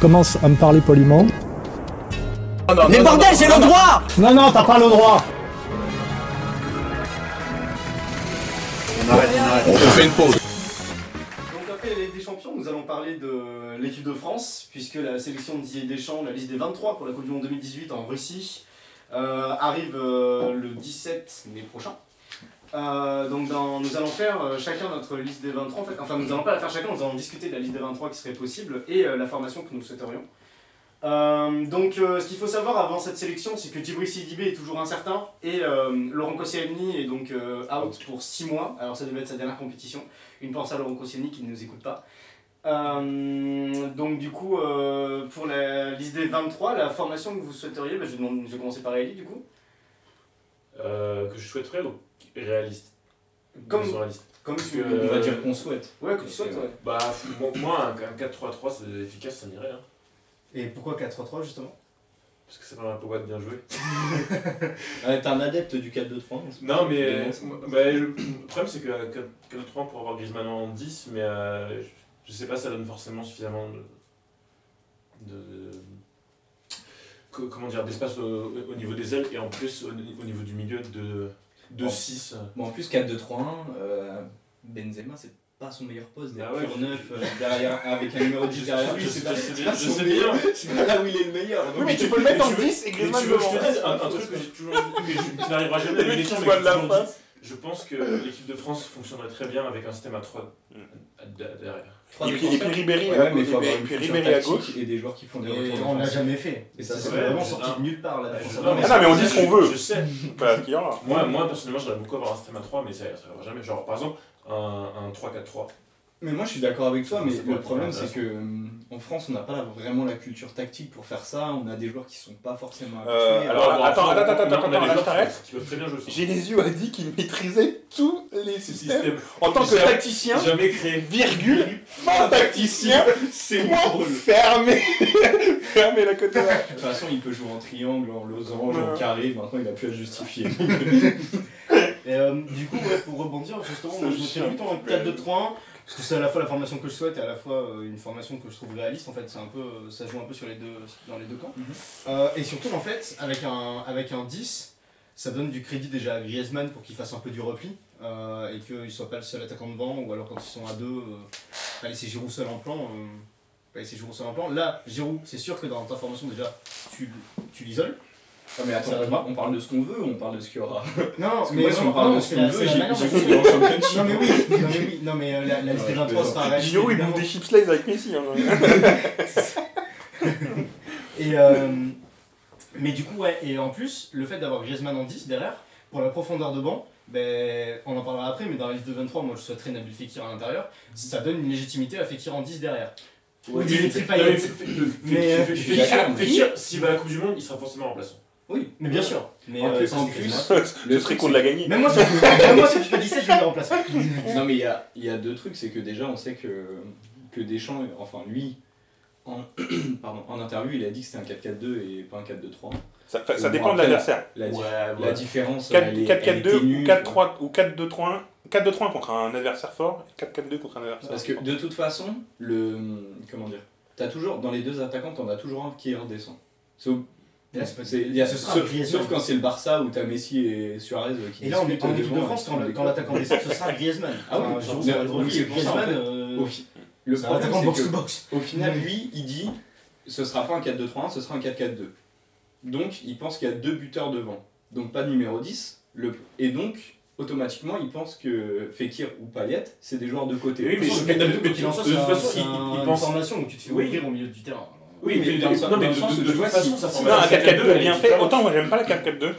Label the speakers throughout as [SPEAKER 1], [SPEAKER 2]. [SPEAKER 1] commence à me parler poliment.
[SPEAKER 2] Oh non,
[SPEAKER 3] Mais
[SPEAKER 2] non, non,
[SPEAKER 3] bordel,
[SPEAKER 2] non,
[SPEAKER 3] j'ai
[SPEAKER 2] non,
[SPEAKER 3] le
[SPEAKER 2] non.
[SPEAKER 3] droit
[SPEAKER 1] Non, non, t'as pas le droit
[SPEAKER 2] On arrête, on arrête. On fait une pause.
[SPEAKER 4] Donc après les des champions, nous allons parler de l'équipe de France, puisque la sélection de Didier Deschamps, la liste des 23 pour la Coupe du Monde 2018 en Russie, euh, arrive euh, le 17 mai prochain. Euh, donc dans- nous allons faire euh, chacun notre liste des 23, en fait. enfin nous n'allons pas la faire chacun, nous allons discuter de la liste des 23 qui serait possible et euh, la formation que nous souhaiterions. Euh, donc euh, ce qu'il faut savoir avant cette sélection, c'est que Djibril Sidibé est toujours incertain et euh, Laurent Koscielny est donc euh, out pour 6 mois, alors ça devait être sa dernière compétition. Une pensée à Laurent Koscielny qui ne nous écoute pas. Euh, donc du coup, euh, pour la liste des 23, la formation que vous souhaiteriez, bah, je, vais demander- je vais commencer par Ellie du coup.
[SPEAKER 5] Euh, que je souhaiterais, donc réaliste.
[SPEAKER 4] Comme-
[SPEAKER 5] Disons réaliste.
[SPEAKER 4] Comme tu,
[SPEAKER 5] Euh,
[SPEAKER 3] On va dire qu'on souhaite.
[SPEAKER 4] ouais, que tu souhaites. ouais.
[SPEAKER 5] Bah, bon, moi, un, un 4-3-3, c'est efficace, ça m'irait. Hein,
[SPEAKER 4] Et pourquoi 4-3-3 justement
[SPEAKER 5] parce que ça permet un peu de bien jouer.
[SPEAKER 3] Ouais, T'es un adepte du 4-2-3.
[SPEAKER 5] Non, mais
[SPEAKER 3] Dénonce.
[SPEAKER 5] moi- bah, le le problème, c'est que 4-3 pour avoir Griezmann en 10, mais euh, je, je sais pas, ça donne forcément suffisamment de. de- co- comment dire, d'espace au, au niveau des ailes et en plus au, au niveau du milieu de, de
[SPEAKER 3] Oh.
[SPEAKER 5] 6.
[SPEAKER 3] Bon, en plus, 4-2-3-1, euh, Benzema, c'est pas son meilleur poste.
[SPEAKER 5] Ah ouais,
[SPEAKER 3] d'être pur
[SPEAKER 5] je-
[SPEAKER 3] neuf, euh, derrière, avec un numéro 10 derrière lui,
[SPEAKER 5] Je-
[SPEAKER 3] c'est
[SPEAKER 5] je-
[SPEAKER 3] pas-
[SPEAKER 5] je sais
[SPEAKER 3] c'est
[SPEAKER 5] bien-
[SPEAKER 3] pas
[SPEAKER 5] je
[SPEAKER 3] son
[SPEAKER 5] sais
[SPEAKER 3] meilleur-
[SPEAKER 5] bien.
[SPEAKER 3] C'est pas là où il est le meilleur.
[SPEAKER 6] Oui, mais
[SPEAKER 5] Mais
[SPEAKER 6] tu
[SPEAKER 5] tu-
[SPEAKER 6] peux le mettre en
[SPEAKER 5] mais tu-
[SPEAKER 6] 10 et
[SPEAKER 5] Mais
[SPEAKER 6] Griezmann
[SPEAKER 5] tu veux que je
[SPEAKER 6] devant.
[SPEAKER 5] te dise un, un truc que j'ai toujours dit, que je- qui n'arrivera jamais à
[SPEAKER 6] Le mec
[SPEAKER 5] l'élection,
[SPEAKER 6] qui
[SPEAKER 5] mais
[SPEAKER 6] voit
[SPEAKER 5] j'ai
[SPEAKER 6] de la
[SPEAKER 5] toujours dit,
[SPEAKER 6] face.
[SPEAKER 5] Je pense que l'équipe de France fonctionnerait très bien avec un système à 3 derrière.
[SPEAKER 3] Trois
[SPEAKER 6] Et puis, et puis
[SPEAKER 3] défenseurs.
[SPEAKER 6] Ribéry, à
[SPEAKER 3] Ouais, mais
[SPEAKER 6] gauche,
[SPEAKER 3] il faut avoir
[SPEAKER 6] et
[SPEAKER 3] une
[SPEAKER 6] puis
[SPEAKER 3] culture
[SPEAKER 6] Ribéry à
[SPEAKER 3] tactique
[SPEAKER 6] gauche.
[SPEAKER 3] Et des joueurs qui font des
[SPEAKER 4] Et
[SPEAKER 3] retours
[SPEAKER 4] on
[SPEAKER 3] en
[SPEAKER 4] l'a
[SPEAKER 3] face.
[SPEAKER 4] jamais fait.
[SPEAKER 3] Et
[SPEAKER 4] Et
[SPEAKER 3] ça,
[SPEAKER 4] ça
[SPEAKER 3] c'est
[SPEAKER 4] c'est
[SPEAKER 5] vrai,
[SPEAKER 4] vraiment
[SPEAKER 5] je-
[SPEAKER 4] sorti
[SPEAKER 5] hein.
[SPEAKER 4] de nulle part la
[SPEAKER 5] Je-
[SPEAKER 4] défense.
[SPEAKER 5] non, mais
[SPEAKER 6] Ah non, mais on dit ce
[SPEAKER 5] je-
[SPEAKER 6] qu'on veut.
[SPEAKER 5] Je sais.
[SPEAKER 6] Bah, qu'il y en a.
[SPEAKER 5] Moi, moi personnellement, j'aimerais beaucoup avoir un système à 3, mais ça n'arrivera jamais. Genre, par exemple, un, un 3-4-3.
[SPEAKER 3] Mais moi je suis d'accord avec toi, mais
[SPEAKER 5] C'est pas
[SPEAKER 3] le problème c'est que
[SPEAKER 5] intéressant.
[SPEAKER 3] euh, en France on n'a pas la- vraiment la culture tactique pour faire ça, on a des joueurs qui sont pas forcément habitués.
[SPEAKER 6] Euh,
[SPEAKER 3] à-
[SPEAKER 6] alors,
[SPEAKER 5] Avoir un
[SPEAKER 6] attends,
[SPEAKER 5] fond, on a-
[SPEAKER 6] attends, attends,
[SPEAKER 5] on a
[SPEAKER 6] attends,
[SPEAKER 5] des
[SPEAKER 6] là,
[SPEAKER 5] joueurs
[SPEAKER 6] t'arrêtes.
[SPEAKER 5] qui peuvent- Qui peuvent très bien jouer sans
[SPEAKER 6] Genesio a dit qu'il maîtrisait tous les systèmes.
[SPEAKER 5] système.
[SPEAKER 6] En tant que
[SPEAKER 5] Jamais-
[SPEAKER 6] tacticien,
[SPEAKER 5] Jamais créé.
[SPEAKER 6] virgule, fin tacticien,
[SPEAKER 3] c'est
[SPEAKER 6] point fermé. Fermé la côte.
[SPEAKER 3] De toute façon il peut jouer en triangle, en losange, en
[SPEAKER 6] Ouais.
[SPEAKER 3] carré, maintenant il a plus à justifier.
[SPEAKER 4] Et, euh, du coup, ouais, pour rebondir, justement,
[SPEAKER 6] Ça,
[SPEAKER 4] moi, je
[SPEAKER 6] je
[SPEAKER 4] me
[SPEAKER 6] suis
[SPEAKER 4] suis
[SPEAKER 6] un
[SPEAKER 4] plutôt en
[SPEAKER 6] peu-
[SPEAKER 4] 4 2 3 parce que c'est à la fois la formation que je souhaite et à la fois euh, une formation que je trouve réaliste. En fait, c'est un peu, euh, ça joue un peu sur les deux, dans les deux camps.
[SPEAKER 3] Mhm.
[SPEAKER 4] Euh, et surtout, en fait, avec un, avec un 10, ça donne du crédit déjà à Griezmann pour qu'il fasse un peu du repli euh, et qu'il ne soit pas le seul attaquant devant, ou alors quand ils sont à deux, euh, pas laisser Giroud seul en plan. euh, pas laisser Giroud seul en plan. Là, Giroud, c'est sûr que dans ta formation, déjà, tu, tu l'isoles.
[SPEAKER 3] Non, Ah, mais attends,
[SPEAKER 4] Sérieusement
[SPEAKER 3] on parle de ce qu'on veut ou on parle de ce qu'il y aura
[SPEAKER 4] Non,
[SPEAKER 3] Parce que moi si on parle de ce qu'on veut, j'ai j'ai cru que dans le
[SPEAKER 4] Non mais
[SPEAKER 3] championship.
[SPEAKER 4] oui, non mais oui, non mais euh, la, la liste des
[SPEAKER 3] Ouais,
[SPEAKER 4] 23 sera reste,
[SPEAKER 6] Giroud, il
[SPEAKER 4] évidemment.
[SPEAKER 6] bouffe des chips slices avec Messi. hein.
[SPEAKER 4] Et euh, mais du coup ouais, et en plus le fait d'avoir Griezmann en 10 derrière pour la profondeur de banc, ben on en parlera après mais dans la liste de 23 moi je souhaiterais Nabil Fekir à l'intérieur, ça donne une légitimité à Fekir en 10 derrière. Ou du Dimitri Payet. Mais, euh,
[SPEAKER 3] je suis d'accord, mais-
[SPEAKER 5] Fekir, s'il va à la Coupe du Monde, il sera forcément remplaçant.
[SPEAKER 3] Oui,
[SPEAKER 4] Mais bien sûr. Mais
[SPEAKER 3] En
[SPEAKER 4] euh,
[SPEAKER 3] plus-
[SPEAKER 4] ça,
[SPEAKER 3] en
[SPEAKER 4] c'est
[SPEAKER 3] plus,
[SPEAKER 4] Griezmann.
[SPEAKER 6] Le truc qu'on l'a gagné.
[SPEAKER 4] même moi si même moi si je fais 17 je vais le remplacer.
[SPEAKER 3] Non mais il y a, il y a deux trucs, c'est que déjà on sait que, que Deschamps, enfin lui, en, pardon, en interview il a dit que c'était un 4-4-2 et pas un 4-2-3.
[SPEAKER 6] Ça, ça- ça
[SPEAKER 3] Bon,
[SPEAKER 6] dépend de
[SPEAKER 3] après,
[SPEAKER 6] l'adversaire.
[SPEAKER 3] La, diff-
[SPEAKER 5] ouais.
[SPEAKER 3] la différence, elle est- elle est
[SPEAKER 6] 4-4-2
[SPEAKER 3] ténue,
[SPEAKER 6] ou 4-3 ou 4-2-3-1. 4-2-3 contre un adversaire fort, et 4-4-2 contre un adversaire
[SPEAKER 3] Parce que
[SPEAKER 6] fort.
[SPEAKER 3] de toute façon, le. Comment dire T'as toujours, dans les deux attaquants, t'en as toujours un qui redescend. Sauf,
[SPEAKER 4] Là, c'est pas-
[SPEAKER 3] c'est- il y a-
[SPEAKER 4] ce sera
[SPEAKER 3] sauf,
[SPEAKER 4] Griezmann.
[SPEAKER 3] sauf quand c'est le Barça où t'as Messi et Suarez qui
[SPEAKER 4] Ah, Et là on est
[SPEAKER 3] discutent
[SPEAKER 4] en équipe de
[SPEAKER 3] devant,
[SPEAKER 4] France
[SPEAKER 3] qui
[SPEAKER 4] quand,
[SPEAKER 3] font des
[SPEAKER 4] quand
[SPEAKER 3] coups.
[SPEAKER 4] l'attaquant descend ce sera Griezmann.
[SPEAKER 3] Ah oui,
[SPEAKER 4] Enfin, Giroud
[SPEAKER 3] mais-
[SPEAKER 4] sera le
[SPEAKER 3] oui,
[SPEAKER 4] repli,
[SPEAKER 3] c'est pour ça, en
[SPEAKER 4] Griezmann.
[SPEAKER 3] fait. Au
[SPEAKER 4] euh,
[SPEAKER 3] fi- Le
[SPEAKER 4] c'est un
[SPEAKER 3] problème,
[SPEAKER 4] attaquant box
[SPEAKER 3] c'est
[SPEAKER 4] to
[SPEAKER 3] que,
[SPEAKER 4] box.
[SPEAKER 3] au final, lui, il dit ce sera pas un 4-2-3-1, ce sera un 4-4-2. Donc, il pense qu'il y a deux buteurs devant. Donc, pas de numéro 10. Le... Et donc, automatiquement, il pense que Fekir ou Payet, c'est des joueurs de côté.
[SPEAKER 5] Oui, mais
[SPEAKER 4] Attention,
[SPEAKER 5] je-
[SPEAKER 4] le
[SPEAKER 5] mais-
[SPEAKER 4] but,
[SPEAKER 5] mais
[SPEAKER 4] quoi qu'il en soit,
[SPEAKER 5] de toute
[SPEAKER 4] c'est un-
[SPEAKER 5] façon,
[SPEAKER 4] c'est
[SPEAKER 5] il- il
[SPEAKER 4] un-
[SPEAKER 5] pense-
[SPEAKER 4] une formation où tu te fais
[SPEAKER 5] Oui.
[SPEAKER 4] ouvrir au milieu du terrain.
[SPEAKER 5] Oui,
[SPEAKER 3] mais
[SPEAKER 5] mais,
[SPEAKER 3] dans le sens-
[SPEAKER 5] non, mais
[SPEAKER 3] dans
[SPEAKER 5] de,
[SPEAKER 3] le sens
[SPEAKER 5] de-
[SPEAKER 3] de
[SPEAKER 5] de toute
[SPEAKER 3] jouer,
[SPEAKER 5] façon,
[SPEAKER 3] si-
[SPEAKER 5] ça
[SPEAKER 3] si-
[SPEAKER 5] forme
[SPEAKER 6] Non, un
[SPEAKER 5] un
[SPEAKER 6] 4-4-2
[SPEAKER 5] elle est
[SPEAKER 6] bien fait.
[SPEAKER 5] différente.
[SPEAKER 6] Autant moi j'aime pas la 4-4-2,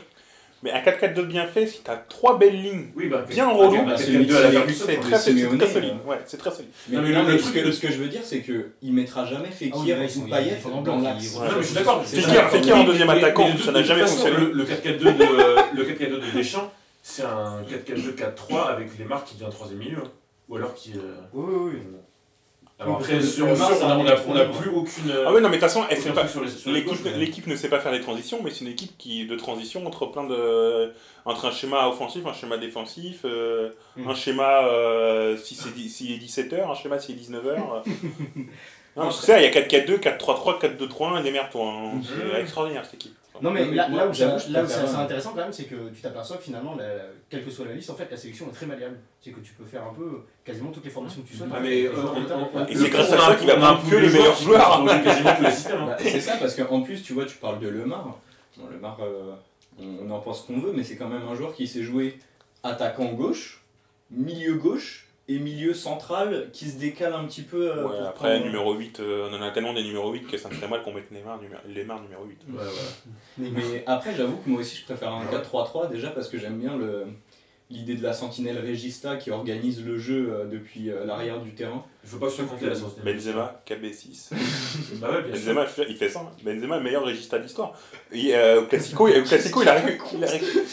[SPEAKER 6] mais un 4-4-2 bien fait, si t'as trois belles lignes
[SPEAKER 5] Oui, bah,
[SPEAKER 6] bien
[SPEAKER 5] ok,
[SPEAKER 6] relou,
[SPEAKER 5] bah, c'est
[SPEAKER 3] celui
[SPEAKER 5] les hein. deux à
[SPEAKER 3] qui
[SPEAKER 5] la
[SPEAKER 3] s'est
[SPEAKER 5] Ferguson,
[SPEAKER 3] fait
[SPEAKER 6] c'est
[SPEAKER 5] quoi.
[SPEAKER 3] de
[SPEAKER 6] très, c'est
[SPEAKER 3] Simeone,
[SPEAKER 6] très
[SPEAKER 3] euh,
[SPEAKER 6] solide. Ouais, c'est très solide.
[SPEAKER 3] Mais,
[SPEAKER 5] Non, mais
[SPEAKER 3] non,
[SPEAKER 5] le
[SPEAKER 3] mais
[SPEAKER 5] truc
[SPEAKER 3] ce, que,
[SPEAKER 5] de-
[SPEAKER 3] ce que je veux dire, c'est que il mettra jamais Fekir
[SPEAKER 4] Ah oui, là, ils
[SPEAKER 3] ou
[SPEAKER 4] sont-
[SPEAKER 3] Payet
[SPEAKER 4] ils sont en blanc,
[SPEAKER 3] dans
[SPEAKER 4] ils-
[SPEAKER 3] l'axe.
[SPEAKER 4] ouais.
[SPEAKER 5] Non, mais je suis d'accord.
[SPEAKER 3] C'est
[SPEAKER 6] Fekir-
[SPEAKER 3] ça.
[SPEAKER 6] Fekir en deuxième
[SPEAKER 5] Mais- mais-
[SPEAKER 6] attaquant,
[SPEAKER 5] mais de
[SPEAKER 6] ça
[SPEAKER 5] toute-
[SPEAKER 6] n'a
[SPEAKER 5] de toute
[SPEAKER 6] jamais
[SPEAKER 5] façon,
[SPEAKER 6] fonctionné.
[SPEAKER 5] Le, le 4-4-2 de, le 4-4-2 de Deschamps, c'est un 4-4-2-4-3 avec les marques qui devient troisième milieu. hein. Ou alors qui. euh,
[SPEAKER 4] Oui, oui, oui.
[SPEAKER 5] Alors
[SPEAKER 4] Oui,
[SPEAKER 5] après,
[SPEAKER 4] parce que
[SPEAKER 5] sur,
[SPEAKER 4] le
[SPEAKER 5] sur-
[SPEAKER 4] Mars,
[SPEAKER 5] on a-
[SPEAKER 4] ça
[SPEAKER 5] on a-
[SPEAKER 4] arrive.
[SPEAKER 5] on n'a plus aucune. euh,
[SPEAKER 6] Ah oui, non, mais de toute façon, elle
[SPEAKER 5] aucun
[SPEAKER 6] sait
[SPEAKER 5] truc
[SPEAKER 6] pas-
[SPEAKER 5] sur les- sur les
[SPEAKER 6] L'équipe,
[SPEAKER 5] gauches, mais-
[SPEAKER 6] l'équipe ne sait pas faire les transitions, mais c'est une équipe qui de transition entre plein de entre un schéma offensif, un schéma défensif, euh,
[SPEAKER 4] Mm.
[SPEAKER 5] Hmm.
[SPEAKER 6] un schéma euh, si c'est dix- s'il est 17h, un schéma s'il est 19h. Non, parce que ça, il y a 4-4-2, 4-3-3, 4-2-3-1, démerde-toi. hein.
[SPEAKER 5] Hmm.
[SPEAKER 6] C'est extraordinaire cette équipe.
[SPEAKER 4] Non mais
[SPEAKER 3] Oui,
[SPEAKER 4] là,
[SPEAKER 3] moi,
[SPEAKER 4] là où, ça-
[SPEAKER 3] j'avoue, je
[SPEAKER 4] là où c'est
[SPEAKER 3] préfère
[SPEAKER 4] assez
[SPEAKER 3] un.
[SPEAKER 4] intéressant quand même, c'est que tu t'aperçois que finalement, la- quelle que soit la liste, en fait, la sélection est très malléable. C'est que tu peux faire un peu quasiment toutes les formations que tu souhaites.
[SPEAKER 5] Ah, mais, euh, on- on-
[SPEAKER 6] Et
[SPEAKER 5] Le
[SPEAKER 6] c'est grâce à
[SPEAKER 5] coup, on a-
[SPEAKER 6] ça qu'il va
[SPEAKER 5] on a un
[SPEAKER 6] prendre que
[SPEAKER 5] pool de
[SPEAKER 6] les meilleurs
[SPEAKER 5] qui
[SPEAKER 6] joueurs.
[SPEAKER 5] ont joué quasiment tous les systèmes. hein.
[SPEAKER 3] Bah, c'est ça, parce qu'en plus, tu vois, tu parles de Lemar. Bon, Lemar, euh, on, on en pense qu'on veut, mais c'est quand même un joueur qui s'est joué attaquant gauche, milieu gauche et milieu central qui se décale un petit peu. euh,
[SPEAKER 6] Ouais,
[SPEAKER 3] pour
[SPEAKER 6] après,
[SPEAKER 3] prendre-
[SPEAKER 6] numéro 8, euh, on en a tellement des numéros 8 que ça me ferait mal qu'on mette Neymar, numé- Neymar numéro 8.
[SPEAKER 3] Ouais, voilà. Mais après, j'avoue que moi aussi, je préfère un 4-3-3 déjà parce que j'aime bien le- l'idée de la sentinelle Regista qui organise le jeu euh, depuis euh, l'arrière du terrain.
[SPEAKER 5] Il faut pas se compter la santé.
[SPEAKER 6] Benzema, KB6.
[SPEAKER 5] Bah ouais, bien sûr.
[SPEAKER 6] Benzema, je te jure, il fait ça. hein. Benzema, le meilleur régista de l'histoire. Et, euh, au Classico, il- au Classico, il a récu- il a récu-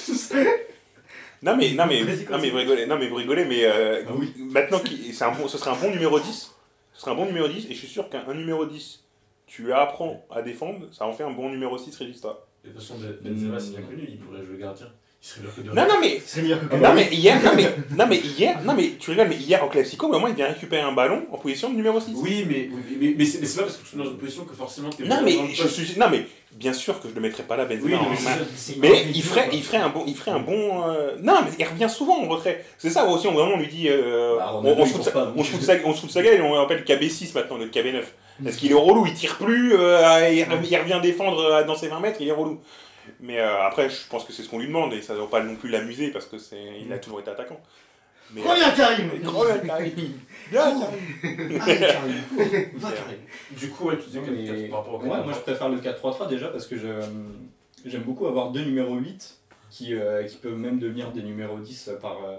[SPEAKER 6] Non mais, non, mais,
[SPEAKER 4] Vas-y,
[SPEAKER 6] non, mais vous rigolez, non, mais vous rigolez, mais euh,
[SPEAKER 3] Ah oui.
[SPEAKER 6] maintenant, qu'il- c'est un bon, ce serait un bon numéro 10. Ce serait un bon numéro 10, et je suis sûr qu'un un numéro 10, tu apprends à défendre, ça en fait un bon numéro 6 régista.
[SPEAKER 5] De toute façon, Ben Benzema, c'est bien connu, il pourrait jouer gardien. Il serait meilleur que
[SPEAKER 3] Ah
[SPEAKER 5] de
[SPEAKER 6] Hmm. Non, non, mais
[SPEAKER 4] C'est meilleur que
[SPEAKER 5] Ah bah
[SPEAKER 6] Non mais hier, non mais, non mais hier, non mais tu rigoles, mais hier au Classico, mais au moins il vient récupérer un ballon en position de numéro 6.
[SPEAKER 5] Oui, mais, oui, mais, mais c'est mais c'est pas parce que tu es dans une position que forcément t'es
[SPEAKER 6] Non
[SPEAKER 5] bon
[SPEAKER 6] mais,
[SPEAKER 5] dans le
[SPEAKER 6] je
[SPEAKER 5] poste.
[SPEAKER 6] suis, non mais bien sûr que je le mettrais pas là Benzema.
[SPEAKER 5] Oui,
[SPEAKER 6] hein,
[SPEAKER 5] non, mais
[SPEAKER 6] mais
[SPEAKER 5] c'est-
[SPEAKER 6] mais il ferait, il ferait un bon, il ferait un bon. euh, Non mais il revient souvent en retrait. C'est ça aussi, on vraiment on lui dit, euh,
[SPEAKER 3] Bah,
[SPEAKER 6] on,
[SPEAKER 3] Ronaldo,
[SPEAKER 6] on
[SPEAKER 3] il
[SPEAKER 6] se fout de
[SPEAKER 3] court pas,
[SPEAKER 6] sa,
[SPEAKER 3] donc.
[SPEAKER 6] on se fout de sa, on se fout de sa gueule et on l'appelle KB6 maintenant, le KB9.
[SPEAKER 5] Mm.
[SPEAKER 6] Parce qu'il est relou, il tire plus, euh, il, il revient défendre euh, dans ses 20 mètres, il est relou. Mais euh, après, je pense que c'est ce qu'on lui demande et ça ne doit pas non plus l'amuser parce que c'est, il
[SPEAKER 5] Mm.
[SPEAKER 6] a toujours été attaquant. Mais, euh,
[SPEAKER 4] Reviens Karim Arrête, Karim Va, Karim
[SPEAKER 5] Du coup, ouais, tu disais que
[SPEAKER 3] Mais-
[SPEAKER 5] que par rapport au
[SPEAKER 3] Ouais, moi je préfère le 4-3-3 déjà parce que je- j'aime beaucoup avoir deux numéros 8 qui, euh, qui peuvent même devenir des numéros 10 par, euh,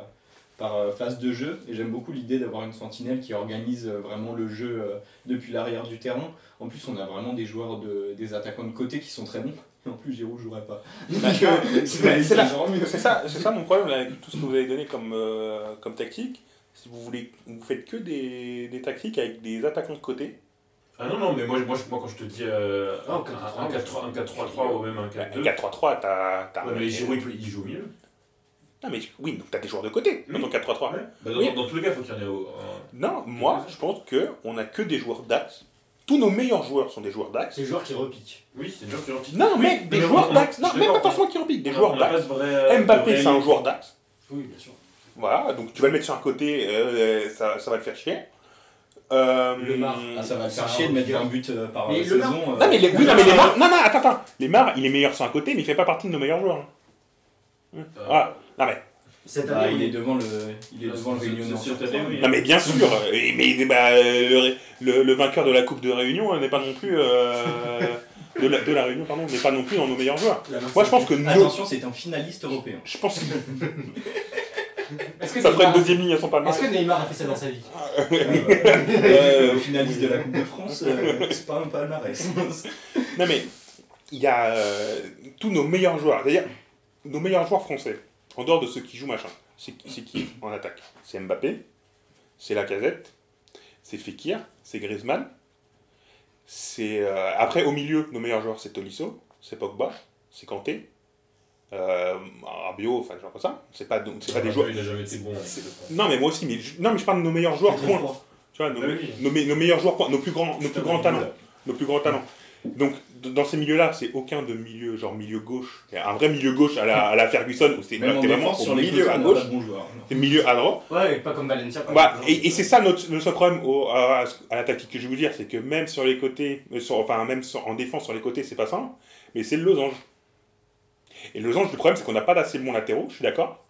[SPEAKER 3] par euh, phase de jeu. Et j'aime beaucoup l'idée d'avoir une sentinelle qui organise euh, vraiment le jeu euh, depuis l'arrière du terrain. En plus, on a vraiment des joueurs, de, des attaquants de côté qui sont très bons. Et en plus, Giroud jouerait pas. Donc, euh,
[SPEAKER 6] Mais c'est la-
[SPEAKER 3] toujours mieux.
[SPEAKER 6] C'est ça, c'est ça mon problème là, avec tout ce que vous avez donné comme, euh, comme tactique. Si vous voulez, vous faites que des, des tactiques avec des attaquants de côté.
[SPEAKER 5] Ah non, non, mais moi, moi, je- moi quand je te dis euh,
[SPEAKER 4] Ah,
[SPEAKER 5] un
[SPEAKER 4] un
[SPEAKER 5] 4-3-3
[SPEAKER 4] 4-3-3,
[SPEAKER 5] un 4-3-3 ou même un
[SPEAKER 6] Bah,
[SPEAKER 5] 4-2.
[SPEAKER 6] 4-3-3, t'as. t'as
[SPEAKER 5] Ouais, mais Giroud, il, peut- il joue au milieu.
[SPEAKER 6] Non, mais oui, donc t'as des joueurs de côté dans
[SPEAKER 5] Oui.
[SPEAKER 6] ton 4-3-3.
[SPEAKER 5] Bah, dans,
[SPEAKER 6] Oui.
[SPEAKER 5] dans tous les cas, faut qu'il y en ait au. un-
[SPEAKER 6] Non, moi, je pense que on a que des joueurs d'axe. Tous nos meilleurs joueurs sont des joueurs d'axe.
[SPEAKER 4] C'est le joueur qui repique.
[SPEAKER 5] Oui, c'est dur, c'est gentil.
[SPEAKER 6] Non,
[SPEAKER 5] Oui,
[SPEAKER 6] mec, des
[SPEAKER 5] mais
[SPEAKER 6] joueurs
[SPEAKER 5] on-
[SPEAKER 6] d'axe.
[SPEAKER 5] je
[SPEAKER 6] Non,
[SPEAKER 5] suis
[SPEAKER 6] même pas
[SPEAKER 5] d'accord.
[SPEAKER 6] forcément qui repiquent, des
[SPEAKER 5] On a-
[SPEAKER 6] joueurs
[SPEAKER 5] on a pas
[SPEAKER 6] d'axe.
[SPEAKER 5] ce vrai- euh,
[SPEAKER 6] Mbappé,
[SPEAKER 5] vrai-
[SPEAKER 6] c'est un joueur d'axe.
[SPEAKER 4] Oui, bien sûr.
[SPEAKER 6] Voilà, donc tu vas le mettre sur un côté, euh, ça, ça va le faire chier. Euh,
[SPEAKER 4] Le Mar-
[SPEAKER 3] Ah, ça va le faire chier de mettre un but euh, par
[SPEAKER 4] Mais
[SPEAKER 3] euh,
[SPEAKER 4] le mar-
[SPEAKER 3] saison. euh,
[SPEAKER 6] Non mais les, oui, non, mais les Mar- non, non, attends, attends. Les Mar, il est meilleur sur un côté, mais il fait pas partie de nos meilleurs joueurs. hein.
[SPEAKER 5] Euh,
[SPEAKER 6] Ah,
[SPEAKER 4] Cette
[SPEAKER 3] bah,
[SPEAKER 4] année,
[SPEAKER 3] il est
[SPEAKER 4] Ah, il
[SPEAKER 3] devant le, il est devant le
[SPEAKER 5] Ah, C'est-
[SPEAKER 3] Réunion.
[SPEAKER 5] c'est-
[SPEAKER 3] Nantes.
[SPEAKER 5] c'est- c'est- oui.
[SPEAKER 6] Non mais bien sûr, euh, et- mais bah, euh, le, ré- le- le vainqueur de la Coupe de Réunion euh, n'est pas non plus euh, de, la, de la Réunion pardon, n'est pas non plus dans nos meilleurs joueurs. Moi je pense que nos,
[SPEAKER 3] Attention, c'est un finaliste européen.
[SPEAKER 6] je pense que
[SPEAKER 4] est... Est-ce que,
[SPEAKER 6] ça ferait une
[SPEAKER 4] Neymar...
[SPEAKER 6] deuxième ligne à son palmarès.
[SPEAKER 4] Est-ce que Neymar a fait ça dans sa vie
[SPEAKER 3] Euh, finaliste de la Coupe de France, euh, c'est pas un palmarès.
[SPEAKER 6] Non mais il y a euh, tous nos meilleurs joueurs, c'est-à-dire nos meilleurs joueurs français, en dehors de ceux qui jouent machin. C'est qui- c'est qui en attaque C'est Mbappé, c'est Lacazette, c'est Fekir, c'est Griezmann. C'est euh, après au milieu nos meilleurs joueurs c'est Tolisso, c'est Pogba, c'est Kanté, euh, Rabiot, enfin genre comme ça. C'est pas donc c'est pas des joueurs.
[SPEAKER 5] Il a jamais été bon.
[SPEAKER 6] C'est- Non mais moi aussi mais je- non mais je parle de nos meilleurs joueurs point. Tu vois, nos,
[SPEAKER 5] Ah oui.
[SPEAKER 6] nos me- nos meilleurs joueurs, quoi, nos plus grands, nos plus grands talents. Nos plus grands talents. Donc, d- dans ces milieux-là, c'est aucun de milieu, genre milieu gauche. Il y a Un vrai milieu gauche à la, à la Ferguson, où c'est
[SPEAKER 3] Même en
[SPEAKER 6] t'es vraiment
[SPEAKER 3] défense,
[SPEAKER 6] au
[SPEAKER 3] sur les
[SPEAKER 6] milieu
[SPEAKER 3] côtés,
[SPEAKER 6] à
[SPEAKER 3] on a
[SPEAKER 6] gauche,
[SPEAKER 3] pas de bons joueurs.
[SPEAKER 6] t'es milieu à droite.
[SPEAKER 4] Ouais, pas comme Valencia. par
[SPEAKER 6] Bah,
[SPEAKER 4] exemple.
[SPEAKER 6] et et c'est ça notre, le seul problème au- à, à la tactique que je vais vous dire, c'est que même sur les côtés, euh, sur- enfin même sur- en défense sur les côtés, c'est pas simple, mais c'est le losange. Et le losange, le problème, c'est qu'on n'a pas d'assez bons latéraux, je suis d'accord,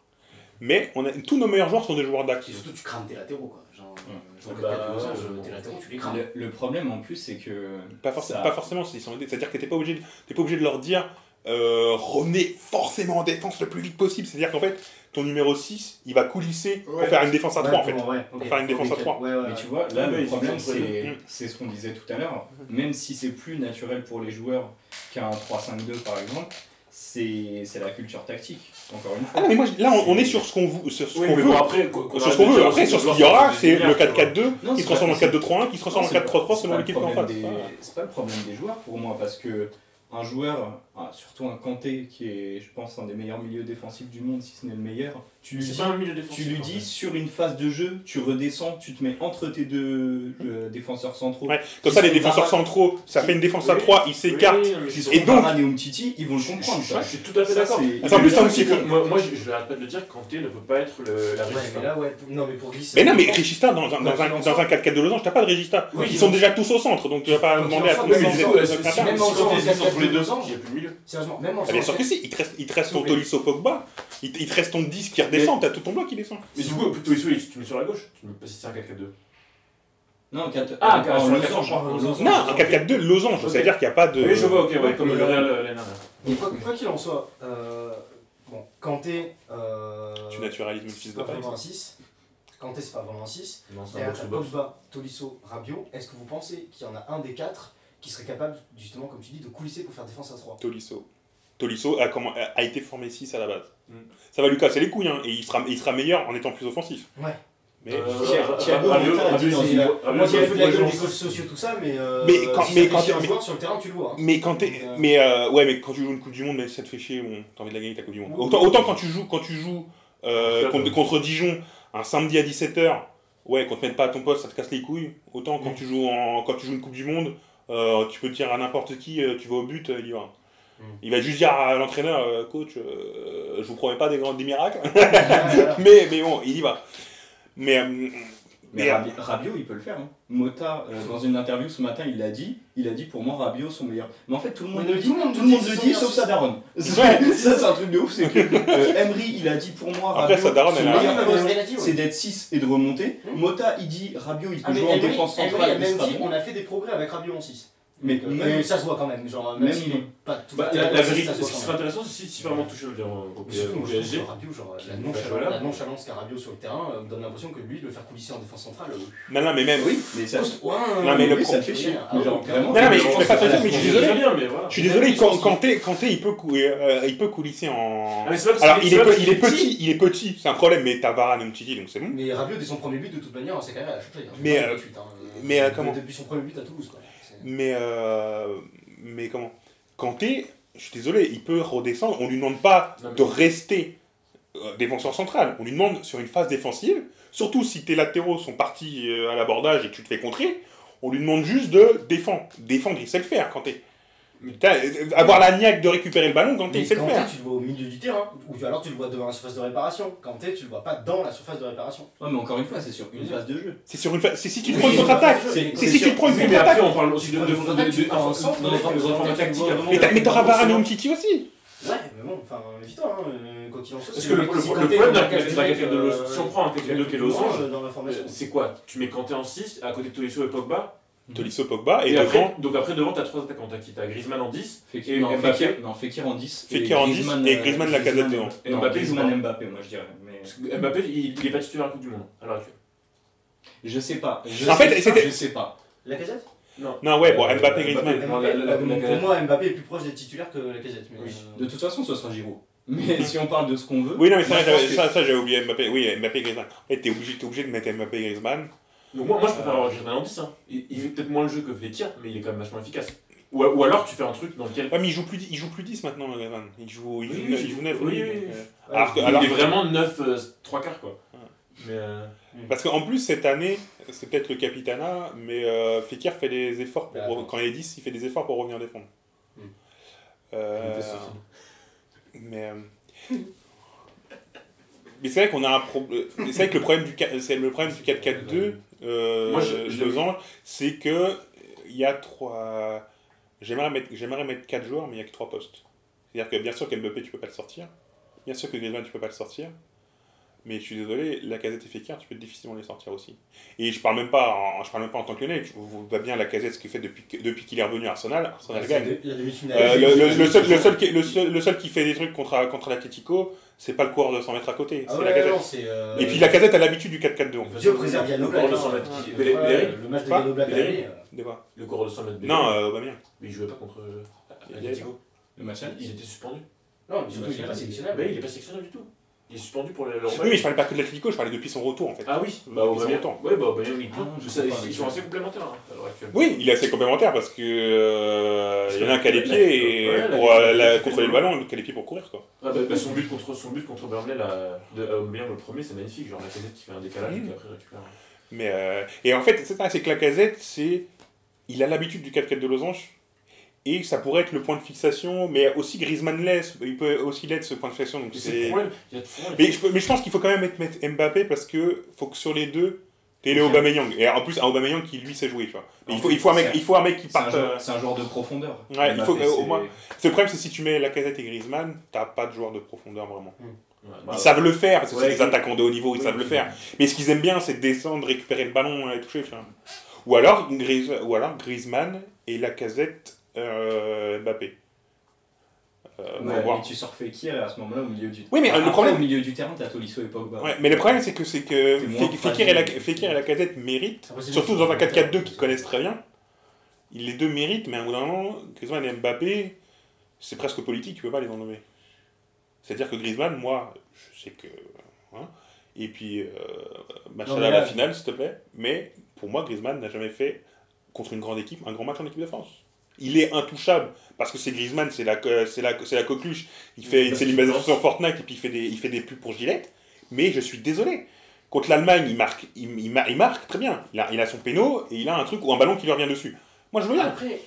[SPEAKER 6] mais on a, tous nos meilleurs joueurs sont des joueurs d'axe.
[SPEAKER 4] Et surtout, tu crames tes latéraux, quoi. Genre, euh, je
[SPEAKER 5] Bah,
[SPEAKER 4] regarde pas plus
[SPEAKER 5] ouais,
[SPEAKER 4] ça,
[SPEAKER 5] ouais.
[SPEAKER 4] je- tes latéraux, tu les crames.
[SPEAKER 3] Le, le problème en plus, c'est que.
[SPEAKER 6] Pas, forc-
[SPEAKER 3] ça-
[SPEAKER 6] pas forcément, s'ils sont aidés. C'est-à-dire que t'es pas obligé, de- t'es pas obligé de leur dire euh, revenez forcément en défense le plus vite possible. C'est-à-dire qu'en fait, ton numéro 6, il va coulisser pour
[SPEAKER 5] Ouais.
[SPEAKER 6] faire une défense à 3 en fait.
[SPEAKER 4] Ouais, ok.
[SPEAKER 6] faire une défense à
[SPEAKER 4] Ok.
[SPEAKER 6] trois.
[SPEAKER 4] Ouais, ouais,
[SPEAKER 3] Mais
[SPEAKER 4] ouais.
[SPEAKER 3] tu vois, là,
[SPEAKER 5] Ouais,
[SPEAKER 3] le
[SPEAKER 5] ils sont
[SPEAKER 3] problème,
[SPEAKER 5] entre
[SPEAKER 6] deux.
[SPEAKER 3] c'est c'est ce qu'on disait tout à l'heure. Même si c'est plus naturel pour les joueurs qu'un 3-5-2, par exemple, c'est c'est la culture tactique, encore une
[SPEAKER 6] Ah
[SPEAKER 3] fois.
[SPEAKER 6] non, mais moi, je- là, on, on est sur ce qu'on vou- sur ce
[SPEAKER 5] Oui,
[SPEAKER 6] qu'on
[SPEAKER 5] mais
[SPEAKER 6] veut.
[SPEAKER 5] bon, après, qu'on- qu'on
[SPEAKER 6] sur ce
[SPEAKER 5] arrête
[SPEAKER 6] qu'on
[SPEAKER 5] de
[SPEAKER 6] veut,
[SPEAKER 5] dire
[SPEAKER 6] après
[SPEAKER 5] aussi
[SPEAKER 6] sur
[SPEAKER 5] aux
[SPEAKER 6] ce qu'il y
[SPEAKER 5] joueurs,
[SPEAKER 6] aura,
[SPEAKER 5] des
[SPEAKER 6] c'est le
[SPEAKER 5] milliards, tu vois.
[SPEAKER 6] 4-4-2
[SPEAKER 3] Non,
[SPEAKER 6] qui
[SPEAKER 3] c'est
[SPEAKER 6] se transforme en
[SPEAKER 3] pas- c'est-
[SPEAKER 6] 4-2-3-1, qui se transforme en
[SPEAKER 3] Non, c'est pas-
[SPEAKER 6] 4-3-3
[SPEAKER 3] c'est
[SPEAKER 6] selon
[SPEAKER 3] pas le
[SPEAKER 6] l'équipe en
[SPEAKER 3] problème
[SPEAKER 6] face.
[SPEAKER 3] des- C'est pas le problème des joueurs pour moi, parce que un joueur, ah, surtout un Kanté, qui est, je pense, un des meilleurs milieux défensifs du monde, si ce n'est le meilleur, tu lui
[SPEAKER 5] C'est
[SPEAKER 3] dis-
[SPEAKER 5] pas un milieu
[SPEAKER 3] tu
[SPEAKER 5] défensif.
[SPEAKER 3] lui
[SPEAKER 5] en
[SPEAKER 3] dis
[SPEAKER 5] fait.
[SPEAKER 3] sur une phase de jeu, tu redescends, tu te mets entre tes deux euh, défenseurs centraux.
[SPEAKER 6] Hmm. Ouais, Comme ça, les
[SPEAKER 3] Ils sont
[SPEAKER 6] défenseurs
[SPEAKER 3] pas mal.
[SPEAKER 6] centraux, ça fait une défense à
[SPEAKER 5] Oui.
[SPEAKER 6] 3, ils s'écartent.
[SPEAKER 5] Oui, oui, non, mais je
[SPEAKER 3] Qui
[SPEAKER 5] suis
[SPEAKER 3] sont
[SPEAKER 6] Et donc-
[SPEAKER 3] Varane et Umtiti, ils vont le comprendre.
[SPEAKER 5] je
[SPEAKER 3] ça.
[SPEAKER 5] suis tout à fait
[SPEAKER 3] Ça,
[SPEAKER 5] d'accord.
[SPEAKER 3] c'est-
[SPEAKER 6] Attends, plus
[SPEAKER 5] Mais là,
[SPEAKER 6] un
[SPEAKER 5] c'est
[SPEAKER 6] petit peu.
[SPEAKER 5] que Moi, moi, je, je n'arrête pas de le dire, Kanté ne peut pas être le, la
[SPEAKER 4] Ouais,
[SPEAKER 5] réussite.
[SPEAKER 4] mais là, ouais, pour- non, mais pour glisser.
[SPEAKER 6] Mais non, mais Regista, dans
[SPEAKER 3] Bah,
[SPEAKER 6] un, dans
[SPEAKER 4] Quoi
[SPEAKER 6] un,
[SPEAKER 4] qu'il en
[SPEAKER 6] dans
[SPEAKER 4] soit.
[SPEAKER 6] un 4-4 de Losange, t'as pas de Regista.
[SPEAKER 5] Oui,
[SPEAKER 6] ils
[SPEAKER 5] oui.
[SPEAKER 6] sont déjà tous au centre, donc tu vas pas
[SPEAKER 4] Quoi qu'il
[SPEAKER 6] demander
[SPEAKER 4] en
[SPEAKER 6] à tout
[SPEAKER 4] soit,
[SPEAKER 6] le
[SPEAKER 4] mais
[SPEAKER 6] monde.
[SPEAKER 4] c'est-
[SPEAKER 6] de- de- de-
[SPEAKER 4] c'est-
[SPEAKER 6] de-
[SPEAKER 4] c'est-
[SPEAKER 6] de- de-
[SPEAKER 4] même
[SPEAKER 5] si
[SPEAKER 4] en jouant
[SPEAKER 5] Kanté
[SPEAKER 4] en
[SPEAKER 5] est entre les deux
[SPEAKER 4] 4-4-2,
[SPEAKER 5] ans, il n'y a plus de milieu.
[SPEAKER 4] Sérieusement, même en
[SPEAKER 6] Ah, bien sûr
[SPEAKER 4] jouant-
[SPEAKER 6] que si, il te reste, il te reste ton
[SPEAKER 4] Oui.
[SPEAKER 6] Tolisso Pogba, il te, il te reste ton 10 qui redescend, t'as tout ton bloc qui descend.
[SPEAKER 5] Mais du coup, plutôt Issou, tu le mets sur la gauche. Tu ne mets pas si c'est un 4-4-2.
[SPEAKER 3] Non, quatre- euh,
[SPEAKER 5] Ah,
[SPEAKER 3] en
[SPEAKER 5] quatre- sur le
[SPEAKER 3] losange,
[SPEAKER 5] quatre-
[SPEAKER 3] en
[SPEAKER 5] en
[SPEAKER 3] losange.
[SPEAKER 6] Non, un 4-4-2 Losange,
[SPEAKER 5] Ok.
[SPEAKER 6] c'est-à-dire qu'il n'y a pas de.
[SPEAKER 5] Oui, je vois, ok, ouais, comme
[SPEAKER 4] Mais,
[SPEAKER 5] le
[SPEAKER 4] euh,
[SPEAKER 5] Real euh, l'année dernière.
[SPEAKER 4] Mais quoi quoi qu'il en soit, euh, bon, Kanté. euh,
[SPEAKER 6] Tu naturalises le fils
[SPEAKER 4] C'est
[SPEAKER 6] de
[SPEAKER 4] pas
[SPEAKER 6] Paris.
[SPEAKER 4] vraiment un 6. Kanté, c'est pas vraiment un 6.
[SPEAKER 5] Non, c'est un
[SPEAKER 4] Derrière,
[SPEAKER 5] box
[SPEAKER 4] t'as
[SPEAKER 5] to box.
[SPEAKER 4] Pogba, Tolisso, Rabiot. Est-ce que vous pensez qu'il y en a un des quatre qui serait capable, justement, comme tu dis, de coulisser pour faire défense à 3
[SPEAKER 6] Tolisso. Tolisso a, comment- a- a été formé 6 à la base.
[SPEAKER 5] Mm.
[SPEAKER 6] Ça va lui casser les couilles, hein, et il sera, il sera meilleur en étant plus offensif.
[SPEAKER 4] Ouais.
[SPEAKER 6] Mais,
[SPEAKER 5] Euh,
[SPEAKER 3] Thiago- Thiago
[SPEAKER 5] Rabiot,
[SPEAKER 3] Motta a dit
[SPEAKER 5] Rabiot,
[SPEAKER 3] dans
[SPEAKER 5] c'est-
[SPEAKER 3] une-
[SPEAKER 6] Ah,
[SPEAKER 5] Rabiot,
[SPEAKER 4] Moi,
[SPEAKER 5] c'est
[SPEAKER 4] j'ai
[SPEAKER 5] un
[SPEAKER 4] fait de
[SPEAKER 5] joueur
[SPEAKER 4] la gueule
[SPEAKER 5] de
[SPEAKER 4] des coachs sociaux, tout ça, mais. euh,
[SPEAKER 6] Mais quand-
[SPEAKER 4] si
[SPEAKER 6] mais
[SPEAKER 4] ça fait
[SPEAKER 6] quand-
[SPEAKER 4] chier un
[SPEAKER 6] mais-
[SPEAKER 4] joueur sur le terrain, tu le vois. hein.
[SPEAKER 6] mais quand t'es-
[SPEAKER 4] Mais, euh,
[SPEAKER 6] mais, euh, ouais, mais quand tu joues une Coupe du Monde, même si ça te fait chier, bon, t'as envie de la gagner ta Coupe du Monde. Autant, autant quand tu joues, quand tu joues euh,
[SPEAKER 5] Ouais.
[SPEAKER 6] contre, contre Dijon un samedi à 17h, ouais, qu'on te mette pas à ton poste, ça te casse les couilles. Autant quand, tu, joues en, quand tu joues une Coupe du Monde, euh, tu peux dire à n'importe qui, euh, tu vas au but, euh, il y va.
[SPEAKER 4] Mm.
[SPEAKER 6] Il va juste dire à l'entraîneur, euh, coach, euh, je vous promets pas des, grands, des miracles,
[SPEAKER 4] voilà.
[SPEAKER 6] mais, mais bon, il y va. Mais euh,
[SPEAKER 3] Mais Rabi- Rabiot, il peut le faire. hein. Mota, euh, dans une interview ce matin, il l'a dit. Il a dit pour moi, Rabiot, son meilleur. Mais en fait, tout le monde
[SPEAKER 4] Mais
[SPEAKER 3] le dit.
[SPEAKER 4] tout le monde
[SPEAKER 3] Tout le monde
[SPEAKER 4] dit
[SPEAKER 3] le
[SPEAKER 4] son
[SPEAKER 3] dit,
[SPEAKER 4] meilleur.
[SPEAKER 3] sauf sa daronne. Ça, c'est un truc de ouf. C'est que euh, Emery, il a dit pour moi,
[SPEAKER 6] Après,
[SPEAKER 3] Rabiot,
[SPEAKER 6] sa daronne,
[SPEAKER 3] son
[SPEAKER 6] elle a-
[SPEAKER 4] Ah,
[SPEAKER 3] meilleur
[SPEAKER 4] mais
[SPEAKER 3] poste,
[SPEAKER 4] elle a dit, ouais.
[SPEAKER 3] c'est d'être 6 et de remonter.
[SPEAKER 4] Hmm.
[SPEAKER 3] Mota, il dit Rabiot, il
[SPEAKER 4] Ah,
[SPEAKER 3] peut
[SPEAKER 4] mais
[SPEAKER 3] jouer en
[SPEAKER 4] Emery-
[SPEAKER 3] défense
[SPEAKER 4] Emery
[SPEAKER 3] centrale.
[SPEAKER 4] a
[SPEAKER 3] il
[SPEAKER 4] même
[SPEAKER 3] sera
[SPEAKER 4] dit,
[SPEAKER 3] bon.
[SPEAKER 4] on a fait des progrès avec Rabiot en 6.
[SPEAKER 3] Mais
[SPEAKER 4] Euh,
[SPEAKER 3] même-
[SPEAKER 4] mais ça se voit quand même, genre, même,
[SPEAKER 3] Même-
[SPEAKER 4] s'il est pas tout
[SPEAKER 5] Bah,
[SPEAKER 4] à fait
[SPEAKER 5] la, la
[SPEAKER 4] offensif,
[SPEAKER 5] vérité,
[SPEAKER 4] ça se
[SPEAKER 5] ce
[SPEAKER 4] voit
[SPEAKER 5] qui
[SPEAKER 4] quand
[SPEAKER 5] serait
[SPEAKER 4] même.
[SPEAKER 5] intéressant, c'est si, si vraiment touché le au
[SPEAKER 4] Mais surtout,
[SPEAKER 5] au
[SPEAKER 4] moi, je trouve
[SPEAKER 5] PSG.
[SPEAKER 4] que Rabiot, genre,
[SPEAKER 5] Qui-
[SPEAKER 4] la
[SPEAKER 5] qui-
[SPEAKER 4] nonchalance,
[SPEAKER 5] voilà.
[SPEAKER 4] la nonchalance qu'a Rabiot sur le terrain euh, me donne l'impression que lui, le faire coulisser en défense centrale. euh,
[SPEAKER 6] non, non, mais même.
[SPEAKER 3] Oui, mais ça,
[SPEAKER 4] ouais,
[SPEAKER 6] Non, mais
[SPEAKER 3] oui,
[SPEAKER 6] le
[SPEAKER 3] ça te fait
[SPEAKER 4] pro-
[SPEAKER 3] chier.
[SPEAKER 4] Ah,
[SPEAKER 3] Mais genre,
[SPEAKER 4] ok.
[SPEAKER 3] vraiment,
[SPEAKER 6] Non, non, mais
[SPEAKER 3] il
[SPEAKER 6] je
[SPEAKER 3] pense
[SPEAKER 6] fais pas
[SPEAKER 3] que ça
[SPEAKER 6] attention, mais
[SPEAKER 3] se
[SPEAKER 6] je suis
[SPEAKER 3] fait
[SPEAKER 6] désolé.
[SPEAKER 5] bien, mais voilà.
[SPEAKER 6] Je suis désolé, quand, quand t'es- quand t'es, il peut, cou- euh, il peut coulisser en.
[SPEAKER 5] Ah, mais c'est pas parce
[SPEAKER 6] Alors,
[SPEAKER 5] que-
[SPEAKER 6] il
[SPEAKER 5] c'est
[SPEAKER 6] est,
[SPEAKER 5] pas
[SPEAKER 6] pe-
[SPEAKER 5] parce
[SPEAKER 6] il
[SPEAKER 5] qu'il
[SPEAKER 6] est petit, il est petit, c'est un problème, mais t'as Varane et Umtiti, donc c'est bon.
[SPEAKER 4] Mais Rabiot, dès son premier but, de toute manière, dans sa carrière, elle a changé. hein.
[SPEAKER 6] Mais,
[SPEAKER 4] Pas
[SPEAKER 6] euh,
[SPEAKER 4] de suite, hein.
[SPEAKER 6] mais, euh,
[SPEAKER 4] De-
[SPEAKER 6] comment
[SPEAKER 4] Depuis son premier but à Toulouse, quoi. C'est-
[SPEAKER 6] Mais, euh, mais comment Quand t'es, je suis désolé, il peut redescendre, on lui demande pas
[SPEAKER 5] Non, mais-
[SPEAKER 6] de rester euh, défenseur central, on lui demande sur une phase défensive, surtout si tes latéraux sont partis euh, à l'abordage et que tu te fais contrer, on lui demande juste de défendre. Défendre, il sait le faire quand t'es.
[SPEAKER 5] Mais-
[SPEAKER 6] T'as- euh, Avoir la niaque de récupérer le ballon quand t'es,
[SPEAKER 4] Mais
[SPEAKER 6] il sait le
[SPEAKER 4] Kanté,
[SPEAKER 6] faire.
[SPEAKER 4] tu le vois au milieu du terrain, ou tu- alors tu le vois devant la surface de réparation. Kanté, tu le vois pas dans la surface de réparation.
[SPEAKER 3] Ouais, mais encore une fois, c'est sur une phase de jeu.
[SPEAKER 6] C'est sur une fa- c'est si tu te
[SPEAKER 4] Oui,
[SPEAKER 6] prends une
[SPEAKER 4] mais-
[SPEAKER 6] contre-attaque.
[SPEAKER 3] C'est-
[SPEAKER 6] C'est si tu te prends une
[SPEAKER 5] Oui, mais après,
[SPEAKER 6] contre-attaque.
[SPEAKER 5] on parle aussi de, de, de, de, de, de,
[SPEAKER 4] En centre,
[SPEAKER 5] des
[SPEAKER 4] donc,
[SPEAKER 5] informes
[SPEAKER 4] euh,
[SPEAKER 5] tactiques.
[SPEAKER 4] tu vois
[SPEAKER 5] après.
[SPEAKER 6] Mais t'as- mais t'auras Varane et Umtiti aussi.
[SPEAKER 4] Ouais, mais bon, enfin, dis-toi, hein, euh, quoi qu'il en soit.
[SPEAKER 5] Parce
[SPEAKER 4] c'est
[SPEAKER 5] que le,
[SPEAKER 4] mec
[SPEAKER 5] le,
[SPEAKER 4] qui
[SPEAKER 5] le
[SPEAKER 4] Kanté
[SPEAKER 5] problème
[SPEAKER 4] dans
[SPEAKER 5] d'un
[SPEAKER 4] la
[SPEAKER 5] de la quatrième de
[SPEAKER 4] euh,
[SPEAKER 5] losange, si on prend un quatrième de qui est losange,
[SPEAKER 4] euh, dans la
[SPEAKER 5] euh,
[SPEAKER 4] formation.
[SPEAKER 5] c'est quoi Tu mets Kanté en 6 à côté de Tolisso et Pogba.
[SPEAKER 6] Tolisso Pogba et,
[SPEAKER 5] Et
[SPEAKER 6] devant
[SPEAKER 5] après, donc après, devant, t'as 3 attaquants. T'as qui T'as Griezmann en 10
[SPEAKER 3] Fekir,
[SPEAKER 5] Et
[SPEAKER 3] non,
[SPEAKER 5] Mbappé.
[SPEAKER 3] Fekir, non, Fekir en 10.
[SPEAKER 6] Fekir en 10 et Griezmann,
[SPEAKER 3] euh,
[SPEAKER 6] la casette devant.
[SPEAKER 3] Et Mbappé,
[SPEAKER 5] Mbappé,
[SPEAKER 3] Griezmann
[SPEAKER 5] Mbappé.
[SPEAKER 3] Mbappé, moi je dirais. Mais
[SPEAKER 5] Parce que Mbappé, il il est pas titulaire à la Coupe du Monde à l'heure actuelle.
[SPEAKER 3] je sais pas. Je
[SPEAKER 6] En
[SPEAKER 3] sais
[SPEAKER 6] fait,
[SPEAKER 3] pas,
[SPEAKER 6] c'était-
[SPEAKER 3] Je sais pas.
[SPEAKER 4] La casette
[SPEAKER 6] Non, ouais, bon,
[SPEAKER 5] Euh,
[SPEAKER 6] Mbappé, Griezmann.
[SPEAKER 5] non, la- la- la- la-
[SPEAKER 4] Pour moi, Mbappé est plus proche des titulaires que la casette. mais,
[SPEAKER 5] Oui.
[SPEAKER 4] euh,
[SPEAKER 3] De toute façon, ce sera Giroud. Mais si on parle de ce qu'on veut.
[SPEAKER 6] Oui, non, mais ça,
[SPEAKER 3] moi, je pense
[SPEAKER 6] j'avais-
[SPEAKER 3] que-
[SPEAKER 6] ça, ça, j'avais oublié Mbappé. Oui, Mbappé, Griezmann. Et t'es obligé, t'es obligé de mettre Mbappé, Griezmann.
[SPEAKER 5] Donc moi, moi je préfère avoir Griezmann en 10. Hein. Il, il fait peut-être moins le jeu que Fekir, mais il est quand même vachement efficace. Ou, ou alors tu fais un truc dans lequel.
[SPEAKER 6] Ouais, mais il joue plus, dix- il joue plus 10 maintenant, Griezmann. Il joue, il joue, neuf- il joue 9.
[SPEAKER 5] Oui, oui, oui.
[SPEAKER 6] Alors que-
[SPEAKER 5] Il
[SPEAKER 6] alors-
[SPEAKER 5] est vraiment 9, 3 quarts quoi. Mais euh,
[SPEAKER 6] Parce qu'en plus, cette année, c'est peut-être le capitana, mais euh, Fekir fait des efforts
[SPEAKER 5] Bah,
[SPEAKER 6] pour.
[SPEAKER 4] Ah, attends.
[SPEAKER 6] quand il est 10, il fait des efforts pour revenir défendre.
[SPEAKER 4] Hmm.
[SPEAKER 5] il
[SPEAKER 6] Euh,
[SPEAKER 5] était sorti.
[SPEAKER 6] mais. euh, Mais c'est vrai qu'on a un problème. C'est vrai que le problème du, ca- c'est le problème du 4-4-2, euh,
[SPEAKER 5] Moi, je- je-
[SPEAKER 6] deux ans, c'est que euh, il y a trois. J'aimerais mettre, j'aimerais mettre quatre joueurs, mais il y a que trois postes. C'est-à-dire que bien sûr qu'Mbappé tu peux pas le sortir, bien sûr que Griezmann tu peux pas le sortir, mais je suis désolé, la casette et Fekir tu peux difficilement les sortir aussi. Et je parle même pas, en, je parle même pas en tant que Lyonnais. Je vous vois bien la casette ce qu'il fait depuis que- depuis qu'il est revenu à Arsenal, Arsenal gagne.
[SPEAKER 4] La demi-finale.
[SPEAKER 6] Euh, le, le- le seul, le,
[SPEAKER 4] Ah
[SPEAKER 6] seul qui, le, seul, le seul qui fait des trucs contre, contre l'Atletico, c'est pas le coureur de 100 mètres à côté, c'est
[SPEAKER 4] Ah
[SPEAKER 6] la
[SPEAKER 4] ouais,
[SPEAKER 6] casette.
[SPEAKER 4] non, c'est. euh,
[SPEAKER 6] Et puis la casette a l'habitude du 4-4-2. en fait.
[SPEAKER 4] Dieu préserve Yann
[SPEAKER 5] Le
[SPEAKER 4] Oblak,
[SPEAKER 5] coureur de
[SPEAKER 4] hein.
[SPEAKER 5] 100 mètres.
[SPEAKER 4] Ouais,
[SPEAKER 5] Béléry- Béléry-
[SPEAKER 4] Le match de
[SPEAKER 6] Pas
[SPEAKER 4] Yann Oblak,
[SPEAKER 5] Béléry.
[SPEAKER 4] l'année, euh,
[SPEAKER 6] De quoi
[SPEAKER 5] Le coureur de 100 mètres. Béléry.
[SPEAKER 6] Non, euh, Aubameyang.
[SPEAKER 5] Mais il jouait pas contre euh,
[SPEAKER 6] Il est-
[SPEAKER 5] Atletico.
[SPEAKER 3] Le match
[SPEAKER 5] Il était suspendu.
[SPEAKER 4] Non, mais surtout, il n'est pas sélectionnable.
[SPEAKER 5] Bah, il est pas sélectionnable du tout. Il est suspendu pour l'Euro.
[SPEAKER 6] Oui, mais je parlais pas que de l'Atlético, je parlais depuis son retour en fait.
[SPEAKER 5] Ah oui,
[SPEAKER 6] Ils
[SPEAKER 5] bah
[SPEAKER 6] sont
[SPEAKER 5] Aubameyang.
[SPEAKER 6] contents.
[SPEAKER 5] Ouais, bah Aubameyang, il
[SPEAKER 3] Ah non, je
[SPEAKER 5] ça,
[SPEAKER 3] sais
[SPEAKER 5] ils,
[SPEAKER 3] pas,
[SPEAKER 5] ils
[SPEAKER 3] mais-
[SPEAKER 5] sont assez complémentaires hein, à l'heure actuelle.
[SPEAKER 6] Oui, il est assez complémentaire parce que euh, il y en a un qui a les pieds et
[SPEAKER 5] Ouais, la-
[SPEAKER 6] pour euh, la-
[SPEAKER 5] la-
[SPEAKER 6] contrôler le ballon, et l'autre qui a les pieds pour courir quoi.
[SPEAKER 5] Ah, bah, bah, son but contre son but contre Burnley là, de à Aubameyang le premier, c'est magnifique, genre la casette qui fait un décalage
[SPEAKER 6] Mm.
[SPEAKER 5] et qui après récupère.
[SPEAKER 6] Mais euh, et en fait, c'est ça, c'est que la casette, c'est il a l'habitude du 4-4 de losange et ça pourrait être le point de fixation, mais aussi Griezmann laisse, il peut aussi l'être ce point de fixation. Donc
[SPEAKER 5] Mais C'est le
[SPEAKER 6] c'est.
[SPEAKER 5] problème, il y a de fond.
[SPEAKER 6] Mais je, mais je pense qu'il faut quand même mettre- mettre Mbappé parce que faut que sur les deux, t'aies le Aubameyang et en plus un Aubameyang qui lui sait jouer, tu vois. Mais il faut il faut un mec, il faut un mec qui
[SPEAKER 3] C'est un
[SPEAKER 6] parte. euh,
[SPEAKER 3] joueur- c'est un joueur de profondeur.
[SPEAKER 6] Ouais, il faut
[SPEAKER 3] Mbappé,
[SPEAKER 6] que- au
[SPEAKER 3] c'est-
[SPEAKER 6] moins- Le problème, c'est si tu mets Lacazette et Griezmann, t'as pas de joueur de profondeur vraiment.
[SPEAKER 5] Bah,
[SPEAKER 6] ils savent le faire, parce que
[SPEAKER 5] ouais,
[SPEAKER 6] c'est des
[SPEAKER 5] oui.
[SPEAKER 6] attaquants de haut niveau, ils
[SPEAKER 5] Oui,
[SPEAKER 6] savent le
[SPEAKER 5] oui.
[SPEAKER 6] faire. Mais ce qu'ils aiment bien, c'est descendre, récupérer le ballon et toucher. tu vois. Ou alors, Gris- ou alors Griezmann et Lacazette, euh, Mbappé. Euh,
[SPEAKER 3] Ouais,
[SPEAKER 6] faut voir.
[SPEAKER 3] mais tu sors Fekir et à ce moment-là au milieu du terrain.
[SPEAKER 6] Oui, mais, euh, le
[SPEAKER 3] Après,
[SPEAKER 6] problème-
[SPEAKER 3] au milieu du terrain, t'as Tolisso et Pogba.
[SPEAKER 6] Ouais, mais le problème, c'est que, c'est que
[SPEAKER 3] C'est moins
[SPEAKER 6] Fe- Fekir, et Lac-
[SPEAKER 3] fragile.
[SPEAKER 6] Fekir et Lacazette méritent,
[SPEAKER 4] Ah, bah, c'est
[SPEAKER 6] surtout
[SPEAKER 4] juste-
[SPEAKER 6] dans un 4-4-2 qu'ils connaissent très bien, ils- les deux méritent, mais à un bout d'un moment, Griezmann et Mbappé, c'est presque politique, tu peux pas les en nommer. C'est-à-dire que Griezmann, moi, je sais que. hein, et puis, euh, machin
[SPEAKER 3] mais
[SPEAKER 6] à la
[SPEAKER 3] là-
[SPEAKER 6] finale, s'il te plaît, mais pour moi, Griezmann n'a jamais fait, contre une grande équipe, un grand match en équipe de France. Il est intouchable parce que c'est Griezmann, c'est la, co- c'est la, c'est la coqueluche. Il
[SPEAKER 4] Bah,
[SPEAKER 6] fait,
[SPEAKER 5] Parce
[SPEAKER 6] c'est
[SPEAKER 5] qu'il
[SPEAKER 6] l'imagination
[SPEAKER 5] pense.
[SPEAKER 6] sur Fortnite et puis il fait des, il fait des pubs pour Gillette. Mais je suis désolé. Contre l'Allemagne, il marque, il, il mar- il marque très bien. Il a, il a son péno et il a un truc ou un ballon qui lui revient dessus. Moi, je veux bien.
[SPEAKER 4] Après,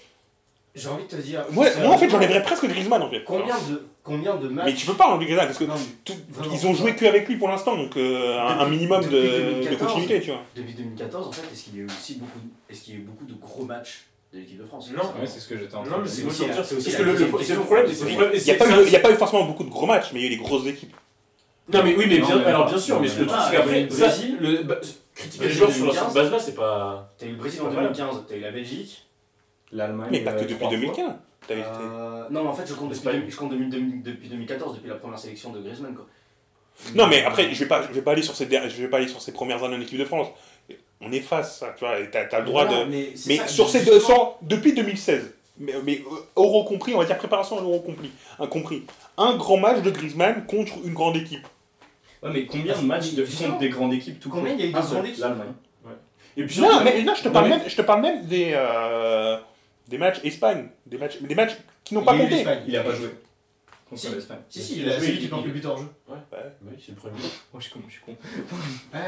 [SPEAKER 4] j'ai envie de te dire.
[SPEAKER 6] Moi,
[SPEAKER 4] Ah, c'est
[SPEAKER 6] moi en fait,
[SPEAKER 4] vraiment-
[SPEAKER 6] j'enlèverais presque Griezmann en fait.
[SPEAKER 4] Combien de, combien de matchs.
[SPEAKER 6] Mais tu peux pas enlever Griezmann parce que
[SPEAKER 4] Non,
[SPEAKER 6] tout-
[SPEAKER 4] vraiment.
[SPEAKER 6] ils ont joué que avec lui pour l'instant, donc euh, un, un
[SPEAKER 4] Depuis-
[SPEAKER 6] minimum de,
[SPEAKER 4] depuis
[SPEAKER 6] de
[SPEAKER 4] 2014.
[SPEAKER 6] continuité, tu vois.
[SPEAKER 4] Depuis 2014, en fait, est-ce qu'il y a eu aussi beaucoup, est-ce qu'il y a eu beaucoup de gros matchs de l'équipe de France
[SPEAKER 5] Non.
[SPEAKER 3] Ouais, c'est ce que j'étais en train
[SPEAKER 5] bah, Non, mais
[SPEAKER 3] de
[SPEAKER 5] c'est
[SPEAKER 3] dire.
[SPEAKER 4] aussi
[SPEAKER 5] aussi,
[SPEAKER 4] la-
[SPEAKER 5] dire, c'est aussi
[SPEAKER 4] c'est
[SPEAKER 5] que
[SPEAKER 4] la
[SPEAKER 5] le, le,
[SPEAKER 4] deuxième
[SPEAKER 5] c'est le
[SPEAKER 4] question.
[SPEAKER 5] problème, c'est le problème.
[SPEAKER 6] Il n'y a, pas eu- il y a pas eu forcément beaucoup de gros matchs, mais il y a eu des grosses équipes.
[SPEAKER 5] Non, mais oui, mais
[SPEAKER 3] Non,
[SPEAKER 5] bien,
[SPEAKER 3] mais-
[SPEAKER 5] alors bien sûr,
[SPEAKER 3] non,
[SPEAKER 5] mais
[SPEAKER 3] mais
[SPEAKER 5] le truc,
[SPEAKER 4] pas,
[SPEAKER 5] c'est qu'après,
[SPEAKER 4] le
[SPEAKER 5] ça,
[SPEAKER 4] Brésil-
[SPEAKER 5] le, bah, critiquer les
[SPEAKER 4] Brésil
[SPEAKER 5] joueurs sur la
[SPEAKER 4] 2015,
[SPEAKER 5] base là, c'est pas.
[SPEAKER 4] T'as eu le Brésil en
[SPEAKER 5] Voilà.
[SPEAKER 4] 2015, t'as eu la Belgique.
[SPEAKER 3] L'Allemagne.
[SPEAKER 6] Mais pas que
[SPEAKER 3] euh,
[SPEAKER 6] depuis
[SPEAKER 3] trois fois.
[SPEAKER 6] 2015. T'as eu-
[SPEAKER 4] euh, non, mais en fait, je compte,
[SPEAKER 5] L'Espagne.
[SPEAKER 4] depuis, je compte 2000 depuis 2014, depuis la première sélection de Griezmann. Quoi.
[SPEAKER 6] Non, mais après, je vais pas, je vais pas aller sur ces dernières- je vais pas aller sur ces premières années en équipe de France. On efface ça, tu vois. et T'as, t'as le droit
[SPEAKER 4] Voilà,
[SPEAKER 6] de.
[SPEAKER 4] Mais, c'est
[SPEAKER 6] euh, Mais
[SPEAKER 4] ça,
[SPEAKER 6] sur ces
[SPEAKER 4] justement,
[SPEAKER 6] 200 depuis 2016, mais, mais euh, euro compris, on va dire préparation à l'euro compris, un compris. Un grand match de Griezmann contre une grande équipe.
[SPEAKER 3] Ouais, mais combien de matchs de contre des grandes équipes tout
[SPEAKER 4] Combien
[SPEAKER 3] court
[SPEAKER 4] il y a eu de
[SPEAKER 3] Un seul,
[SPEAKER 4] grandes équipes
[SPEAKER 3] L'Allemagne.
[SPEAKER 5] Et puis
[SPEAKER 6] Non,
[SPEAKER 5] surtout,
[SPEAKER 6] mais là, je te
[SPEAKER 5] non,
[SPEAKER 6] parle
[SPEAKER 5] mais-
[SPEAKER 6] même, je te parle même des euh, des matchs Espagne, des matchs, des matchs qui n'ont pas
[SPEAKER 4] il y a eu
[SPEAKER 6] compté.
[SPEAKER 4] l'Espagne.
[SPEAKER 3] Il a pas joué. Contre
[SPEAKER 4] Si.
[SPEAKER 3] l'Espagne.
[SPEAKER 4] Si, si, il a
[SPEAKER 5] Oui,
[SPEAKER 4] celui
[SPEAKER 5] il-
[SPEAKER 4] qui porte
[SPEAKER 5] il-
[SPEAKER 4] le but hors jeu.
[SPEAKER 5] Ah Oui, c'est le premier.
[SPEAKER 3] Oh, je suis con, je suis con.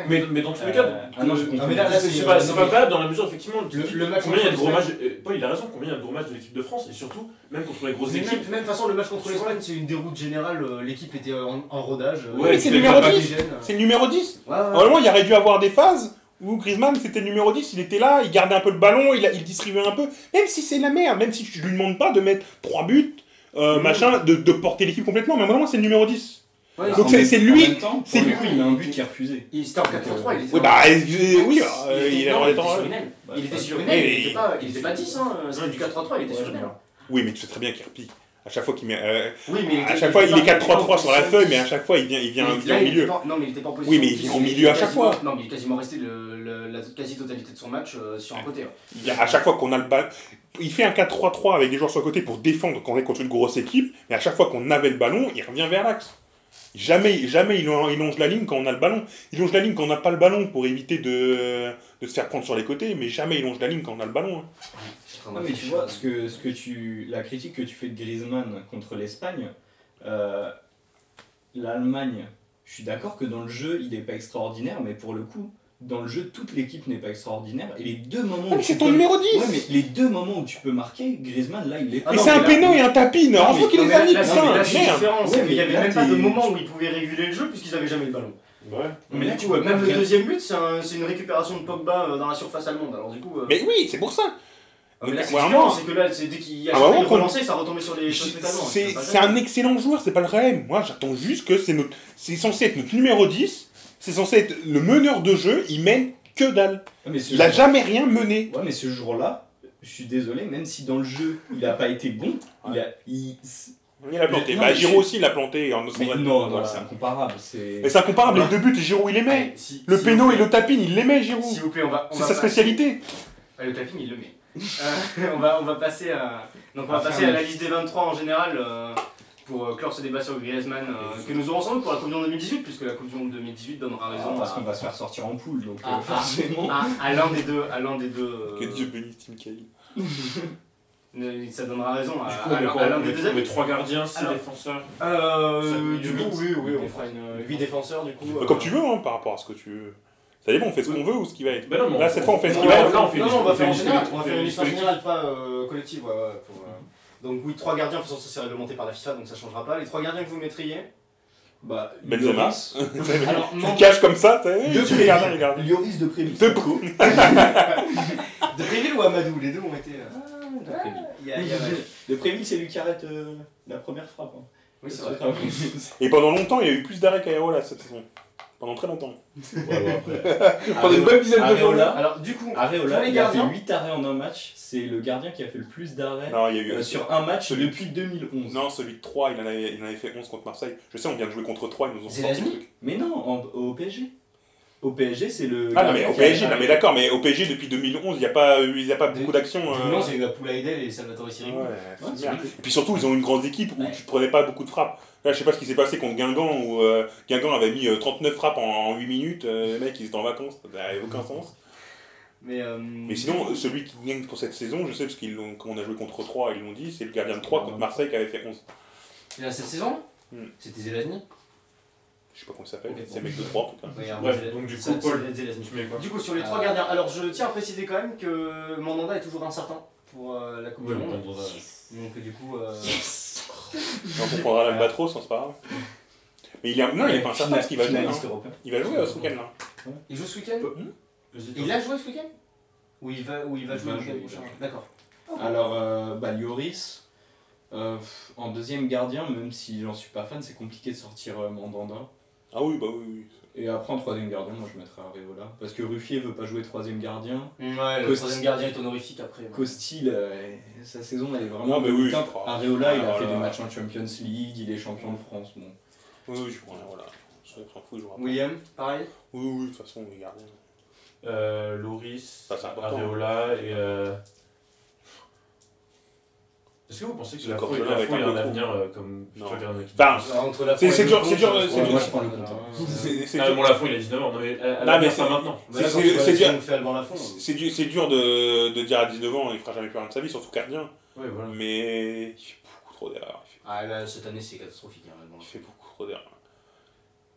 [SPEAKER 5] Mais, mais dans tous les
[SPEAKER 3] Euh,
[SPEAKER 5] cas,
[SPEAKER 3] ah non, je comprends.
[SPEAKER 4] Ah, mais là, là,
[SPEAKER 5] c'est
[SPEAKER 4] c'est-
[SPEAKER 5] c'est pas,
[SPEAKER 4] euh,
[SPEAKER 5] c'est
[SPEAKER 4] non,
[SPEAKER 5] pas
[SPEAKER 4] mais-
[SPEAKER 5] valable dans la mesure, effectivement, tu
[SPEAKER 4] Le-
[SPEAKER 5] dis
[SPEAKER 4] le match
[SPEAKER 5] combien il y a de
[SPEAKER 4] contre
[SPEAKER 5] gros matchs. euh, Paul, il a raison, combien il y a de gros matchs de l'équipe de France, et surtout, même contre les grosses
[SPEAKER 4] Mais même,
[SPEAKER 5] équipes.
[SPEAKER 4] même façon, le match contre l'Espagne, c'est une déroute générale. euh, L'équipe était en, en rodage. euh,
[SPEAKER 5] Ouais, mais c'est
[SPEAKER 4] il y avait
[SPEAKER 6] numéro
[SPEAKER 4] pas de
[SPEAKER 6] 10.
[SPEAKER 4] gêne, euh.
[SPEAKER 6] C'est le numéro 10.
[SPEAKER 4] Ouais, ouais, ouais.
[SPEAKER 6] Normalement, il aurait dû avoir des phases où Griezmann, c'était le numéro 10, il était là, il gardait un peu le ballon, il, a- il distribuait un peu, même si c'est la merde, même si tu lui demandes pas de mettre 3 buts, euh, machin, de, de porter l'équipe complètement, mais normalement, c'est le numéro 10.
[SPEAKER 4] Ouais,
[SPEAKER 6] Donc
[SPEAKER 3] Ah, En
[SPEAKER 6] c'est-
[SPEAKER 3] même-
[SPEAKER 6] c'est lui-
[SPEAKER 3] En même temps,
[SPEAKER 6] c'est
[SPEAKER 3] pour le
[SPEAKER 6] lui.
[SPEAKER 3] coup, il a un but qui est refusé.
[SPEAKER 4] Il c'était en 4-3, il était
[SPEAKER 6] Oui, bah, euh, oui,
[SPEAKER 4] il
[SPEAKER 6] euh,
[SPEAKER 4] était-
[SPEAKER 6] il a
[SPEAKER 4] non,
[SPEAKER 6] le
[SPEAKER 4] il était
[SPEAKER 6] temps.
[SPEAKER 4] sur une aile.
[SPEAKER 3] Bah,
[SPEAKER 4] Il était
[SPEAKER 3] ouais.
[SPEAKER 4] sur une
[SPEAKER 6] Mais
[SPEAKER 4] aile,
[SPEAKER 6] il-
[SPEAKER 4] il était pas- il était pas 10, hein, c'était du 4-3, il était sur une aile.
[SPEAKER 6] Oui, mais tu sais très bien qu'il replie. À chaque fois qu'il met, euh,
[SPEAKER 4] Oui, mais
[SPEAKER 6] à chaque fois, il est 4-3-3 sur la feuille, mais à chaque fois, il vient, il vient, il vient au milieu.
[SPEAKER 4] non, mais il était pas en position.
[SPEAKER 6] Oui, mais il vient au milieu à chaque
[SPEAKER 4] quasiment-
[SPEAKER 6] fois.
[SPEAKER 4] Non, mais il est quasiment resté le- le- la quasi-totalité de son match euh, sur un côté. hein.
[SPEAKER 6] Il y a- à chaque fois qu'on a le ballon, il fait un 4-3-3 avec des joueurs sur le côté pour défendre quand on est contre une grosse équipe, mais à chaque fois qu'on avait le ballon, il revient vers l'axe. Jamais, jamais il, il longe la ligne quand on a le ballon. Il longe la ligne quand on n'a pas le ballon pour éviter de, de se faire prendre sur les côtés, mais jamais il longe la ligne quand on a le ballon. hein.
[SPEAKER 4] Je suis en train de
[SPEAKER 3] Non, Ah, mais tu
[SPEAKER 4] réfléchir.
[SPEAKER 3] vois, ce que, ce que tu, la critique que tu fais de Griezmann contre l'Espagne, euh, l'Allemagne, je suis d'accord que dans le jeu, il n'est pas extraordinaire, mais pour le coup, dans le jeu, toute l'équipe n'est pas extraordinaire. Et les deux moments
[SPEAKER 6] Ah,
[SPEAKER 3] où
[SPEAKER 6] mais
[SPEAKER 3] tu
[SPEAKER 6] c'est ton
[SPEAKER 3] peux-
[SPEAKER 6] numéro 10
[SPEAKER 3] Ouais, mais les deux moments où tu peux marquer, Griezmann, là, il est
[SPEAKER 4] Ah
[SPEAKER 6] Et
[SPEAKER 4] non,
[SPEAKER 6] c'est un
[SPEAKER 4] mais là-
[SPEAKER 6] péno et un tapine
[SPEAKER 4] Non,
[SPEAKER 6] Heureusement
[SPEAKER 4] mais-
[SPEAKER 6] qu'il
[SPEAKER 4] non,
[SPEAKER 6] les
[SPEAKER 4] mais
[SPEAKER 6] a mis,
[SPEAKER 4] là, c'est-
[SPEAKER 6] putain
[SPEAKER 4] là, c'est
[SPEAKER 6] Merde
[SPEAKER 4] différent, c'est
[SPEAKER 3] Ouais,
[SPEAKER 4] qu'il
[SPEAKER 3] mais
[SPEAKER 4] y avait
[SPEAKER 3] là,
[SPEAKER 4] même pas
[SPEAKER 3] t'es-
[SPEAKER 4] de moment où ils pouvaient réguler le jeu puisqu'ils avaient jamais le ballon.
[SPEAKER 5] Ouais.
[SPEAKER 4] Mais là, tu vois, même le deuxième but, c'est un- c'est une récupération de Pogba euh, dans la surface allemande. Alors du coup, euh,
[SPEAKER 6] Mais oui, c'est pour ça
[SPEAKER 4] Ah, mais là, c'est
[SPEAKER 6] Ouais,
[SPEAKER 4] différent,
[SPEAKER 6] vraiment.
[SPEAKER 4] c'est que là, c'est dès qu'il y a
[SPEAKER 6] Ah,
[SPEAKER 4] ah,
[SPEAKER 6] vraiment,
[SPEAKER 4] de
[SPEAKER 6] qu'on-
[SPEAKER 4] relancer, ça retombait sur les choses totalement.
[SPEAKER 6] C'est
[SPEAKER 4] pas
[SPEAKER 6] c'est
[SPEAKER 4] ça.
[SPEAKER 6] un excellent joueur, c'est pas le problème. Moi, j'attends juste que c'est notre, c'est censé être notre numéro 10, c'est censé être le meneur de jeu, il mène que dalle.
[SPEAKER 3] Ah, mais ce
[SPEAKER 6] Il a
[SPEAKER 3] jour-
[SPEAKER 6] jamais rien mené.
[SPEAKER 3] Ouais, mais ce jour-là, je suis désolé, même si dans le jeu, il n'a pas été bon, il a. il-
[SPEAKER 6] Il a
[SPEAKER 3] planté.
[SPEAKER 6] planté.
[SPEAKER 3] Non,
[SPEAKER 6] Bah,
[SPEAKER 3] mais
[SPEAKER 6] Giroud
[SPEAKER 3] je-
[SPEAKER 6] aussi l'a planté. En...
[SPEAKER 3] Mais non, non,
[SPEAKER 6] Voilà.
[SPEAKER 3] c'est incomparable. C'est.
[SPEAKER 6] Mais c'est incomparable, les deux buts, Giroud il les met.
[SPEAKER 4] Allez, si-
[SPEAKER 6] Le
[SPEAKER 4] s'il
[SPEAKER 6] péno
[SPEAKER 4] vous
[SPEAKER 6] et
[SPEAKER 4] plaît.
[SPEAKER 6] le tapine, il les met, Giroud.
[SPEAKER 4] S'il vous plaît, on va. on
[SPEAKER 6] C'est
[SPEAKER 4] va
[SPEAKER 6] sa
[SPEAKER 4] passer-
[SPEAKER 6] spécialité.
[SPEAKER 4] Ah, le tapping, il le met. Euh, on, va, on va passer à. Donc, on va
[SPEAKER 3] Ah,
[SPEAKER 4] passer
[SPEAKER 3] c'est un
[SPEAKER 4] à la
[SPEAKER 3] match.
[SPEAKER 4] liste des 23 en général. euh, pour euh, clore ce débat sur Griezmann euh, que nous aurons ensemble pour la Coupe du Monde 2018, puisque la Coupe du Monde 2018 donnera raison
[SPEAKER 3] Ah, parce
[SPEAKER 4] à-
[SPEAKER 3] qu'on va se faire sortir en poule, donc euh,
[SPEAKER 4] Ah, ah.
[SPEAKER 3] forcément.
[SPEAKER 4] à, à l'un des deux. À l'un des deux euh,
[SPEAKER 6] Que Dieu bénisse Tim Cahill.
[SPEAKER 4] ne- ça donnera raison à,
[SPEAKER 5] Du coup,
[SPEAKER 4] à
[SPEAKER 5] on met
[SPEAKER 4] l'un
[SPEAKER 5] quoi
[SPEAKER 4] à l'un
[SPEAKER 5] On
[SPEAKER 4] des
[SPEAKER 5] met-
[SPEAKER 4] deux
[SPEAKER 5] on met
[SPEAKER 4] amis.
[SPEAKER 5] trois gardiens, six
[SPEAKER 4] Alors-
[SPEAKER 5] défenseurs. Ça
[SPEAKER 4] Euh,
[SPEAKER 5] met
[SPEAKER 4] du
[SPEAKER 5] huit.
[SPEAKER 4] coup, oui, oui, on fera une 8 défenseurs, du coup. euh,
[SPEAKER 6] Comme tu veux, hein, par rapport à ce que tu veux. Ça y est, bon, on fait ce
[SPEAKER 5] Oui.
[SPEAKER 6] qu'on veut ou ce qui va être.
[SPEAKER 5] Bah non, mais
[SPEAKER 6] Là, cette fois, on fait ce
[SPEAKER 4] Non,
[SPEAKER 6] qu'il
[SPEAKER 5] Ouais,
[SPEAKER 6] va
[SPEAKER 4] non,
[SPEAKER 6] être.
[SPEAKER 5] là, on
[SPEAKER 4] non,
[SPEAKER 5] fait
[SPEAKER 4] non,
[SPEAKER 5] une-
[SPEAKER 4] on va
[SPEAKER 5] on fait
[SPEAKER 4] faire en
[SPEAKER 5] une
[SPEAKER 4] général,
[SPEAKER 5] collective,
[SPEAKER 4] on va faire
[SPEAKER 5] on
[SPEAKER 4] une
[SPEAKER 5] fait
[SPEAKER 4] histoire
[SPEAKER 5] une
[SPEAKER 4] générale, pas euh, collective. ouais, ouais, pour, euh, Donc oui, trois gardiens, de toute façon ça c'est réglementé par la FIFA, donc ça changera pas. Les trois gardiens que vous mettriez
[SPEAKER 3] Bah,
[SPEAKER 6] Benzema.
[SPEAKER 3] Lloris,
[SPEAKER 4] Alors,
[SPEAKER 6] Tu
[SPEAKER 4] non,
[SPEAKER 6] le caches comme ça, t'as vu
[SPEAKER 3] De
[SPEAKER 6] Tu regardes,
[SPEAKER 3] Préville.
[SPEAKER 6] regarde.
[SPEAKER 3] Lloris de Préville.
[SPEAKER 6] Deux coups.
[SPEAKER 4] de Préville ou Amadou Les deux ont été... euh,
[SPEAKER 3] Ah, De Préville.
[SPEAKER 4] il y a- il y a-
[SPEAKER 3] De Préville, c'est lui qui arrête euh, la première frappe. hein.
[SPEAKER 4] Oui, c'est vrai.
[SPEAKER 3] Sur Préville.
[SPEAKER 6] Et pendant longtemps, il y a eu plus d'arrêts qu'Aérola cette saison. Pendant très longtemps. Pendant une
[SPEAKER 3] Areola-
[SPEAKER 6] bonne dizaine
[SPEAKER 4] Ah,
[SPEAKER 6] de jours.
[SPEAKER 3] Areola-
[SPEAKER 4] Alors du coup, Pour
[SPEAKER 3] Areola,
[SPEAKER 4] les
[SPEAKER 3] il a fait
[SPEAKER 4] gardiens
[SPEAKER 3] 8 arrêts en un match. C'est le gardien qui a fait le plus d'arrêts
[SPEAKER 6] Non, il y a eu.
[SPEAKER 3] euh, sur un match
[SPEAKER 6] Celui-
[SPEAKER 3] depuis 2011.
[SPEAKER 6] Non, celui de 3, il en, avait, il en avait fait 11 contre Marseille. Je sais, on vient de jouer contre 3, ils nous ont sorti
[SPEAKER 4] Zelazny
[SPEAKER 6] le truc.
[SPEAKER 3] Mais non, en- au PSG. Au PSG, c'est le.
[SPEAKER 6] Ah non, mais au PSG, non,
[SPEAKER 3] non
[SPEAKER 6] mais d'accord, mais au PSG depuis 2011, il n'y a pas, eu- il y a pas beaucoup d'actions. euh,
[SPEAKER 4] Non, c'est Poulaïdel et Salvatore
[SPEAKER 6] ouais,
[SPEAKER 4] Sirigu.
[SPEAKER 6] c'est
[SPEAKER 3] Ouais, c'est
[SPEAKER 6] bien.
[SPEAKER 3] vrai.
[SPEAKER 6] Et puis surtout, ils ont une grande équipe où tu ne prenais pas beaucoup de frappes. Là, je sais pas ce qui s'est passé contre Guingamp où euh, Guingamp avait mis euh, 39 frappes en, en 8 minutes. euh, les mecs, ils étaient en vacances, ça n'avait aucun sens.
[SPEAKER 4] Mais, euh,
[SPEAKER 6] Mais sinon, euh, celui qui gagne pour cette saison, je sais, parce qu'ils l'ont, quand on a joué contre 3, ils l'ont dit, c'est le gardien de 3 contre Marseille qui avait fait 11.
[SPEAKER 4] il a cette saison
[SPEAKER 6] Hmm.
[SPEAKER 4] C'était Zelazny.
[SPEAKER 6] Je sais pas comment il s'appelle,
[SPEAKER 4] Ok, bon.
[SPEAKER 6] c'est un mec de 3 en tout cas.
[SPEAKER 4] Regarde,
[SPEAKER 5] Bref,
[SPEAKER 4] Zelazny.
[SPEAKER 5] donc, du coup,
[SPEAKER 4] Ça,
[SPEAKER 5] Paul.
[SPEAKER 4] c'est Zelazny.
[SPEAKER 5] Tu mets quoi
[SPEAKER 4] Du coup, sur les
[SPEAKER 3] Ah.
[SPEAKER 6] Euh.
[SPEAKER 4] trois gardiens, alors je tiens à préciser quand même que mon mandat est toujours incertain pour euh, la Coupe
[SPEAKER 5] Ouais,
[SPEAKER 4] du
[SPEAKER 5] on
[SPEAKER 4] Monde.
[SPEAKER 5] prendra-
[SPEAKER 4] Donc du coup, euh,
[SPEAKER 6] Donc on prendra l'Albatros, sans se pas grave. Mais il est, non, il est pas incertain parce qu'il va jouer. hein.
[SPEAKER 3] finaliste européen. Hmm
[SPEAKER 6] Il va jouer euh, ce week-end là.
[SPEAKER 4] il joue ce week-end
[SPEAKER 5] Vas-y,
[SPEAKER 4] Il
[SPEAKER 5] toi.
[SPEAKER 4] a joué ce week-end Ou il va, ou il va
[SPEAKER 5] Il
[SPEAKER 4] jouer
[SPEAKER 5] va
[SPEAKER 4] le week-end
[SPEAKER 5] jouer,
[SPEAKER 4] prochain
[SPEAKER 5] il va jouer.
[SPEAKER 4] D'accord.
[SPEAKER 3] Alors, euh, bah, Lloris, euh, pff, en deuxième gardien, même si j'en suis pas fan, c'est compliqué de sortir euh, Mandanda.
[SPEAKER 6] Ah oui, bah oui, oui.
[SPEAKER 3] Et après, en troisième gardien, moi je mettrais Areola. Parce que Ruffier veut pas jouer troisième gardien.
[SPEAKER 4] Ouais, le
[SPEAKER 3] Costi-
[SPEAKER 4] troisième gardien est honorifique après. ouais.
[SPEAKER 3] Costi, euh, sa saison, elle est
[SPEAKER 6] Non,
[SPEAKER 3] vraiment
[SPEAKER 6] mais oui,
[SPEAKER 3] putain.
[SPEAKER 6] je crois.
[SPEAKER 3] Areola, il a
[SPEAKER 6] Ah,
[SPEAKER 3] fait
[SPEAKER 6] voilà.
[SPEAKER 3] des matchs en Champions League, il est champion de France. Bon.
[SPEAKER 6] Oui, oui, je prends là, voilà. Je s'en fout, je rappelle. Oui,
[SPEAKER 4] William, pareil.
[SPEAKER 6] oui, de toute façon, on est gardien.
[SPEAKER 5] Euh, Loris,
[SPEAKER 6] Ça, c'est important.
[SPEAKER 5] Areola et. euh, Est-ce que vous pensez que
[SPEAKER 6] Le
[SPEAKER 5] la
[SPEAKER 6] Cortona
[SPEAKER 5] fois, il a un
[SPEAKER 6] avec un peu trop.
[SPEAKER 5] avenir euh, comme
[SPEAKER 6] Non.
[SPEAKER 5] futur gardien d'équipe
[SPEAKER 6] Enfin,
[SPEAKER 4] Alors, entre la
[SPEAKER 6] C'est-
[SPEAKER 4] foi et
[SPEAKER 6] c'est
[SPEAKER 4] le
[SPEAKER 6] dur-
[SPEAKER 4] con,
[SPEAKER 6] c'est dur,
[SPEAKER 4] je
[SPEAKER 6] euh,
[SPEAKER 4] pense
[SPEAKER 6] c'est
[SPEAKER 4] que-
[SPEAKER 6] dur.
[SPEAKER 4] je prends le con, hein.
[SPEAKER 6] C'est c'est
[SPEAKER 5] Ah,
[SPEAKER 6] dur.
[SPEAKER 5] bon, Lafont, il a 19 ans. Non, mais, à- à-
[SPEAKER 6] Non,
[SPEAKER 5] à-
[SPEAKER 6] mais
[SPEAKER 5] pas
[SPEAKER 6] c'est-
[SPEAKER 5] maintenant.
[SPEAKER 4] Bah, là,
[SPEAKER 6] c'est-
[SPEAKER 4] quand tu
[SPEAKER 6] c'est-
[SPEAKER 4] vas-
[SPEAKER 6] c'est
[SPEAKER 4] si
[SPEAKER 6] dur.
[SPEAKER 4] on le fait Alban Lafont.
[SPEAKER 6] C'est- C'est dur, c'est dur de, de dire à 19 ans, il fera jamais plus rien de sa vie, surtout gardien.
[SPEAKER 5] Ouais, voilà.
[SPEAKER 6] Mais il fait beaucoup trop d'erreurs. Il fait-
[SPEAKER 4] Ah là, cette année, c'est catastrophique. hein, Alban
[SPEAKER 6] Il
[SPEAKER 4] Lafont.
[SPEAKER 6] fait beaucoup trop d'erreurs.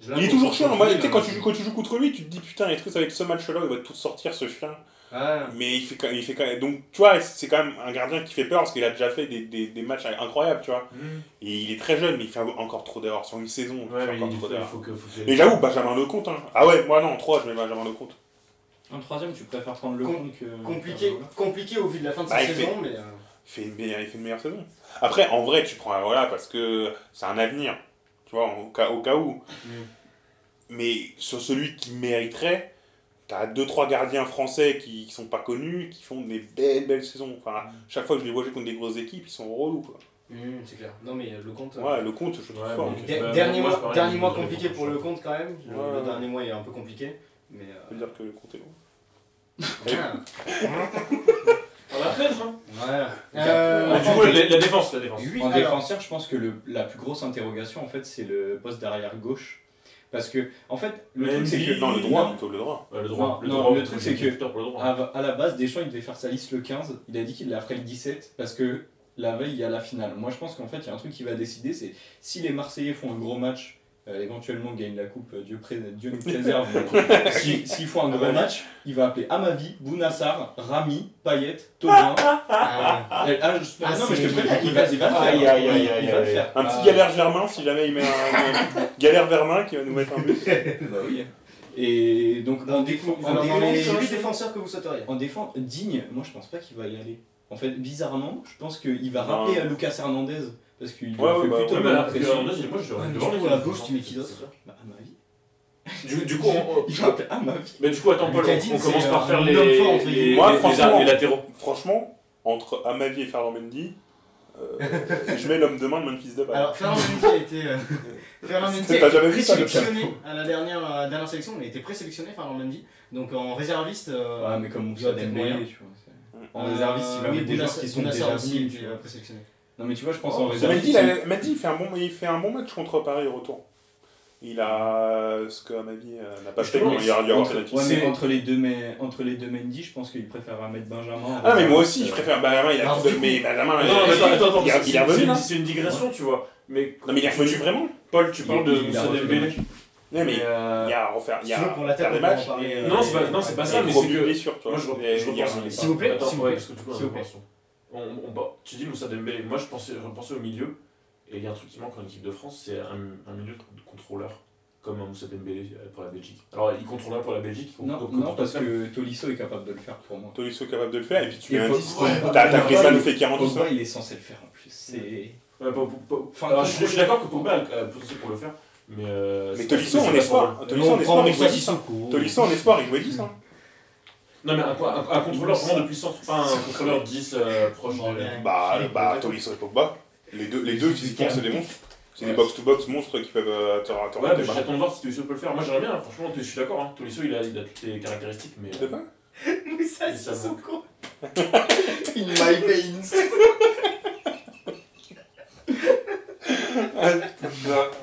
[SPEAKER 4] Je
[SPEAKER 6] Il est
[SPEAKER 4] l'avoue,
[SPEAKER 6] toujours
[SPEAKER 4] je
[SPEAKER 6] chiant.
[SPEAKER 4] trouve
[SPEAKER 6] Moi,
[SPEAKER 4] nul,
[SPEAKER 6] tu sais,
[SPEAKER 4] hein.
[SPEAKER 6] quand, tu joues- quand tu joues contre lui, tu te dis putain, les trucs avec ce match-là, il va tout sortir ce chien.
[SPEAKER 4] Ouais.
[SPEAKER 6] Mais il fait, quand- il fait quand même. Donc, tu vois, c'est quand même un gardien qui fait peur parce qu'il a déjà fait des, des, des matchs incroyables, tu vois.
[SPEAKER 5] Mmh.
[SPEAKER 6] Et il est très jeune, mais il fait encore trop d'erreurs. Sur une saison, il
[SPEAKER 5] Ouais,
[SPEAKER 6] fait
[SPEAKER 5] mais
[SPEAKER 6] encore
[SPEAKER 5] il
[SPEAKER 6] trop
[SPEAKER 5] faut, il
[SPEAKER 6] d'erreurs.
[SPEAKER 5] faut que. faut que-
[SPEAKER 6] Et j'avoue, Benjamin Lecomte. Hein. Ah ouais, moi non, en 3, je mets Benjamin Lecomte.
[SPEAKER 3] En troisième, tu préfères prendre le
[SPEAKER 4] Com-
[SPEAKER 3] con que.
[SPEAKER 4] Compliqué, compliqué au vu de la fin de
[SPEAKER 6] Bah,
[SPEAKER 4] sa
[SPEAKER 6] il fait-
[SPEAKER 4] saison, mais. euh,
[SPEAKER 6] Il fait, une meilleure, il fait une meilleure saison. Après, en vrai, tu prends voilà parce que c'est un avenir, tu vois, au cas, au cas où.
[SPEAKER 5] Mm.
[SPEAKER 6] Mais sur celui qui mériterait, t'as 2-3 gardiens français qui, qui sont pas connus, qui font des belles, belles saisons. Enfin,
[SPEAKER 5] Mm.
[SPEAKER 6] chaque fois que je les vois jouer contre des grosses équipes, ils sont relous, quoi.
[SPEAKER 4] hum, c'est clair. Non, mais euh, le compte. euh,
[SPEAKER 6] Ouais, Lecomte, je le trouve
[SPEAKER 5] Ouais,
[SPEAKER 6] fort.
[SPEAKER 5] mais-
[SPEAKER 4] de-
[SPEAKER 5] bah,
[SPEAKER 4] dernier
[SPEAKER 5] moi, je
[SPEAKER 4] mois,
[SPEAKER 5] parlais
[SPEAKER 4] dernier
[SPEAKER 5] du-
[SPEAKER 4] mois
[SPEAKER 5] du-
[SPEAKER 4] compliqué
[SPEAKER 5] du-
[SPEAKER 4] pour le compte quand même. Le,
[SPEAKER 6] Ouais,
[SPEAKER 4] le
[SPEAKER 6] ouais.
[SPEAKER 4] dernier mois est un peu compliqué. Mais. euh,
[SPEAKER 6] Je veux dire que le compte est bon.
[SPEAKER 4] ah,
[SPEAKER 5] Par la fenêtre, hein.
[SPEAKER 4] voilà.
[SPEAKER 3] Euh,
[SPEAKER 5] Ah, Du coup, la la défense, la défense.
[SPEAKER 4] Huit-
[SPEAKER 3] En
[SPEAKER 4] alors,
[SPEAKER 3] défenseur, je pense que le- la plus grosse interrogation, en fait, c'est le poste d'arrière gauche. Parce que, en fait, le
[SPEAKER 5] Mais
[SPEAKER 3] truc, c'est
[SPEAKER 5] lui-
[SPEAKER 3] que.
[SPEAKER 6] Non, le droit, plutôt le droit.
[SPEAKER 5] Ouais, Le droit.
[SPEAKER 3] Non,
[SPEAKER 5] Le
[SPEAKER 3] non,
[SPEAKER 5] droit,
[SPEAKER 3] le truc, c'est que-
[SPEAKER 5] Pour le droit.
[SPEAKER 3] À, à la base, Deschamps, il devait faire sa liste le 15. Il a dit qu'il la ferait le 17 parce que la veille, il y a la finale. Moi, je pense qu'en fait, il y a un truc qui va décider c'est si les Marseillais font un gros match, euh, éventuellement gagnent la coupe, euh, Dieu, pré- Dieu nous préserve. mais si- S'ils font un gros
[SPEAKER 5] Amavi.
[SPEAKER 3] match, il va appeler Amavi, Bounassar, Rami, Payet, Thauvin.
[SPEAKER 4] ah,
[SPEAKER 3] Ah, je-
[SPEAKER 4] Ah,
[SPEAKER 3] non, mais je te
[SPEAKER 4] c'est- Ah,
[SPEAKER 3] préviens, il va il va le faire.
[SPEAKER 4] Aïe, aïe, aïe,
[SPEAKER 3] Il va le faire.
[SPEAKER 6] Un petit galère Germain, si jamais il met un. un- galère Germain qui va nous mettre un but.
[SPEAKER 3] Bah oui. Et donc en défense,
[SPEAKER 4] alors, dans les
[SPEAKER 3] en
[SPEAKER 4] huit
[SPEAKER 3] défense-
[SPEAKER 4] défenseurs que vous souhaiteriez.
[SPEAKER 3] en défense, digne, moi je pense pas qu'il va y aller. En fait, bizarrement, je pense qu'il va
[SPEAKER 6] Non.
[SPEAKER 3] rappeler à Lucas Hernandez parce qu'il lui
[SPEAKER 6] Ouais,
[SPEAKER 3] fait
[SPEAKER 6] ouais, bah,
[SPEAKER 3] plutôt
[SPEAKER 5] Ouais, mais
[SPEAKER 3] mal
[SPEAKER 5] là,
[SPEAKER 3] la
[SPEAKER 5] parce que
[SPEAKER 3] pression.
[SPEAKER 5] Hernandez, il- moi, je
[SPEAKER 4] Ouais,
[SPEAKER 5] devrais-
[SPEAKER 4] mais
[SPEAKER 5] devant
[SPEAKER 4] du
[SPEAKER 5] les
[SPEAKER 4] coup, à la
[SPEAKER 5] autres,
[SPEAKER 4] gauche,
[SPEAKER 5] je
[SPEAKER 4] tu mets
[SPEAKER 5] pense.
[SPEAKER 4] qui d'autre là
[SPEAKER 3] Bah, à ma vie.
[SPEAKER 5] hein. Du du coup, on-
[SPEAKER 3] Il va appeler à ma vie.
[SPEAKER 5] Mais du coup, attends, Paul,
[SPEAKER 4] Lucas
[SPEAKER 5] on, on
[SPEAKER 4] Digne,
[SPEAKER 5] commence
[SPEAKER 4] c'est
[SPEAKER 5] par
[SPEAKER 4] un
[SPEAKER 5] faire les,
[SPEAKER 4] homme fort, entre
[SPEAKER 5] les-
[SPEAKER 4] guillemets.
[SPEAKER 6] Moi,
[SPEAKER 5] les-
[SPEAKER 6] franchement.
[SPEAKER 5] les latéraux.
[SPEAKER 6] Franchement, entre Amavi et Fernand Mendy, euh, je mets l'homme de main de Memphis Depay.
[SPEAKER 4] Alors, Fernand Mendy a été. euh, Fernand Mendy
[SPEAKER 6] T'as
[SPEAKER 4] a
[SPEAKER 6] jamais
[SPEAKER 4] été
[SPEAKER 6] vu ça, le
[SPEAKER 4] présélectionné à la dernière, à la dernière sélection, il a été présélectionné, Fernand Mendy. Donc en réserviste. euh,
[SPEAKER 3] Ouais, Ah, mais comme on
[SPEAKER 4] il y a
[SPEAKER 3] sait
[SPEAKER 4] peut-être
[SPEAKER 3] Dembélé, tu vois. c'est- En
[SPEAKER 4] Euh,
[SPEAKER 3] réserviste, il va
[SPEAKER 4] oui,
[SPEAKER 3] mettre des
[SPEAKER 4] Bouna-
[SPEAKER 3] gens qui sont
[SPEAKER 4] Bouna
[SPEAKER 3] déjà
[SPEAKER 4] Sarr aussi,
[SPEAKER 3] venus,
[SPEAKER 4] il
[SPEAKER 3] tu
[SPEAKER 4] est
[SPEAKER 3] vois.
[SPEAKER 4] présélectionné.
[SPEAKER 3] Non, mais tu vois, je pense en
[SPEAKER 6] Oh,
[SPEAKER 3] réserve.
[SPEAKER 6] Mendy, il a- Mendy, il fait, un bon, il fait un bon match contre Paris retour. Il a ce que, à ma vie, euh, n'a pas fait
[SPEAKER 5] Justement,
[SPEAKER 6] quand il y a eu
[SPEAKER 5] entre-
[SPEAKER 6] Renato.
[SPEAKER 3] Ouais, mais
[SPEAKER 5] C'est-
[SPEAKER 3] entre les deux, mais entre les deux Mendy, je pense qu'il préférera mettre Benjamin.
[SPEAKER 6] Ah, mais moi aussi,
[SPEAKER 3] Euh,
[SPEAKER 6] je préfère Benjamin. Il a
[SPEAKER 4] Alors,
[SPEAKER 6] tout
[SPEAKER 4] du coup-
[SPEAKER 6] mais Benjamin,
[SPEAKER 5] Non,
[SPEAKER 6] il-
[SPEAKER 5] mais attends, attends,
[SPEAKER 6] il a-
[SPEAKER 5] attends,
[SPEAKER 6] il a
[SPEAKER 5] c'est-
[SPEAKER 6] revenu là.
[SPEAKER 5] c'est- C'est une digression, tu vois. hein. Mais
[SPEAKER 6] Non, mais il est revenu vraiment.
[SPEAKER 5] Paul, tu parles de
[SPEAKER 3] il- il a
[SPEAKER 5] Moussa
[SPEAKER 3] refait le
[SPEAKER 5] Dembélé.
[SPEAKER 3] match.
[SPEAKER 6] Non, mais
[SPEAKER 5] Mais, euh,
[SPEAKER 6] il y a à refaire. Il y a
[SPEAKER 4] Sinon,
[SPEAKER 6] à
[SPEAKER 4] pour la
[SPEAKER 6] faire
[SPEAKER 4] table,
[SPEAKER 6] des
[SPEAKER 4] on peut en
[SPEAKER 6] matchs.
[SPEAKER 4] parler, euh,
[SPEAKER 5] Non, c'est pas- non, c'est pas
[SPEAKER 6] Il y
[SPEAKER 5] ça,
[SPEAKER 6] a
[SPEAKER 5] mais
[SPEAKER 6] gros
[SPEAKER 5] c'est que-
[SPEAKER 6] blessures, tu vois.
[SPEAKER 5] Moi, je, re-
[SPEAKER 6] Et-
[SPEAKER 5] je
[SPEAKER 6] et-
[SPEAKER 5] repense.
[SPEAKER 6] et-
[SPEAKER 4] S'il vous plaît,
[SPEAKER 5] Attends,
[SPEAKER 4] s'il vous
[SPEAKER 5] ouais,
[SPEAKER 4] plaît.
[SPEAKER 5] parce que du coup, on
[SPEAKER 4] S'il vous plaît.
[SPEAKER 5] repense. On, on, bah, tu dis Moussa Dembélé. Moi, je pensais, je repensais au milieu. Et il y a un truc qui manque en équipe de France, c'est un, un milieu de contrôleur, comme un Moussa Dembélé euh, pour la Belgique. Alors, il contrôleur pour la Belgique. il
[SPEAKER 3] Non,
[SPEAKER 5] contrôle
[SPEAKER 3] non,
[SPEAKER 5] pour
[SPEAKER 3] parce
[SPEAKER 5] Tottenham.
[SPEAKER 3] que Tolisso est capable de le faire pour moi.
[SPEAKER 6] Tolisso capable de le faire, et bah, puis tu
[SPEAKER 3] Et
[SPEAKER 6] mets un
[SPEAKER 3] Pogba-
[SPEAKER 6] 10.
[SPEAKER 3] ouais,
[SPEAKER 6] T'as
[SPEAKER 3] Pogba,
[SPEAKER 6] t'as Griezmann
[SPEAKER 3] Pogba,
[SPEAKER 6] nous fait 48
[SPEAKER 3] Pogba,
[SPEAKER 6] secondes.
[SPEAKER 3] il est censé le faire en plus. C'est.
[SPEAKER 5] Ouais, Pogba- Pogba-
[SPEAKER 3] Enfin,
[SPEAKER 5] Alors,
[SPEAKER 3] Pogba-
[SPEAKER 5] je, suis- je suis d'accord que Pogba a le potentiel pour le faire, mais. euh,
[SPEAKER 6] Mais
[SPEAKER 5] c'est- c'est
[SPEAKER 6] Tolisso, on
[SPEAKER 5] pas son
[SPEAKER 6] espoir.
[SPEAKER 5] rôle.
[SPEAKER 6] Tolisso, en espoir, il jouait 10. hein.
[SPEAKER 4] Sissoko.
[SPEAKER 6] Tolisso, en espoir, il jouait 10. hein.
[SPEAKER 5] Non, mais un, un- un contrôleur vraiment de puissance, pas un contrôleur 10 euh, proche de la-
[SPEAKER 4] Ouais.
[SPEAKER 6] Bah,
[SPEAKER 4] Ouais.
[SPEAKER 6] bah Tolisso et Pogba, les deux, les deux physiquement se démontrent. C'est des box-to-box monstres qui peuvent euh, te te
[SPEAKER 5] Ouais, mais
[SPEAKER 6] raconter par-
[SPEAKER 5] j'attends de voir si Tolisso peut le faire. Moi, j'aimerais bien, hein, franchement, je suis d'accord. Hein. Tolisso, il a, il a toutes les caractéristiques, mais. euh,
[SPEAKER 6] De quoi
[SPEAKER 4] Moussa
[SPEAKER 5] Et ça va.
[SPEAKER 4] Sissoko.
[SPEAKER 3] In my veins.
[SPEAKER 6] Ah,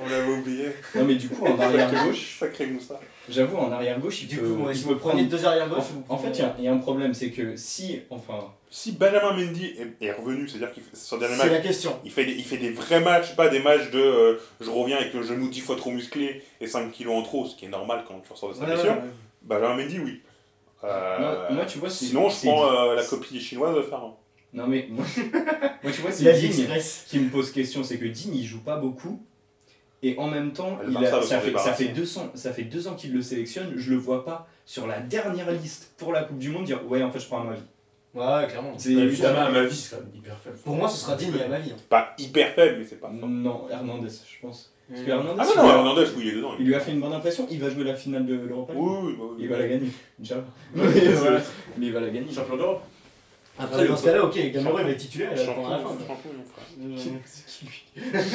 [SPEAKER 6] on l'avait oublié.
[SPEAKER 3] Non, mais du coup, en arrière gauche,
[SPEAKER 6] Sacré Moussa.
[SPEAKER 3] j'avoue, en arrière gauche, il
[SPEAKER 4] Du
[SPEAKER 3] peut,
[SPEAKER 4] coup,
[SPEAKER 3] il
[SPEAKER 4] si
[SPEAKER 3] peut
[SPEAKER 4] vous prenez deux arrières
[SPEAKER 3] En,
[SPEAKER 4] gauche, vous
[SPEAKER 3] en fait, il y a- il y, a un problème, c'est que si, enfin,
[SPEAKER 6] Si Benjamin Mendy est- est revenu, c'est-à-dire qu'il fait son dernier
[SPEAKER 4] c'est
[SPEAKER 6] match,
[SPEAKER 4] la question.
[SPEAKER 6] il fait, des, il fait des vrais matchs, pas des matchs de euh, je reviens avec le genou 10 fois trop musclé et 5 kilos en trop, ce qui est normal quand tu ressors de sa
[SPEAKER 4] Ouais,
[SPEAKER 6] blessure.
[SPEAKER 4] ouais, ouais.
[SPEAKER 6] Benjamin Mendy, oui. Euh,
[SPEAKER 3] moi, moi, tu vois, c'est-
[SPEAKER 6] Sinon, je
[SPEAKER 3] c'est-
[SPEAKER 6] prends euh, la copie chinoise de Fernand.
[SPEAKER 3] Non mais moi, moi, tu vois,
[SPEAKER 4] Il a
[SPEAKER 3] c'est
[SPEAKER 4] dit
[SPEAKER 3] Digne
[SPEAKER 4] express.
[SPEAKER 3] qui me pose question, c'est que Digne il joue pas beaucoup et en même temps,
[SPEAKER 6] Le
[SPEAKER 3] il a-
[SPEAKER 6] Barça va s'en
[SPEAKER 3] ça, fait, ça,
[SPEAKER 6] débarrasser.
[SPEAKER 3] fait 200, ça fait deux ans qu'il le sélectionne, je le vois pas sur la dernière liste pour la Coupe du Monde dire ouais en fait je prends un avis.
[SPEAKER 4] Ouais, clairement.
[SPEAKER 3] C'est
[SPEAKER 5] Et à ma vie, c'est quand même hyper faible.
[SPEAKER 4] Pour moi, ce sera digne à ma vie. hein.
[SPEAKER 6] Pas hyper faible, mais c'est pas fort.
[SPEAKER 3] Non, Hernandez, je pense. Parce que
[SPEAKER 4] Mm.
[SPEAKER 3] Hernandez,
[SPEAKER 6] Ah
[SPEAKER 3] Mm. il,
[SPEAKER 6] non, non,
[SPEAKER 3] lui a-
[SPEAKER 6] Hernandez, oui, il est dedans.
[SPEAKER 3] il lui a fait une bonne impression, il va jouer la finale de l'Europa.
[SPEAKER 6] Oui,
[SPEAKER 3] League.
[SPEAKER 6] oui, oui, oui.
[SPEAKER 3] Il va la gagner, Inch'Allah.
[SPEAKER 5] Ouais,
[SPEAKER 3] Mais,
[SPEAKER 5] c'est
[SPEAKER 3] voilà.
[SPEAKER 5] vrai.
[SPEAKER 3] Mais il va la gagner.
[SPEAKER 5] Champion d'Europe
[SPEAKER 4] Après, dans ce cas-là, ok, Gamero il va être titulaire, il va
[SPEAKER 6] Champion,
[SPEAKER 4] prendre la fin.
[SPEAKER 6] champion, mon frère.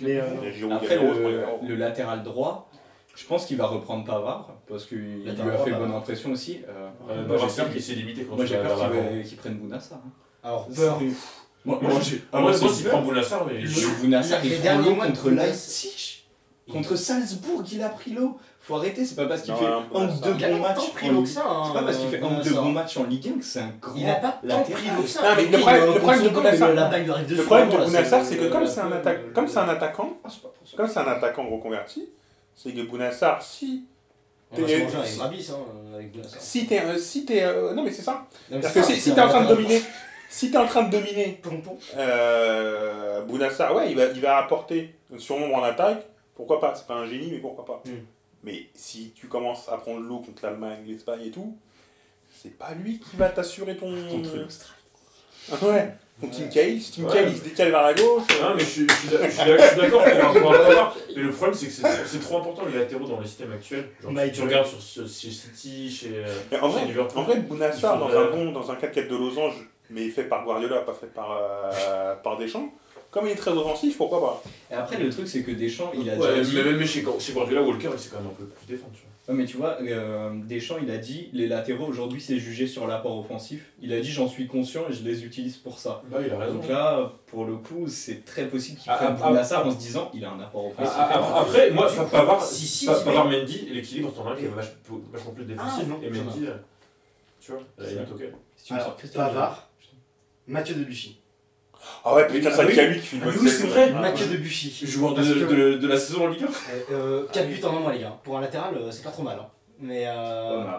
[SPEAKER 4] Mais, euh,
[SPEAKER 6] Il y a Giroud, il y
[SPEAKER 3] Après
[SPEAKER 6] a Giroud, il y a
[SPEAKER 3] le,
[SPEAKER 6] Giroud.
[SPEAKER 3] le latéral droit, je pense qu'il va reprendre Pavard parce qu'il lui a
[SPEAKER 4] Latéral droit,
[SPEAKER 3] fait
[SPEAKER 4] Pavard.
[SPEAKER 3] bonne impression aussi. Euh,
[SPEAKER 5] Euh,
[SPEAKER 3] moi,
[SPEAKER 5] Moi,
[SPEAKER 3] j'espère
[SPEAKER 5] j'espère
[SPEAKER 3] qu'il-
[SPEAKER 5] qu'il s'est limité quand
[SPEAKER 3] bah. Moi
[SPEAKER 5] tu
[SPEAKER 3] j'ai
[SPEAKER 5] vas
[SPEAKER 3] peur
[SPEAKER 5] vers
[SPEAKER 3] qu'il
[SPEAKER 5] l'avant.
[SPEAKER 3] va- qu'il prenne Bounassar. hein.
[SPEAKER 4] Alors, peur.
[SPEAKER 3] Moi,
[SPEAKER 5] Moi,
[SPEAKER 3] moi, j'ai.
[SPEAKER 5] Ah, moi,
[SPEAKER 3] c'est
[SPEAKER 5] moi, s'il prend Bounassar, mais.
[SPEAKER 3] Je vous Nasser,
[SPEAKER 4] Les
[SPEAKER 3] il prend
[SPEAKER 4] derniers
[SPEAKER 3] l'eau
[SPEAKER 4] mois de
[SPEAKER 3] contre
[SPEAKER 4] Bounas-
[SPEAKER 3] Leipzig. Contre Salzbourg, il a pris l'eau. Faut arrêter, c'est pas parce qu'il
[SPEAKER 6] Non,
[SPEAKER 3] fait
[SPEAKER 6] un
[SPEAKER 3] un
[SPEAKER 6] peu
[SPEAKER 3] ou
[SPEAKER 6] ça.
[SPEAKER 3] deux
[SPEAKER 4] Il a
[SPEAKER 3] bons
[SPEAKER 4] pas
[SPEAKER 3] matchs.
[SPEAKER 4] tant pris
[SPEAKER 3] en
[SPEAKER 4] l'eau
[SPEAKER 3] Ligue-
[SPEAKER 4] que ça. hein,
[SPEAKER 3] C'est pas parce qu'il fait un ou
[SPEAKER 4] Bounassar.
[SPEAKER 3] deux bons matchs en Ligue 1 que c'est un grand.
[SPEAKER 4] Il a pas tant
[SPEAKER 3] latéral.
[SPEAKER 4] pris l'eau que ça.
[SPEAKER 6] Non, mais
[SPEAKER 4] Oui,
[SPEAKER 6] le problème-
[SPEAKER 4] il est
[SPEAKER 6] le problème de
[SPEAKER 4] contre
[SPEAKER 6] Bounassar-
[SPEAKER 4] Gaulle, mais la balle lui arrive dessus,
[SPEAKER 6] Le problème de
[SPEAKER 4] voilà,
[SPEAKER 6] Bounassar, c'est que
[SPEAKER 4] le-
[SPEAKER 6] comme c'est un,
[SPEAKER 4] le-
[SPEAKER 6] atta-
[SPEAKER 4] le-
[SPEAKER 6] comme c'est un attaquant,
[SPEAKER 3] Ah, c'est pas pour ça.
[SPEAKER 6] comme c'est un attaquant reconverti, c'est que Bounassar, si,
[SPEAKER 4] On va se manger avec
[SPEAKER 6] Et-
[SPEAKER 4] Rabis, hein, avec Bounassar.
[SPEAKER 6] si t'es, euh, si t'es, euh, non mais c'est ça.
[SPEAKER 4] Non, mais
[SPEAKER 6] Parce
[SPEAKER 4] c'est
[SPEAKER 6] que
[SPEAKER 4] ça,
[SPEAKER 6] si,
[SPEAKER 4] c'est
[SPEAKER 6] si t'es en train de
[SPEAKER 4] latéral.
[SPEAKER 6] dominer, si t'es en train de dominer,
[SPEAKER 4] Pompon.
[SPEAKER 6] euh, Bounassar, ouais, il va, il va apporter un surnombre en attaque. Pourquoi pas C'est pas un génie, mais pourquoi pas
[SPEAKER 4] Mm.
[SPEAKER 6] Mais si tu commences à prendre l'eau contre l'Allemagne, l'Espagne et tout, c'est pas lui qui va t'assurer ton.
[SPEAKER 3] Contre
[SPEAKER 6] Ouais. Ton Tim Cahill, si Tim
[SPEAKER 5] Ouais.
[SPEAKER 6] Cahill il se décale vers la gauche. euh,
[SPEAKER 5] Non, mais je suis je suis d'a- je suis d'a- je suis d'accord pour avoir- pour avoir Pavard, mais le problème c'est que c'est c'est trop important les latéraux dans le système actuel. Genre,
[SPEAKER 4] Mike.
[SPEAKER 5] tu regardes sur, ce- chez City, chez, euh,
[SPEAKER 6] Mais en vrai,
[SPEAKER 5] chez Liverpool.
[SPEAKER 6] En vrai, Bounassar
[SPEAKER 5] Ils font
[SPEAKER 6] dans
[SPEAKER 5] de
[SPEAKER 6] un
[SPEAKER 5] la-
[SPEAKER 6] bon, dans un 4-4 de losange, mais fait par Guardiola, pas fait par, euh, par Deschamps. Comme il est très offensif, pourquoi pas
[SPEAKER 3] Et après, le truc, c'est que Deschamps, il a
[SPEAKER 5] Ouais,
[SPEAKER 3] déjà dit.
[SPEAKER 5] mais même chez, chez Guardiola, Walker, il s'est quand même un peu plus défendre. Tu vois.
[SPEAKER 3] Ouais, mais tu vois, euh, Deschamps, il a dit les latéraux aujourd'hui, c'est jugé sur l'apport offensif. Il a dit j'en suis conscient et je les utilise pour ça.
[SPEAKER 5] Bah, il a raison.
[SPEAKER 3] Donc là, pour le coup, c'est très possible qu'il
[SPEAKER 5] Ah,
[SPEAKER 3] prenne
[SPEAKER 5] ah,
[SPEAKER 3] Bounassar en se disant il a un apport
[SPEAKER 5] Ah,
[SPEAKER 3] offensif.
[SPEAKER 5] ah, ah, après, moi,
[SPEAKER 4] Si,
[SPEAKER 5] Pavard,
[SPEAKER 4] si, si,
[SPEAKER 5] Pa-
[SPEAKER 4] si,
[SPEAKER 5] Pavard Mendy, l'équilibre, t'en as un qui est vach- vachement plus défensif.
[SPEAKER 4] Ah, non,
[SPEAKER 5] et
[SPEAKER 4] ça
[SPEAKER 5] Mendy, euh, tu vois, là, il est ok.
[SPEAKER 3] Si tu me
[SPEAKER 4] Alors,
[SPEAKER 3] sors Christophe
[SPEAKER 4] Pavard, Mathieu Debuchy.
[SPEAKER 6] Ah ouais, putain,
[SPEAKER 5] Oui,
[SPEAKER 6] c'est
[SPEAKER 5] ah
[SPEAKER 6] vrai
[SPEAKER 5] oui.
[SPEAKER 6] qu'il y a lui qui fait une
[SPEAKER 5] Ah
[SPEAKER 6] bonne
[SPEAKER 5] oui,
[SPEAKER 6] série.
[SPEAKER 5] c'est vrai.
[SPEAKER 6] Ah,
[SPEAKER 4] Mathieu
[SPEAKER 6] ouais.
[SPEAKER 4] Debuchy.
[SPEAKER 5] Joueur de,
[SPEAKER 4] Parce que-
[SPEAKER 5] de- de la saison en Ligue 1
[SPEAKER 4] Euh, 4
[SPEAKER 5] Ah oui.
[SPEAKER 4] buts en un mois, les gars. Pour un latéral, euh, c'est pas trop mal. hein. Mais.
[SPEAKER 3] Ouais,
[SPEAKER 4] euh,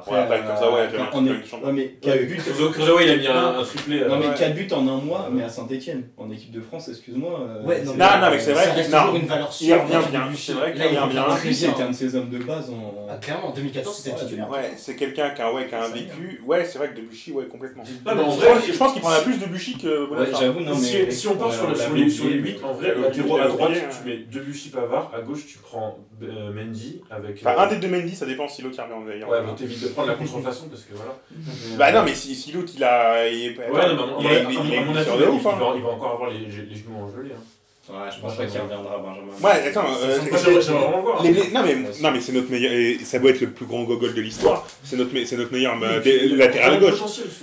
[SPEAKER 3] mais
[SPEAKER 6] Ouais, après, comme ça, ouais,
[SPEAKER 3] quand
[SPEAKER 6] j'avais un
[SPEAKER 3] on
[SPEAKER 6] truc
[SPEAKER 3] est-
[SPEAKER 6] avec le champion.
[SPEAKER 3] Ouais, mais quatre buts-
[SPEAKER 5] Creusot, Creusot, il a mis un, un triplé. euh,
[SPEAKER 3] Non mais
[SPEAKER 6] Ouais.
[SPEAKER 3] 4 buts en un mois,
[SPEAKER 5] Ouais.
[SPEAKER 3] mais à Saint-Etienne, en équipe de France, excuse-moi. euh,
[SPEAKER 4] Ouais, non,
[SPEAKER 3] c'est-
[SPEAKER 6] Non, non, mais c'est vrai
[SPEAKER 4] Ça
[SPEAKER 6] que-
[SPEAKER 4] reste
[SPEAKER 6] non.
[SPEAKER 4] toujours une valeur
[SPEAKER 6] Il
[SPEAKER 4] sûre.
[SPEAKER 6] revient
[SPEAKER 4] Mathieu
[SPEAKER 6] bien,
[SPEAKER 4] Debuchy.
[SPEAKER 6] c'est vrai qu'il
[SPEAKER 4] Là, il
[SPEAKER 6] revient bien.
[SPEAKER 4] revient
[SPEAKER 3] Après,
[SPEAKER 4] très
[SPEAKER 3] c'était
[SPEAKER 5] hein.
[SPEAKER 4] bien.
[SPEAKER 3] un de ses hommes de base en...
[SPEAKER 4] Ah, clairement, en 2014, c'était le
[SPEAKER 3] Ouais,
[SPEAKER 4] titulaire.
[SPEAKER 6] Ouais, c'est quelqu'un qui a, ouais, qui a un
[SPEAKER 3] C'est
[SPEAKER 6] vécu. Ouais, c'est vrai que Debuchy, ouais, complètement.
[SPEAKER 5] Non, mais en
[SPEAKER 6] Je
[SPEAKER 5] vrai,
[SPEAKER 6] pense, je pense qu'il prendra plus Debuchy que
[SPEAKER 3] Ouais,
[SPEAKER 6] Bounassar.
[SPEAKER 3] j'avoue, non mais...
[SPEAKER 5] si, si on part sur,
[SPEAKER 3] Ouais,
[SPEAKER 5] le-
[SPEAKER 3] on
[SPEAKER 5] sur
[SPEAKER 3] l'a
[SPEAKER 5] les, sur les
[SPEAKER 3] oublié.
[SPEAKER 5] 8, en vrai,
[SPEAKER 6] Ouais,
[SPEAKER 5] latéraux à
[SPEAKER 6] oublié,
[SPEAKER 5] droite,
[SPEAKER 6] ouais.
[SPEAKER 5] tu mets Debuchy Pavard, à gauche, tu prends euh, Mendy avec.
[SPEAKER 6] Enfin, un
[SPEAKER 5] euh,
[SPEAKER 6] des deux Mendy, ça dépend si l'autre il revient d'ailleurs.
[SPEAKER 5] Ouais, bon, t'évites de prendre la contrefaçon parce que voilà.
[SPEAKER 6] Bah non, mais si, si l'autre il a. Il est-
[SPEAKER 5] Ouais, non, mais à mon-
[SPEAKER 6] il a- il a-
[SPEAKER 5] à mon-
[SPEAKER 6] il a
[SPEAKER 5] à
[SPEAKER 6] une
[SPEAKER 5] mon avis,
[SPEAKER 6] blessure
[SPEAKER 5] il
[SPEAKER 6] de
[SPEAKER 5] va-
[SPEAKER 6] ouf,
[SPEAKER 5] il
[SPEAKER 6] hein.
[SPEAKER 5] va il va encore avoir les les genoux engelés. hein.
[SPEAKER 3] Ouais, je pense pas qu'il reviendra, Benjamin.
[SPEAKER 6] Ouais, attends, euh,
[SPEAKER 5] Moi, j'aimerais j'aimerais vraiment le voir. hein.
[SPEAKER 6] Les- les- non mais, non, mais c'est notre meilleur, et ça doit être le plus grand gogol de l'histoire, c'est notre, me- c'est notre meilleur euh, dé- latéral gauche.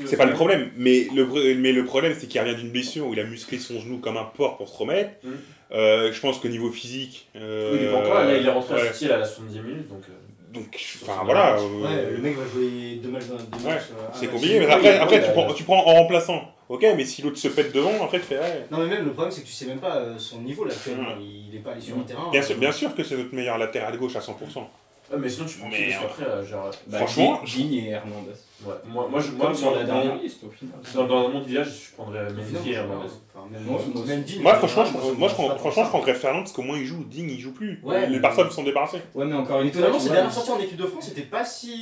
[SPEAKER 6] C'est pas le problème, mais le, br- mais le problème c'est qu'il revient d'une blessure où il a musclé son genou comme un porc pour se remettre.
[SPEAKER 5] Mhm.
[SPEAKER 6] Euh, je pense que niveau physique... euh,
[SPEAKER 5] Oui, il est pas encore là, là, il est rentré
[SPEAKER 6] ouais.
[SPEAKER 5] à City à la 70 minutes, donc... euh,
[SPEAKER 6] Donc, enfin voilà, euh,
[SPEAKER 4] Ouais, le mec va jouer deux matchs dans deux
[SPEAKER 6] Ouais,
[SPEAKER 4] matchs. euh, un
[SPEAKER 6] c'est
[SPEAKER 4] match.
[SPEAKER 6] compliqué, mais
[SPEAKER 5] oui,
[SPEAKER 6] après,
[SPEAKER 5] oui,
[SPEAKER 6] après
[SPEAKER 5] oui,
[SPEAKER 6] tu,
[SPEAKER 5] euh,
[SPEAKER 6] prends, tu prends en remplaçant, ok, mais si l'autre se pète devant, après tu fais... ouais.
[SPEAKER 4] Non, mais même le problème, c'est que tu sais même pas euh, son niveau là actuellement.
[SPEAKER 6] Ouais.
[SPEAKER 4] Il est pas allé sur le terrain.
[SPEAKER 6] Mmh. Bien sûr, bien sûr que c'est notre meilleur latéral gauche à 100%.
[SPEAKER 5] ah, mais sinon, tu prends qui
[SPEAKER 6] Mais,
[SPEAKER 5] Parce
[SPEAKER 6] euh,
[SPEAKER 5] qu'après, euh, genre...
[SPEAKER 3] Bah,
[SPEAKER 6] Franchement,
[SPEAKER 3] Digne et Hernandez.
[SPEAKER 5] Ouais. Moi, moi, je, moi
[SPEAKER 3] Comme sur
[SPEAKER 5] dans,
[SPEAKER 3] la dernière
[SPEAKER 5] dans,
[SPEAKER 3] liste, au final.
[SPEAKER 5] dans, dans mon village, je prendrais
[SPEAKER 4] Mais finalement,
[SPEAKER 5] Mendy euh, et Hernandez.
[SPEAKER 4] enfin, même-
[SPEAKER 3] Moi, moi,
[SPEAKER 4] même Dean,
[SPEAKER 6] Moi
[SPEAKER 4] en
[SPEAKER 6] franchement,
[SPEAKER 4] général, ça
[SPEAKER 6] je, moi,
[SPEAKER 4] me
[SPEAKER 6] je,
[SPEAKER 4] dérange
[SPEAKER 6] prends-
[SPEAKER 4] pas
[SPEAKER 6] franchement,
[SPEAKER 4] tant que ça.
[SPEAKER 6] je prendrais Fernand parce qu'au moins il joue, Digne il joue plus.
[SPEAKER 4] Ouais,
[SPEAKER 6] les
[SPEAKER 4] mais-
[SPEAKER 6] Barça peuvent s'en débarrasser.
[SPEAKER 3] Ouais, mais encore une fois,
[SPEAKER 4] Étonnamment,
[SPEAKER 3] tu
[SPEAKER 4] ces
[SPEAKER 3] vois,
[SPEAKER 4] dernières sorties en équipe de France, c'était pas si.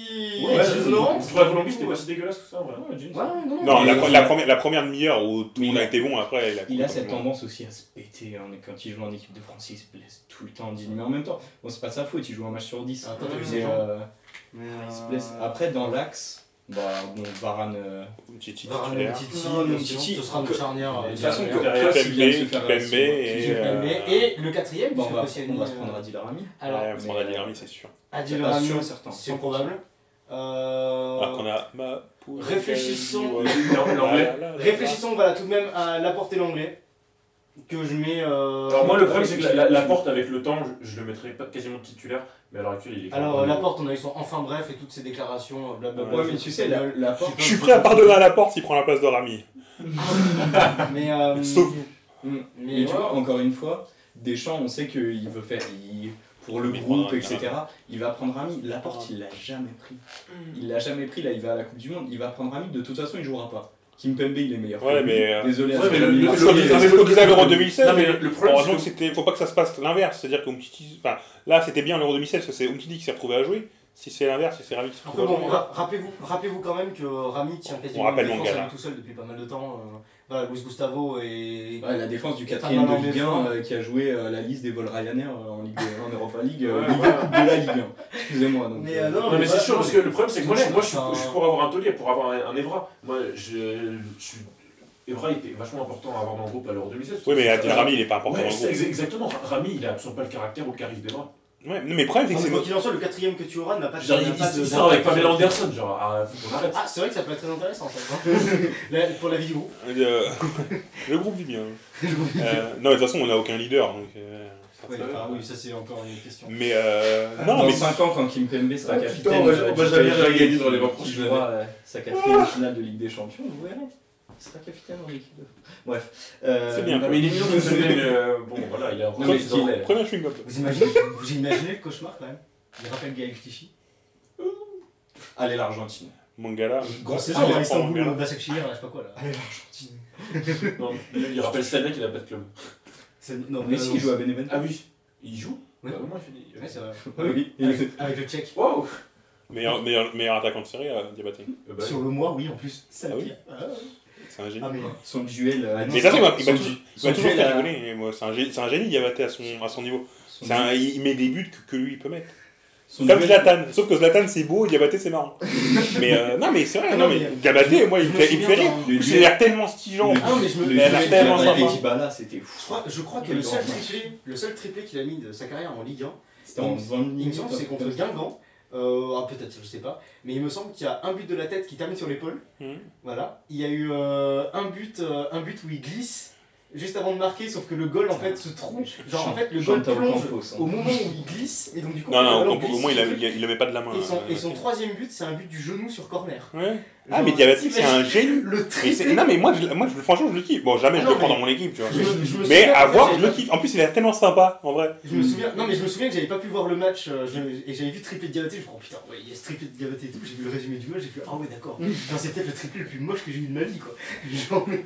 [SPEAKER 3] Ouais, c'est-
[SPEAKER 4] déshonorantes.
[SPEAKER 5] Pour la Colombie, c'était pas si dégueulasse que ça, en vrai. hein.
[SPEAKER 3] Ouais, Digne,
[SPEAKER 4] Ouais, ouais, non,
[SPEAKER 6] Non,
[SPEAKER 4] mais-
[SPEAKER 6] la,
[SPEAKER 3] Mais-
[SPEAKER 6] la première, la première demi-heure où tout le monde
[SPEAKER 3] Mais-
[SPEAKER 6] a été bon, après, il a,
[SPEAKER 3] Il a cette tendance aussi à se péter. hein. Quand il joue en équipe de France, il se blesse tout le temps, Digne. Mais en même temps, bon, c'est pas de sa faute, il joue un match sur 10.
[SPEAKER 4] Ah, t'as vu
[SPEAKER 3] Mais,
[SPEAKER 4] ces gens
[SPEAKER 3] euh,
[SPEAKER 4] Mais, euh,
[SPEAKER 3] il se blesse. Après, dans l'axe, bah, bon, Varane. euh,
[SPEAKER 6] Titi
[SPEAKER 4] Varane,
[SPEAKER 6] titulaire.
[SPEAKER 4] Titi,
[SPEAKER 3] Non, non,
[SPEAKER 4] sinon,
[SPEAKER 3] Titi,
[SPEAKER 4] ce sera une
[SPEAKER 3] que-
[SPEAKER 4] charnière.
[SPEAKER 5] Mais de
[SPEAKER 4] euh,
[SPEAKER 5] toute
[SPEAKER 4] derrière.
[SPEAKER 3] façon,
[SPEAKER 5] que-
[SPEAKER 3] Derrière,
[SPEAKER 6] Pembe,
[SPEAKER 3] s'il vient de se faire
[SPEAKER 6] Pembe
[SPEAKER 3] vacciner,
[SPEAKER 6] et, euh,
[SPEAKER 4] Mais- Et le quatrième,
[SPEAKER 3] Bon,
[SPEAKER 4] puisque
[SPEAKER 3] on va,
[SPEAKER 4] Koscielny,
[SPEAKER 3] on va se
[SPEAKER 4] euh,
[SPEAKER 3] prendre Adil Rami.
[SPEAKER 4] Alors,
[SPEAKER 6] Ouais, on a des Hermi, euh, c'est sûr.
[SPEAKER 3] C'est
[SPEAKER 4] Adil
[SPEAKER 3] sûr
[SPEAKER 4] Rami,
[SPEAKER 3] et certain.
[SPEAKER 4] c'est probable.
[SPEAKER 6] Alors qu'on
[SPEAKER 4] Euh,
[SPEAKER 6] a ma poule-
[SPEAKER 4] réfléchissons.
[SPEAKER 5] Non, l'anglais.
[SPEAKER 6] Là, là, là, là.
[SPEAKER 4] Réfléchissons voilà, tout de même à la portée l'anglais. Que je mets. euh,
[SPEAKER 5] Alors moi le problème c'est que la, la- la porte avec le temps je, je le mettrais pas quasiment titulaire mais à l'heure actuelle il est
[SPEAKER 4] Alors,
[SPEAKER 5] clairement-
[SPEAKER 4] la porte, on a eu son enfin bref et toutes ces déclarations, euh, blablabla.
[SPEAKER 3] Ouais, mais tu sais, la, la porte.
[SPEAKER 6] Je suis prêt à pardonner à la porte s'il prend la place de Rami.
[SPEAKER 4] Mais. euh,
[SPEAKER 6] Sauve-nous.
[SPEAKER 3] Mais
[SPEAKER 4] Mais
[SPEAKER 3] tu
[SPEAKER 4] ouais.
[SPEAKER 3] vois, encore une fois, Deschamps, on sait qu'il veut faire. il- pour le
[SPEAKER 6] Il
[SPEAKER 3] groupe,
[SPEAKER 6] prendra
[SPEAKER 3] etc. Il va prendre Rami. Laporte, il l'a jamais pris. Il l'a jamais pris. Là, il va à la Coupe du Monde. Il va prendre Rami. De toute façon, il jouera pas. Kimpembe, il est meilleur. que
[SPEAKER 6] Ouais,
[SPEAKER 3] lui.
[SPEAKER 6] mais, euh,
[SPEAKER 3] Désolé à
[SPEAKER 5] Ouais, mais le-
[SPEAKER 3] Stéphanie.
[SPEAKER 5] le-
[SPEAKER 6] Ah,
[SPEAKER 5] le-
[SPEAKER 6] comme
[SPEAKER 5] le-
[SPEAKER 6] disait-
[SPEAKER 5] le-
[SPEAKER 6] comme disait à l'Euro
[SPEAKER 5] le-
[SPEAKER 6] 2016,
[SPEAKER 5] Non, mais le- le problème,
[SPEAKER 6] Heureusement que
[SPEAKER 5] c'est
[SPEAKER 6] c'était. Faut pas que ça se passe l'inverse. C'est-à-dire qu'Umtiti. Enfin, là, c'était bien l'Euro 2016 parce que c'est Umtiti qui s'est retrouvé à jouer. Si c'est l'inverse, si c'est Rami qui se
[SPEAKER 4] Après,
[SPEAKER 6] retrouve à
[SPEAKER 4] bon,
[SPEAKER 6] jouer.
[SPEAKER 4] ra- rappelez-vous, rappelez-vous quand même que Rami tient
[SPEAKER 6] On
[SPEAKER 4] quasiment
[SPEAKER 6] rappelle
[SPEAKER 4] une défense
[SPEAKER 6] Mangala.
[SPEAKER 4] à lui tout seul depuis pas mal de temps. euh, voilà, Luis Gustavo et.
[SPEAKER 3] Ouais, la défense du
[SPEAKER 4] Pas
[SPEAKER 3] 4 de
[SPEAKER 4] mal en
[SPEAKER 3] Ligue 1
[SPEAKER 4] défense.
[SPEAKER 3] euh, qui a joué euh, la liste des vols Ryanair euh, en, Ligue, en Europa League, euh,
[SPEAKER 5] Ouais,
[SPEAKER 3] niveau
[SPEAKER 5] ouais.
[SPEAKER 3] Coupe de la Ligue 1. Excusez-moi. donc,
[SPEAKER 4] Mais,
[SPEAKER 3] euh,
[SPEAKER 4] euh, non,
[SPEAKER 5] Non mais c'est
[SPEAKER 4] voilà,
[SPEAKER 5] sûr parce que le problème c'est que moi, je, moi je, suis,
[SPEAKER 4] Enfin-
[SPEAKER 5] je suis pour avoir un taulier pour avoir un, un Evra moi je, je suis Evra il était vachement important à avoir dans le groupe à l'Euro 2016
[SPEAKER 6] Oui, mais
[SPEAKER 5] à
[SPEAKER 6] Adil Rami, il est pas important dans
[SPEAKER 5] ouais,
[SPEAKER 6] le
[SPEAKER 5] c'est
[SPEAKER 6] groupe.
[SPEAKER 5] ex- exactement Rami il a absolument pas le caractère ou le charisme d'Evra
[SPEAKER 6] Ouais, non, mais le problème, c'est
[SPEAKER 4] Non,
[SPEAKER 6] que
[SPEAKER 4] mais
[SPEAKER 6] c'est
[SPEAKER 4] quoi qu'il en soit, le quatrième que tu auras n'a pas
[SPEAKER 5] Genre, il,
[SPEAKER 4] n'a pas
[SPEAKER 5] il-
[SPEAKER 4] de-
[SPEAKER 5] il sort avec Pamela Anderson genre ah, faut qu'on arrête
[SPEAKER 4] Ah, c'est vrai que ça peut être très intéressant ça. La- pour la vidéo.
[SPEAKER 6] Euh, le groupe vit bien. Euh, non, mais de toute façon, on n'a aucun leader. Donc, euh, ça
[SPEAKER 4] Oui,
[SPEAKER 6] va.
[SPEAKER 4] enfin, Ah oui, ça c'est encore une question.
[SPEAKER 6] Mais euh,
[SPEAKER 3] Ah, dans
[SPEAKER 6] non, mais
[SPEAKER 3] 5 ans, quand Kimpembe sera
[SPEAKER 5] Ah, putain,
[SPEAKER 3] capitaine,
[SPEAKER 5] moi,
[SPEAKER 3] euh,
[SPEAKER 5] moi,
[SPEAKER 3] du
[SPEAKER 5] j'aimerais
[SPEAKER 3] PSG,
[SPEAKER 5] bien gagner dans les
[SPEAKER 3] qui-
[SPEAKER 5] vingt
[SPEAKER 3] qui
[SPEAKER 5] prochaines
[SPEAKER 3] jouera, euh, sa
[SPEAKER 6] Ah.
[SPEAKER 3] quatrième finale de Ligue des Champions, vous verrez. Il sera capitaine en équipe de- Bref. Euh,
[SPEAKER 6] C'est bien.
[SPEAKER 5] Non, mais il est mignon de se donner, mais euh, bon voilà il a
[SPEAKER 3] Non, mais
[SPEAKER 5] c'est dans-
[SPEAKER 3] il-
[SPEAKER 6] premier chewing-gum.
[SPEAKER 4] Vous imaginez, vous imaginez le cauchemar quand même Il rappelle Gaël Fichy.
[SPEAKER 3] Allez, l'Argentine.
[SPEAKER 6] Mangala.
[SPEAKER 4] Gros
[SPEAKER 6] Ah,
[SPEAKER 4] saison hein. Oh,
[SPEAKER 6] ouais,
[SPEAKER 4] à Istanbul,
[SPEAKER 6] Mangala.
[SPEAKER 4] au Basaksehir, là, je sais pas quoi là.
[SPEAKER 5] non, il rappelle Stanek il a pas de club
[SPEAKER 4] C'est- Non,
[SPEAKER 3] Mais si, il joue à Benevento.
[SPEAKER 5] ah oui il joue
[SPEAKER 4] Ouais.
[SPEAKER 5] Bah, au moins, il
[SPEAKER 4] Ouais,
[SPEAKER 5] fait
[SPEAKER 4] c'est vrai.
[SPEAKER 3] Oui,
[SPEAKER 6] Ah,
[SPEAKER 4] Avec, avec le tchèque.
[SPEAKER 5] Wow
[SPEAKER 6] Meilleur, meilleur, meilleur attaquant de série, euh, Diabaté.
[SPEAKER 5] Euh, bah,
[SPEAKER 4] Sur le mois, oui, en plus. C'est
[SPEAKER 6] Ah
[SPEAKER 4] le
[SPEAKER 6] oui.
[SPEAKER 4] pire. Ah, ouais.
[SPEAKER 6] C'est un génie.
[SPEAKER 4] Ah, mais.
[SPEAKER 3] son duel. euh, à
[SPEAKER 6] mais ça, il m'a il
[SPEAKER 3] son
[SPEAKER 6] m'a
[SPEAKER 3] du-
[SPEAKER 6] toujours, il
[SPEAKER 3] son
[SPEAKER 6] m'a toujours
[SPEAKER 3] duel
[SPEAKER 6] fait
[SPEAKER 3] à-
[SPEAKER 6] rigoler. et moi, C'est un, gé- c'est un génie, Diabaté, à son, à son niveau.
[SPEAKER 3] son
[SPEAKER 6] C'est un- il met des buts que, que lui, il peut mettre.
[SPEAKER 3] son
[SPEAKER 6] Comme
[SPEAKER 3] duel-
[SPEAKER 6] Zlatan. Sauf que Zlatan, c'est beau, et Diabaté, c'est marrant. mais euh, non, mais c'est vrai,
[SPEAKER 4] Ah,
[SPEAKER 6] non,
[SPEAKER 4] non,
[SPEAKER 6] mais
[SPEAKER 4] mais-
[SPEAKER 6] Diabaté, moi, il
[SPEAKER 4] Je
[SPEAKER 6] me
[SPEAKER 4] me
[SPEAKER 6] fait, il me fait
[SPEAKER 4] souviens
[SPEAKER 6] rire.
[SPEAKER 4] d'un-
[SPEAKER 3] Le
[SPEAKER 6] J'ai
[SPEAKER 3] duel.
[SPEAKER 6] l'air tellement
[SPEAKER 3] Le
[SPEAKER 6] stylant.
[SPEAKER 4] Ah, mais je me-
[SPEAKER 3] le
[SPEAKER 6] Mais elle a
[SPEAKER 3] duel qu'il
[SPEAKER 6] tellement
[SPEAKER 3] avait avec
[SPEAKER 6] sympa.
[SPEAKER 3] Dybala, c'était
[SPEAKER 4] Je
[SPEAKER 3] fou.
[SPEAKER 4] crois, je crois que
[SPEAKER 3] Quel
[SPEAKER 4] le seul,
[SPEAKER 3] grand match.
[SPEAKER 4] triplé, le seul triplé qu'il a mis de sa carrière en Ligue 1,
[SPEAKER 3] C'était en 20
[SPEAKER 4] il me
[SPEAKER 3] minutes.
[SPEAKER 4] semble, c'est contre Guingamp. Euh, ah, peut-être, je sais pas. Mais il me semble qu'il y a un but de la tête qui termine sur l'épaule.
[SPEAKER 6] Mhm.
[SPEAKER 4] Voilà. Il y a eu euh, un, but, euh, un but où il glisse juste avant de marquer, sauf que le goal en fait se trompe. Genre en fait, le goal
[SPEAKER 3] Jean-Tao
[SPEAKER 4] plonge
[SPEAKER 3] Campos, hein.
[SPEAKER 4] au moment où il glisse. Et donc du coup,
[SPEAKER 6] Non,
[SPEAKER 4] le
[SPEAKER 6] non,
[SPEAKER 4] ballon
[SPEAKER 6] au, au
[SPEAKER 4] glisse
[SPEAKER 6] moins, il, a-
[SPEAKER 4] sur le
[SPEAKER 6] il,
[SPEAKER 4] truc.
[SPEAKER 6] a- il le met pas de la main.
[SPEAKER 4] Et son,
[SPEAKER 6] euh,
[SPEAKER 4] et son troisième but, c'est un but du genou sur corner.
[SPEAKER 6] ouais. Ah,
[SPEAKER 4] Genre,
[SPEAKER 6] mais Diabaté, c'est
[SPEAKER 4] t'imagines
[SPEAKER 6] un génie.
[SPEAKER 4] Le
[SPEAKER 6] Mais c'est-
[SPEAKER 4] triplé.
[SPEAKER 6] non mais moi, je, moi je- franchement je le kiffe. Bon jamais
[SPEAKER 4] Ah
[SPEAKER 6] je le
[SPEAKER 4] non,
[SPEAKER 6] prends
[SPEAKER 4] mais-
[SPEAKER 6] dans mon équipe tu vois.
[SPEAKER 4] Je me- je me
[SPEAKER 6] Mais
[SPEAKER 4] souviens
[SPEAKER 6] à
[SPEAKER 4] que
[SPEAKER 6] voir
[SPEAKER 4] j'avais
[SPEAKER 6] je le
[SPEAKER 4] pas-
[SPEAKER 6] kiffe. En plus il a l'air tellement sympa en vrai.
[SPEAKER 4] Je me souviens, non mais je me souviens que j'avais pas pu voir le match euh, je- et j'avais vu triplé de Diabaté, je me suis dit, oh putain ouais il y a ce triplé de Diabaté et tout, j'ai vu le résumé du match, j'ai fait ah ouais d'accord, Genre, c'est peut-être le triplé le plus moche que j'ai eu de ma vie quoi. Genre, mais-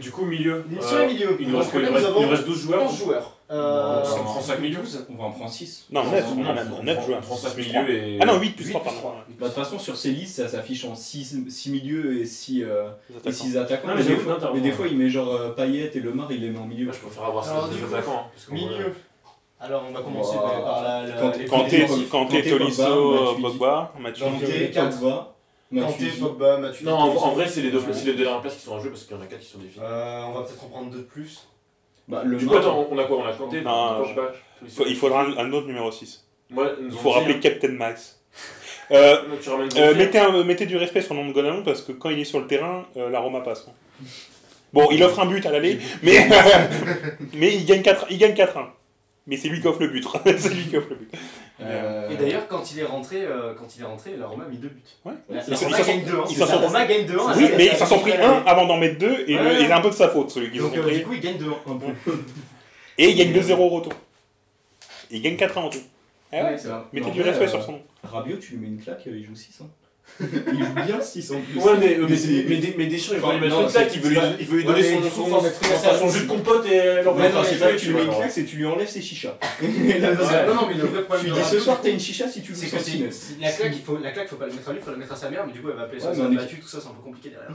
[SPEAKER 5] Du coup, milieu.
[SPEAKER 4] Nous
[SPEAKER 5] euh,
[SPEAKER 4] sommes milieu.
[SPEAKER 5] Il nous reste,
[SPEAKER 4] Donc,
[SPEAKER 5] il
[SPEAKER 4] là,
[SPEAKER 5] nous
[SPEAKER 4] nous
[SPEAKER 5] reste- il nous
[SPEAKER 4] avons
[SPEAKER 5] reste 12 joueurs.
[SPEAKER 4] 11 joueurs. Euh,
[SPEAKER 5] On en prend 5 milieux
[SPEAKER 3] On va en prendre 6.
[SPEAKER 6] Non, neuf, on en a-
[SPEAKER 5] prend-
[SPEAKER 6] on a neuf
[SPEAKER 5] prend-
[SPEAKER 6] joueurs.
[SPEAKER 5] On prend 5
[SPEAKER 6] Plus
[SPEAKER 5] milieux et.
[SPEAKER 6] Ah non 8 plus
[SPEAKER 3] huit
[SPEAKER 6] 3
[SPEAKER 3] plus
[SPEAKER 6] pardon.
[SPEAKER 3] Bah, De
[SPEAKER 5] Bah,
[SPEAKER 3] toute façon, sur ces listes, ça s'affiche en 6 milieux et 6
[SPEAKER 6] Attaquants.
[SPEAKER 3] et six attaquants.
[SPEAKER 5] Non, mais
[SPEAKER 3] mais, des
[SPEAKER 5] j'avoue, non,
[SPEAKER 3] fois,
[SPEAKER 5] t'as
[SPEAKER 3] mais des
[SPEAKER 5] raison. Bah,
[SPEAKER 3] fois, il met genre euh, Payet et Lemar, il les met en milieu.
[SPEAKER 5] Moi, je préfère avoir
[SPEAKER 4] Alors,
[SPEAKER 5] ça des
[SPEAKER 4] du coup,
[SPEAKER 5] attaquants. hein, parce que, euh,
[SPEAKER 4] Milieu. Alors on va commencer
[SPEAKER 3] Wow.
[SPEAKER 4] par- par la, la
[SPEAKER 3] Quand-
[SPEAKER 4] les
[SPEAKER 3] quand
[SPEAKER 4] côtés
[SPEAKER 6] Kanté,
[SPEAKER 4] défensifs.
[SPEAKER 6] Kanté,
[SPEAKER 3] Kanté, Pogba,
[SPEAKER 6] Tolisso, euh,
[SPEAKER 3] Matuidi.
[SPEAKER 6] Pogba, Mathieu.
[SPEAKER 4] Kanté, quatre.
[SPEAKER 3] Pogba,
[SPEAKER 4] Kanté,
[SPEAKER 3] Matuidi.
[SPEAKER 4] Pogba, Mathieu.
[SPEAKER 5] Non,
[SPEAKER 4] Ah,
[SPEAKER 5] en, en vrai, c'est les deux, c'est les deux dernières places qui sont en jeu parce qu'il y en a 4 qui sont définies.
[SPEAKER 4] Euh, on va peut-être en prendre deux de plus.
[SPEAKER 3] Bah, le
[SPEAKER 5] Du coup,
[SPEAKER 3] main-
[SPEAKER 5] attends, on a quoi On a compté
[SPEAKER 6] Non,
[SPEAKER 5] je sais pas.
[SPEAKER 6] Il faut- Il faudra un, un autre numéro 6.
[SPEAKER 5] Moi, ils nous
[SPEAKER 6] Il
[SPEAKER 5] ont
[SPEAKER 6] faut
[SPEAKER 5] dit-
[SPEAKER 6] rappeler Captain Max. Euh,
[SPEAKER 5] Non, tu ramènes
[SPEAKER 6] euh,
[SPEAKER 5] Gauthier.
[SPEAKER 6] mettez, un- mettez du respect sur le nom de Gonaon parce que quand il est sur le terrain, euh, la Roma passe. Bon, il offre un but à l'aller, mais, mais il gagne 4 il gagne 4-1. Mais c'est lui qui offre le but. c'est lui qui offre le but.
[SPEAKER 3] Euh,
[SPEAKER 4] Et d'ailleurs, quand il est rentré, euh, quand il est rentré, la Roma a mis deux buts.
[SPEAKER 6] Ouais.
[SPEAKER 4] La, la
[SPEAKER 6] Ils s'en
[SPEAKER 4] Roma
[SPEAKER 6] sont-
[SPEAKER 4] gagne 2-1.
[SPEAKER 6] ils s'en
[SPEAKER 4] La
[SPEAKER 6] sont-
[SPEAKER 4] Roma gagne 2-1. à
[SPEAKER 6] Oui,
[SPEAKER 4] la-
[SPEAKER 6] mais
[SPEAKER 4] à
[SPEAKER 6] ils s'en sont
[SPEAKER 4] la-
[SPEAKER 6] pris un avant d'en mettre deux, et,
[SPEAKER 4] Ouais.
[SPEAKER 6] le, et c'est un peu de sa faute celui qu'ils ont
[SPEAKER 4] Donc, euh,
[SPEAKER 6] pris.
[SPEAKER 4] du coup, il gagne 2-1.
[SPEAKER 3] un peu.
[SPEAKER 6] Et il gagne 2-0 au retour. Il gagne 4-1 en tout. Eh
[SPEAKER 3] Ah
[SPEAKER 6] ouais.
[SPEAKER 4] c'est vrai.
[SPEAKER 6] Mettez
[SPEAKER 3] En
[SPEAKER 6] du
[SPEAKER 3] vrai,
[SPEAKER 6] respect
[SPEAKER 3] euh,
[SPEAKER 6] sur son nom.
[SPEAKER 3] Rabiot, tu lui mets une claque, il joue 6. Hein. il joue bien 6 en plus.
[SPEAKER 5] Ouais, mais, euh, mais,
[SPEAKER 3] c'est-
[SPEAKER 5] mais, mais Deschamps, il veut
[SPEAKER 3] Enfin,
[SPEAKER 5] lui mettre
[SPEAKER 3] non,
[SPEAKER 5] une claque,
[SPEAKER 3] c'est-
[SPEAKER 5] il veut lui,
[SPEAKER 3] c'est-
[SPEAKER 5] il veut lui
[SPEAKER 4] ouais,
[SPEAKER 5] donner
[SPEAKER 4] mais
[SPEAKER 5] son,
[SPEAKER 4] du
[SPEAKER 5] son,
[SPEAKER 4] coup, faut en mettre une à
[SPEAKER 5] enfin,
[SPEAKER 4] sa-
[SPEAKER 5] son jus de compote et euh, leur
[SPEAKER 3] Ouais,
[SPEAKER 5] mettre
[SPEAKER 3] non,
[SPEAKER 5] un
[SPEAKER 3] c'est
[SPEAKER 5] petit
[SPEAKER 3] pas
[SPEAKER 5] peu,
[SPEAKER 3] que tu lui mets une claque, c'est tu lui enlèves ses chichas. Et là,
[SPEAKER 5] Ouais.
[SPEAKER 3] c'est-
[SPEAKER 4] Non, non, mais le vrai
[SPEAKER 3] Tu
[SPEAKER 4] problème
[SPEAKER 3] lui
[SPEAKER 4] de
[SPEAKER 3] dis ce
[SPEAKER 4] Rabiot,
[SPEAKER 3] soir t'as une chicha si tu le
[SPEAKER 4] c'est
[SPEAKER 3] sens
[SPEAKER 4] que c'est-
[SPEAKER 3] sans
[SPEAKER 4] la claque, il faut, la claque, faut pas le mettre à lui, faut la mettre à sa mère, mais du coup, elle va
[SPEAKER 3] Ouais,
[SPEAKER 4] appeler ça
[SPEAKER 3] mais on
[SPEAKER 4] son
[SPEAKER 3] est-
[SPEAKER 4] battu, tout ça, c'est un peu compliqué derrière.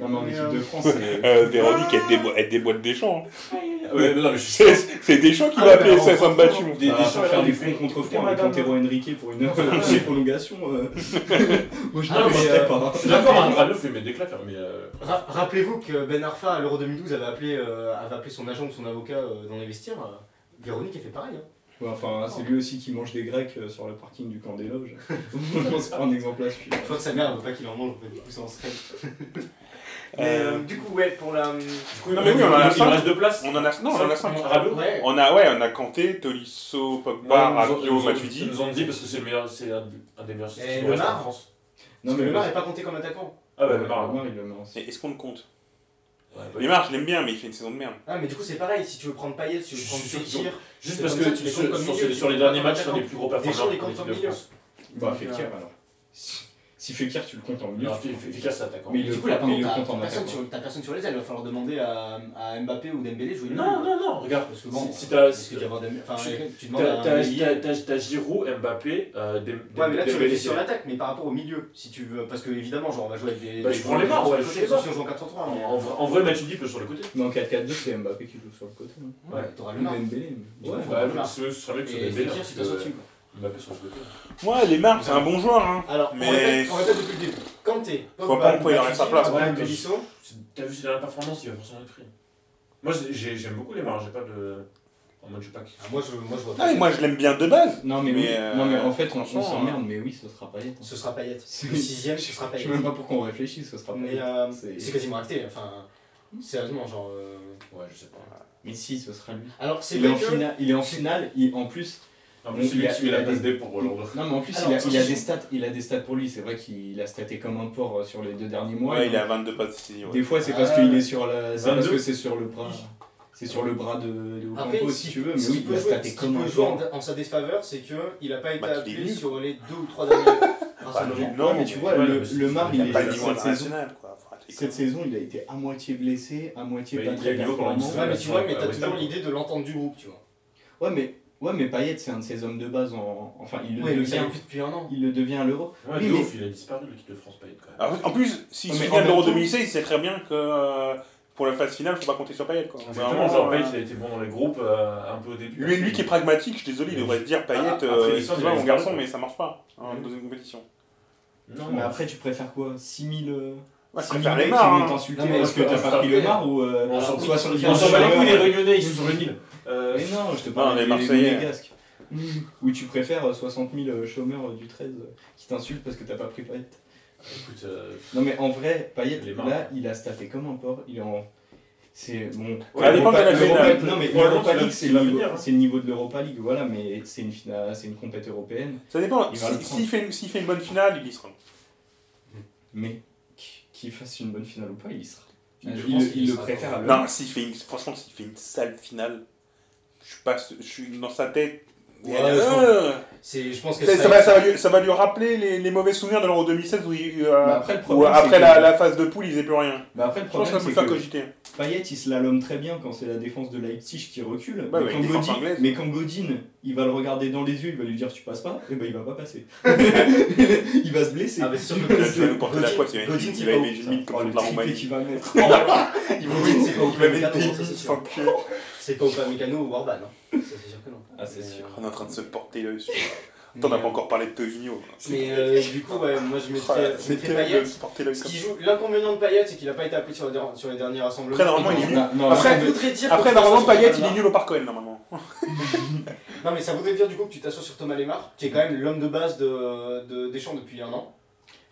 [SPEAKER 3] Non, mais en
[SPEAKER 4] Mais,
[SPEAKER 3] équipe
[SPEAKER 4] euh,
[SPEAKER 3] de France, c'est.
[SPEAKER 6] Euh, Véronique, elle, débo- elle déboîte Deschamps. hein.
[SPEAKER 5] Ouais, non, mais je suis
[SPEAKER 6] C'est c'est Deschamps qui
[SPEAKER 5] Ah,
[SPEAKER 6] va
[SPEAKER 5] bah,
[SPEAKER 6] appeler
[SPEAKER 5] on
[SPEAKER 6] ça
[SPEAKER 5] s'en
[SPEAKER 6] un battu.
[SPEAKER 5] fout.
[SPEAKER 3] Des,
[SPEAKER 5] Ah,
[SPEAKER 3] des
[SPEAKER 5] faut
[SPEAKER 3] faire
[SPEAKER 5] faire
[SPEAKER 3] des
[SPEAKER 5] des
[SPEAKER 3] fronts contre
[SPEAKER 5] Écoutez,
[SPEAKER 3] fronts avec
[SPEAKER 5] madame.
[SPEAKER 3] Antero Henrique pour une heure de prolongation. euh, Moi je
[SPEAKER 4] Ah,
[SPEAKER 3] ne
[SPEAKER 4] mais,
[SPEAKER 3] sais
[SPEAKER 4] euh,
[SPEAKER 3] pas.
[SPEAKER 5] je suis d'accord, un Rabiot lui met des claques, hein, mais. euh,
[SPEAKER 4] Ra- Rappelez-vous que Ben Arfa à l'Euro 2012 avait appelé, euh, avait appelé son agent ou son avocat euh, dans les vestiaires. euh, Véronique, elle fait pareil. hein.
[SPEAKER 3] euh, Ouais, Enfin, c'est lui aussi qui mange des grecs euh, sur le parking du camp des loges. On se prend un exemple à suivre.
[SPEAKER 4] Je crois que sa mère elle veut pas qu'il en mange, en fait, du coup, c'est en secret. Mais
[SPEAKER 6] Euh,
[SPEAKER 4] euh, du coup, ouais, pour la.
[SPEAKER 5] Du coup, il-
[SPEAKER 6] mais oui, on en a
[SPEAKER 5] il- il
[SPEAKER 6] cinq.
[SPEAKER 5] reste deux places.
[SPEAKER 6] On en a, non, on en a 5.
[SPEAKER 5] Rabiot
[SPEAKER 4] Ouais.
[SPEAKER 6] On a, ouais, on a Kanté, Tolisso, Pogba,
[SPEAKER 5] Ouais, ils nous ont-
[SPEAKER 6] Rabiot,
[SPEAKER 5] ils nous ont- Ils
[SPEAKER 6] Matuidi.
[SPEAKER 5] nous ont dit parce que c'est le meilleur, c'est un un des meilleurs systèmes
[SPEAKER 4] Et
[SPEAKER 5] qui
[SPEAKER 4] le
[SPEAKER 5] reste en
[SPEAKER 4] Mar
[SPEAKER 5] France.
[SPEAKER 4] Non,
[SPEAKER 3] Non,
[SPEAKER 4] mais
[SPEAKER 3] mais
[SPEAKER 4] le
[SPEAKER 3] Lemar,
[SPEAKER 4] est pas compté comme attaquant.
[SPEAKER 5] Ah bah,
[SPEAKER 3] le
[SPEAKER 5] le Mar.
[SPEAKER 3] Lemar, il le met en six.
[SPEAKER 6] Est-ce qu'on le compte
[SPEAKER 5] Ouais, bah,
[SPEAKER 6] Lemar, je l'aime bien, mais il fait une saison de merde.
[SPEAKER 4] Ah, mais du coup, c'est pareil, si tu veux prendre Payet, si tu
[SPEAKER 5] Je
[SPEAKER 4] veux prendre
[SPEAKER 5] suis sûr
[SPEAKER 4] Fekir.
[SPEAKER 5] Juste
[SPEAKER 4] C'est
[SPEAKER 5] parce
[SPEAKER 4] comme
[SPEAKER 5] que
[SPEAKER 4] ça, tu les
[SPEAKER 5] sur,
[SPEAKER 4] comptes comme
[SPEAKER 5] sur-
[SPEAKER 4] milieu,
[SPEAKER 5] sur- sur les
[SPEAKER 4] tu
[SPEAKER 5] derniers
[SPEAKER 4] les
[SPEAKER 5] matchs,
[SPEAKER 4] comptes
[SPEAKER 5] c'est les plus gros
[SPEAKER 4] Deschamps,
[SPEAKER 5] performeurs
[SPEAKER 4] les
[SPEAKER 5] de
[SPEAKER 4] comptes
[SPEAKER 5] l'équipe
[SPEAKER 4] comme
[SPEAKER 5] de
[SPEAKER 4] milieu.
[SPEAKER 5] France.
[SPEAKER 3] Bah,
[SPEAKER 4] Ouais.
[SPEAKER 3] Fekir alors. Si Fekir, tu le comptes en milieu.
[SPEAKER 5] Non,
[SPEAKER 3] tu le comptes en
[SPEAKER 5] Fe- Fe- Fekir, c'est attaquant.
[SPEAKER 3] Mais il
[SPEAKER 4] Du
[SPEAKER 3] le
[SPEAKER 4] coup, là,
[SPEAKER 3] compte
[SPEAKER 4] par
[SPEAKER 3] mais il le
[SPEAKER 4] contre,
[SPEAKER 3] compte
[SPEAKER 4] t'as- t'as
[SPEAKER 3] en
[SPEAKER 4] personne,
[SPEAKER 3] attaquant.
[SPEAKER 4] sur- t'as personne sur les ailes, il va falloir demander à, à Mbappé ou Dembélé de jouer le
[SPEAKER 5] Non,
[SPEAKER 4] milieu.
[SPEAKER 5] non, non, regarde.
[SPEAKER 4] Parce que bon,
[SPEAKER 5] si- si t'as-
[SPEAKER 4] parce que tu vas avoir Dembélé- enfin,
[SPEAKER 5] tu-
[SPEAKER 4] tu demandes
[SPEAKER 5] T'as-
[SPEAKER 4] à
[SPEAKER 5] T'as
[SPEAKER 4] Dembélé-
[SPEAKER 5] t'as- t'as- t'as Giroud, Mbappé, euh, Dem-
[SPEAKER 4] Ouais, mais là, tu
[SPEAKER 5] Dembélé,
[SPEAKER 4] réfléchis
[SPEAKER 5] c'est-
[SPEAKER 4] sur l'attaque, mais par rapport au milieu, si tu veux. Parce que, évidemment, genre, on va jouer avec des.
[SPEAKER 5] Bah,
[SPEAKER 4] des-
[SPEAKER 5] tu prends les marques, ouais,
[SPEAKER 4] des-
[SPEAKER 5] je
[SPEAKER 4] des-
[SPEAKER 5] sais
[SPEAKER 4] des-
[SPEAKER 5] pas.
[SPEAKER 4] Si on joue en 4-3-3,
[SPEAKER 5] En,
[SPEAKER 4] mais-
[SPEAKER 5] en vrai- en vrai, Matuidi peut sur le côté.
[SPEAKER 3] Mais en 4-4-2, c'est Mbappé qui joue sur le côté. hein.
[SPEAKER 4] Ouais, t'auras le
[SPEAKER 3] Ou
[SPEAKER 4] marque.
[SPEAKER 3] Dembélé. mais-
[SPEAKER 4] Ah, Ouais,
[SPEAKER 3] Ouais.
[SPEAKER 4] faudra le marque.
[SPEAKER 5] ce ce serait mieux que sur
[SPEAKER 4] Et
[SPEAKER 5] Dembélé.
[SPEAKER 4] Fekir, si t'as
[SPEAKER 5] parce
[SPEAKER 4] son
[SPEAKER 5] que
[SPEAKER 4] team.
[SPEAKER 5] Mbappé sur le côté.
[SPEAKER 6] Ouais, Lemar, c'est un bon joueur. Hein.
[SPEAKER 4] Alors,
[SPEAKER 6] Mais-
[SPEAKER 4] on, répète, on répète depuis le début. Kanté,
[SPEAKER 6] Faut pas qu'on peut y avoir sa place,
[SPEAKER 5] ouais, mais-
[SPEAKER 4] Tolisso.
[SPEAKER 5] C'est- T'as vu ses dernières performances, il va forcément être pris. Moi, j'ai- j'ai- j'aime beaucoup les marges, j'ai pas de. En mode, je sais pas. qui-
[SPEAKER 4] Ah, moi, je, moi, je vois
[SPEAKER 6] Ah,
[SPEAKER 4] pas.
[SPEAKER 6] mais moi, je l'aime bien de base.
[SPEAKER 3] Non, mais,
[SPEAKER 6] Mais,
[SPEAKER 3] oui.
[SPEAKER 6] euh,
[SPEAKER 3] non, mais en fait, on, on
[SPEAKER 6] franchement, hein.
[SPEAKER 3] s'emmerde, mais oui, ce sera pas
[SPEAKER 4] Ce sera Payet.
[SPEAKER 3] C'est-
[SPEAKER 4] Le sixième, ce sera
[SPEAKER 3] Je
[SPEAKER 4] Payet.
[SPEAKER 3] sais même pas pourquoi on réfléchit, ce sera
[SPEAKER 4] Mais
[SPEAKER 3] Payet.
[SPEAKER 4] euh,
[SPEAKER 3] C'est-
[SPEAKER 4] c'est quasiment acté. Enfin, sérieusement, genre. euh,
[SPEAKER 5] Ouais, je sais pas.
[SPEAKER 3] Mais si, ce sera lui.
[SPEAKER 4] Alors, c'est
[SPEAKER 3] Il est,
[SPEAKER 4] vrai
[SPEAKER 3] en
[SPEAKER 4] que.
[SPEAKER 3] finale, il est en finale, il- en plus,
[SPEAKER 5] En plus, c'est lui qui met la passe D pour Hollande.
[SPEAKER 3] Non mais en plus
[SPEAKER 4] Alors,
[SPEAKER 3] il, a, il a
[SPEAKER 4] attention.
[SPEAKER 3] des stats, il a des stats pour lui, c'est vrai qu'il a staté comme un porc euh, sur les deux derniers mois.
[SPEAKER 6] Ouais, il est à 22 passes décisives. ouais.
[SPEAKER 3] Des fois c'est parce
[SPEAKER 4] Ah,
[SPEAKER 3] qu'il
[SPEAKER 4] ouais.
[SPEAKER 3] est sur la c'est parce
[SPEAKER 5] 22.
[SPEAKER 3] que c'est sur le bras c'est sur le bras de, de Ocampo
[SPEAKER 4] Après,
[SPEAKER 3] si tu veux mais
[SPEAKER 4] ce qui
[SPEAKER 3] oui il
[SPEAKER 4] peut
[SPEAKER 3] a
[SPEAKER 4] jouer,
[SPEAKER 3] staté
[SPEAKER 4] ce qui
[SPEAKER 3] comme
[SPEAKER 4] peut
[SPEAKER 3] un
[SPEAKER 4] jouer
[SPEAKER 3] porc.
[SPEAKER 4] en, en sa défaveur, c'est qu'il n'a pas été
[SPEAKER 6] Bah, qu'il est
[SPEAKER 4] appelé
[SPEAKER 6] nul.
[SPEAKER 4] sur les deux ou trois derniers. Ah,
[SPEAKER 6] Bah,
[SPEAKER 4] rassemblements.
[SPEAKER 3] Non mais tu vois
[SPEAKER 5] Ouais,
[SPEAKER 3] le,
[SPEAKER 5] mais c'est-
[SPEAKER 3] le Mar
[SPEAKER 5] il
[SPEAKER 3] il
[SPEAKER 5] a
[SPEAKER 3] est
[SPEAKER 6] il a pas le niveau
[SPEAKER 3] cette saison,
[SPEAKER 6] international. Quoi. Faut arrêter
[SPEAKER 3] cette
[SPEAKER 6] quand même.
[SPEAKER 3] saison il a été à moitié blessé, à moitié
[SPEAKER 5] Mais
[SPEAKER 3] pas
[SPEAKER 5] il
[SPEAKER 3] très
[SPEAKER 5] est bio pour
[SPEAKER 3] performant.
[SPEAKER 5] l'Angleterre.
[SPEAKER 4] Ouais, mais tu vois, mais t'as
[SPEAKER 5] Ouais,
[SPEAKER 4] toujours
[SPEAKER 5] ouais.
[SPEAKER 4] l'idée de l'entente du groupe, tu vois.
[SPEAKER 3] Ouais mais ouais mais Payet c'est un de ses hommes de base en enfin il le
[SPEAKER 4] Ouais, mais ça
[SPEAKER 3] devient
[SPEAKER 4] depuis depuis un an.
[SPEAKER 3] il le devient à l'euro.
[SPEAKER 5] Ouais,
[SPEAKER 3] Oui,
[SPEAKER 5] de
[SPEAKER 3] mais-
[SPEAKER 5] ouf, il a disparu l'équipe de France Payet quand même.
[SPEAKER 6] Alors, en plus, s'il
[SPEAKER 3] Mais
[SPEAKER 6] se
[SPEAKER 3] en
[SPEAKER 6] souvient de
[SPEAKER 3] même
[SPEAKER 6] l'Euro
[SPEAKER 3] temps-
[SPEAKER 6] 2016, il sait très bien que euh, pour la phase finale, faut pas compter sur Payet. Quoi.
[SPEAKER 5] Exactement,
[SPEAKER 6] Vraiment,
[SPEAKER 5] genre
[SPEAKER 6] euh,
[SPEAKER 5] Payet, il a été bon dans les groupes euh, un peu au début.
[SPEAKER 6] Lui, lui qui est pragmatique, je suis désolé, il devrait se dire Payet,
[SPEAKER 5] Ah, après,
[SPEAKER 6] euh,
[SPEAKER 5] les
[SPEAKER 6] excuse-moi
[SPEAKER 5] sorties,
[SPEAKER 6] mon
[SPEAKER 5] les
[SPEAKER 6] garçon,
[SPEAKER 5] sorties.
[SPEAKER 6] mais ça marche pas en
[SPEAKER 5] Mhm.
[SPEAKER 6] deuxième compétition.
[SPEAKER 5] Non,
[SPEAKER 3] Mais
[SPEAKER 5] mais
[SPEAKER 3] après tu préfères quoi 6000 euh,
[SPEAKER 6] Ouais, je
[SPEAKER 3] 6000
[SPEAKER 6] préfère les
[SPEAKER 3] mecs qui
[SPEAKER 6] marres.
[SPEAKER 3] vont
[SPEAKER 6] hein.
[SPEAKER 3] t'insulter
[SPEAKER 4] Non, mais
[SPEAKER 3] parce que t'as
[SPEAKER 5] après-
[SPEAKER 3] pas pris le Mar ou euh,
[SPEAKER 5] On s'en-
[SPEAKER 3] soit sur le
[SPEAKER 5] on s'en bat les couilles, les
[SPEAKER 3] terrain,
[SPEAKER 5] Réunionnais, ils sont sur une île. Euh,
[SPEAKER 3] Mais non, je te
[SPEAKER 6] Non,
[SPEAKER 3] parle
[SPEAKER 6] les
[SPEAKER 3] des
[SPEAKER 6] Marseillais.
[SPEAKER 3] Marseillais. Ou tu préfères euh, 60 000 euh, chômeurs euh, du 13 euh, qui t'insultent parce que t'as pas pris Payet.
[SPEAKER 5] Écoute, euh,
[SPEAKER 3] Non mais en vrai, Payet,
[SPEAKER 5] Les Marseillais.
[SPEAKER 3] là, il a staté comme un porc. Il est en... C'est bon.
[SPEAKER 5] Ouais,
[SPEAKER 6] dépend de la finale.
[SPEAKER 3] Non mais
[SPEAKER 5] Probablement
[SPEAKER 3] l'Europa
[SPEAKER 5] qu'il va-
[SPEAKER 3] League, c'est
[SPEAKER 5] qu'il va
[SPEAKER 3] le, niveau-
[SPEAKER 5] finir, hein.
[SPEAKER 3] c'est le niveau de l'Europa League, voilà, mais c'est une finale, c'est une compète européenne.
[SPEAKER 6] Ça dépend,
[SPEAKER 3] Il va le
[SPEAKER 6] si-
[SPEAKER 3] prendre.
[SPEAKER 6] s'il fait, s'il fait une bonne finale, il y sera.
[SPEAKER 3] Mais qu- qu'il fasse une bonne finale ou pas, il y sera.
[SPEAKER 4] Ah,
[SPEAKER 3] Il,
[SPEAKER 4] je
[SPEAKER 3] il-
[SPEAKER 4] pense
[SPEAKER 3] il
[SPEAKER 4] qu'il y
[SPEAKER 3] le
[SPEAKER 4] sera
[SPEAKER 3] préfère à l'Europe.
[SPEAKER 6] Non, s'il fait une, franchement, s'il fait une sale finale, je suis, pas, sûr- je suis dans sa tête.
[SPEAKER 4] Ouais,
[SPEAKER 6] Euh,
[SPEAKER 4] je
[SPEAKER 6] euh,
[SPEAKER 4] C'est, je pense que
[SPEAKER 6] ça, ça va, ça va lui, ça va lui rappeler les, les mauvais souvenirs de l'Euro 2016 où, il- euh,
[SPEAKER 3] Mais après, le
[SPEAKER 6] où
[SPEAKER 3] problème,
[SPEAKER 6] après
[SPEAKER 3] c'est
[SPEAKER 6] la,
[SPEAKER 3] que-
[SPEAKER 6] la phase de poule, il faisait plus rien.
[SPEAKER 3] Bah après, le
[SPEAKER 6] Je pense
[SPEAKER 3] problème,
[SPEAKER 6] qu'on peut
[SPEAKER 3] c'est
[SPEAKER 6] faire
[SPEAKER 3] que
[SPEAKER 6] cogiter.
[SPEAKER 3] Payet, il slalome très bien quand c'est la défense de Leipzig qui recule.
[SPEAKER 6] Bah
[SPEAKER 3] mais,
[SPEAKER 6] ouais,
[SPEAKER 3] quand
[SPEAKER 6] défense
[SPEAKER 3] Godin,
[SPEAKER 6] anglaise.
[SPEAKER 3] mais quand Godin, il va le regarder dans les yeux, il va lui dire tu passes pas, et ben il va pas passer. il va se blesser.
[SPEAKER 4] Ah, mais c'est sûr que
[SPEAKER 6] Tu vas nous porter la
[SPEAKER 4] Godin-
[SPEAKER 6] poisse, il va
[SPEAKER 4] Godin,
[SPEAKER 6] il
[SPEAKER 4] c'est
[SPEAKER 6] va
[SPEAKER 4] pas
[SPEAKER 6] aimer
[SPEAKER 4] ouf,
[SPEAKER 6] Jimmy
[SPEAKER 3] Oh,
[SPEAKER 6] comme
[SPEAKER 3] le
[SPEAKER 6] contre la
[SPEAKER 3] triplé
[SPEAKER 6] Roumanie.
[SPEAKER 3] qu'il va mettre.
[SPEAKER 6] Il va
[SPEAKER 4] Godin, c'est pas ouf,
[SPEAKER 6] aimer
[SPEAKER 4] Godin,
[SPEAKER 6] des
[SPEAKER 4] c'est
[SPEAKER 6] bises
[SPEAKER 4] sûr.
[SPEAKER 6] en cul.
[SPEAKER 4] C'est pas Upamecano ou Orban, non hein. Ça, c'est sûr que non.
[SPEAKER 3] Ah, c'est sûr.
[SPEAKER 6] On est en train de se porter là-dessus. Attends, on
[SPEAKER 4] euh,
[SPEAKER 6] n'a pas encore parlé de Oh, Pausinho.
[SPEAKER 4] Mais euh, du coup, ouais, moi je mettrais, je mettrais Payet. Ce qui joue- L'inconvénient de Payet, c'est qu'il a pas été appelé sur, les der- sur les derniers rassemblements.
[SPEAKER 6] Après, normalement,
[SPEAKER 4] Et
[SPEAKER 6] il est
[SPEAKER 4] donc,
[SPEAKER 6] nul.
[SPEAKER 3] Non,
[SPEAKER 6] Après,
[SPEAKER 4] ça
[SPEAKER 3] non, mais-
[SPEAKER 4] voudrait dire que
[SPEAKER 6] Après,
[SPEAKER 4] tu
[SPEAKER 6] normalement,
[SPEAKER 4] t'associes sur
[SPEAKER 6] Payet, il est
[SPEAKER 4] Thomas
[SPEAKER 6] nul au par Cohen, normalement.
[SPEAKER 4] Lemar. Non, mais ça voudrait dire du coup que tu t'associes sur Thomas Lemar, qui est quand même l'homme de base de, de Deschamps depuis un an.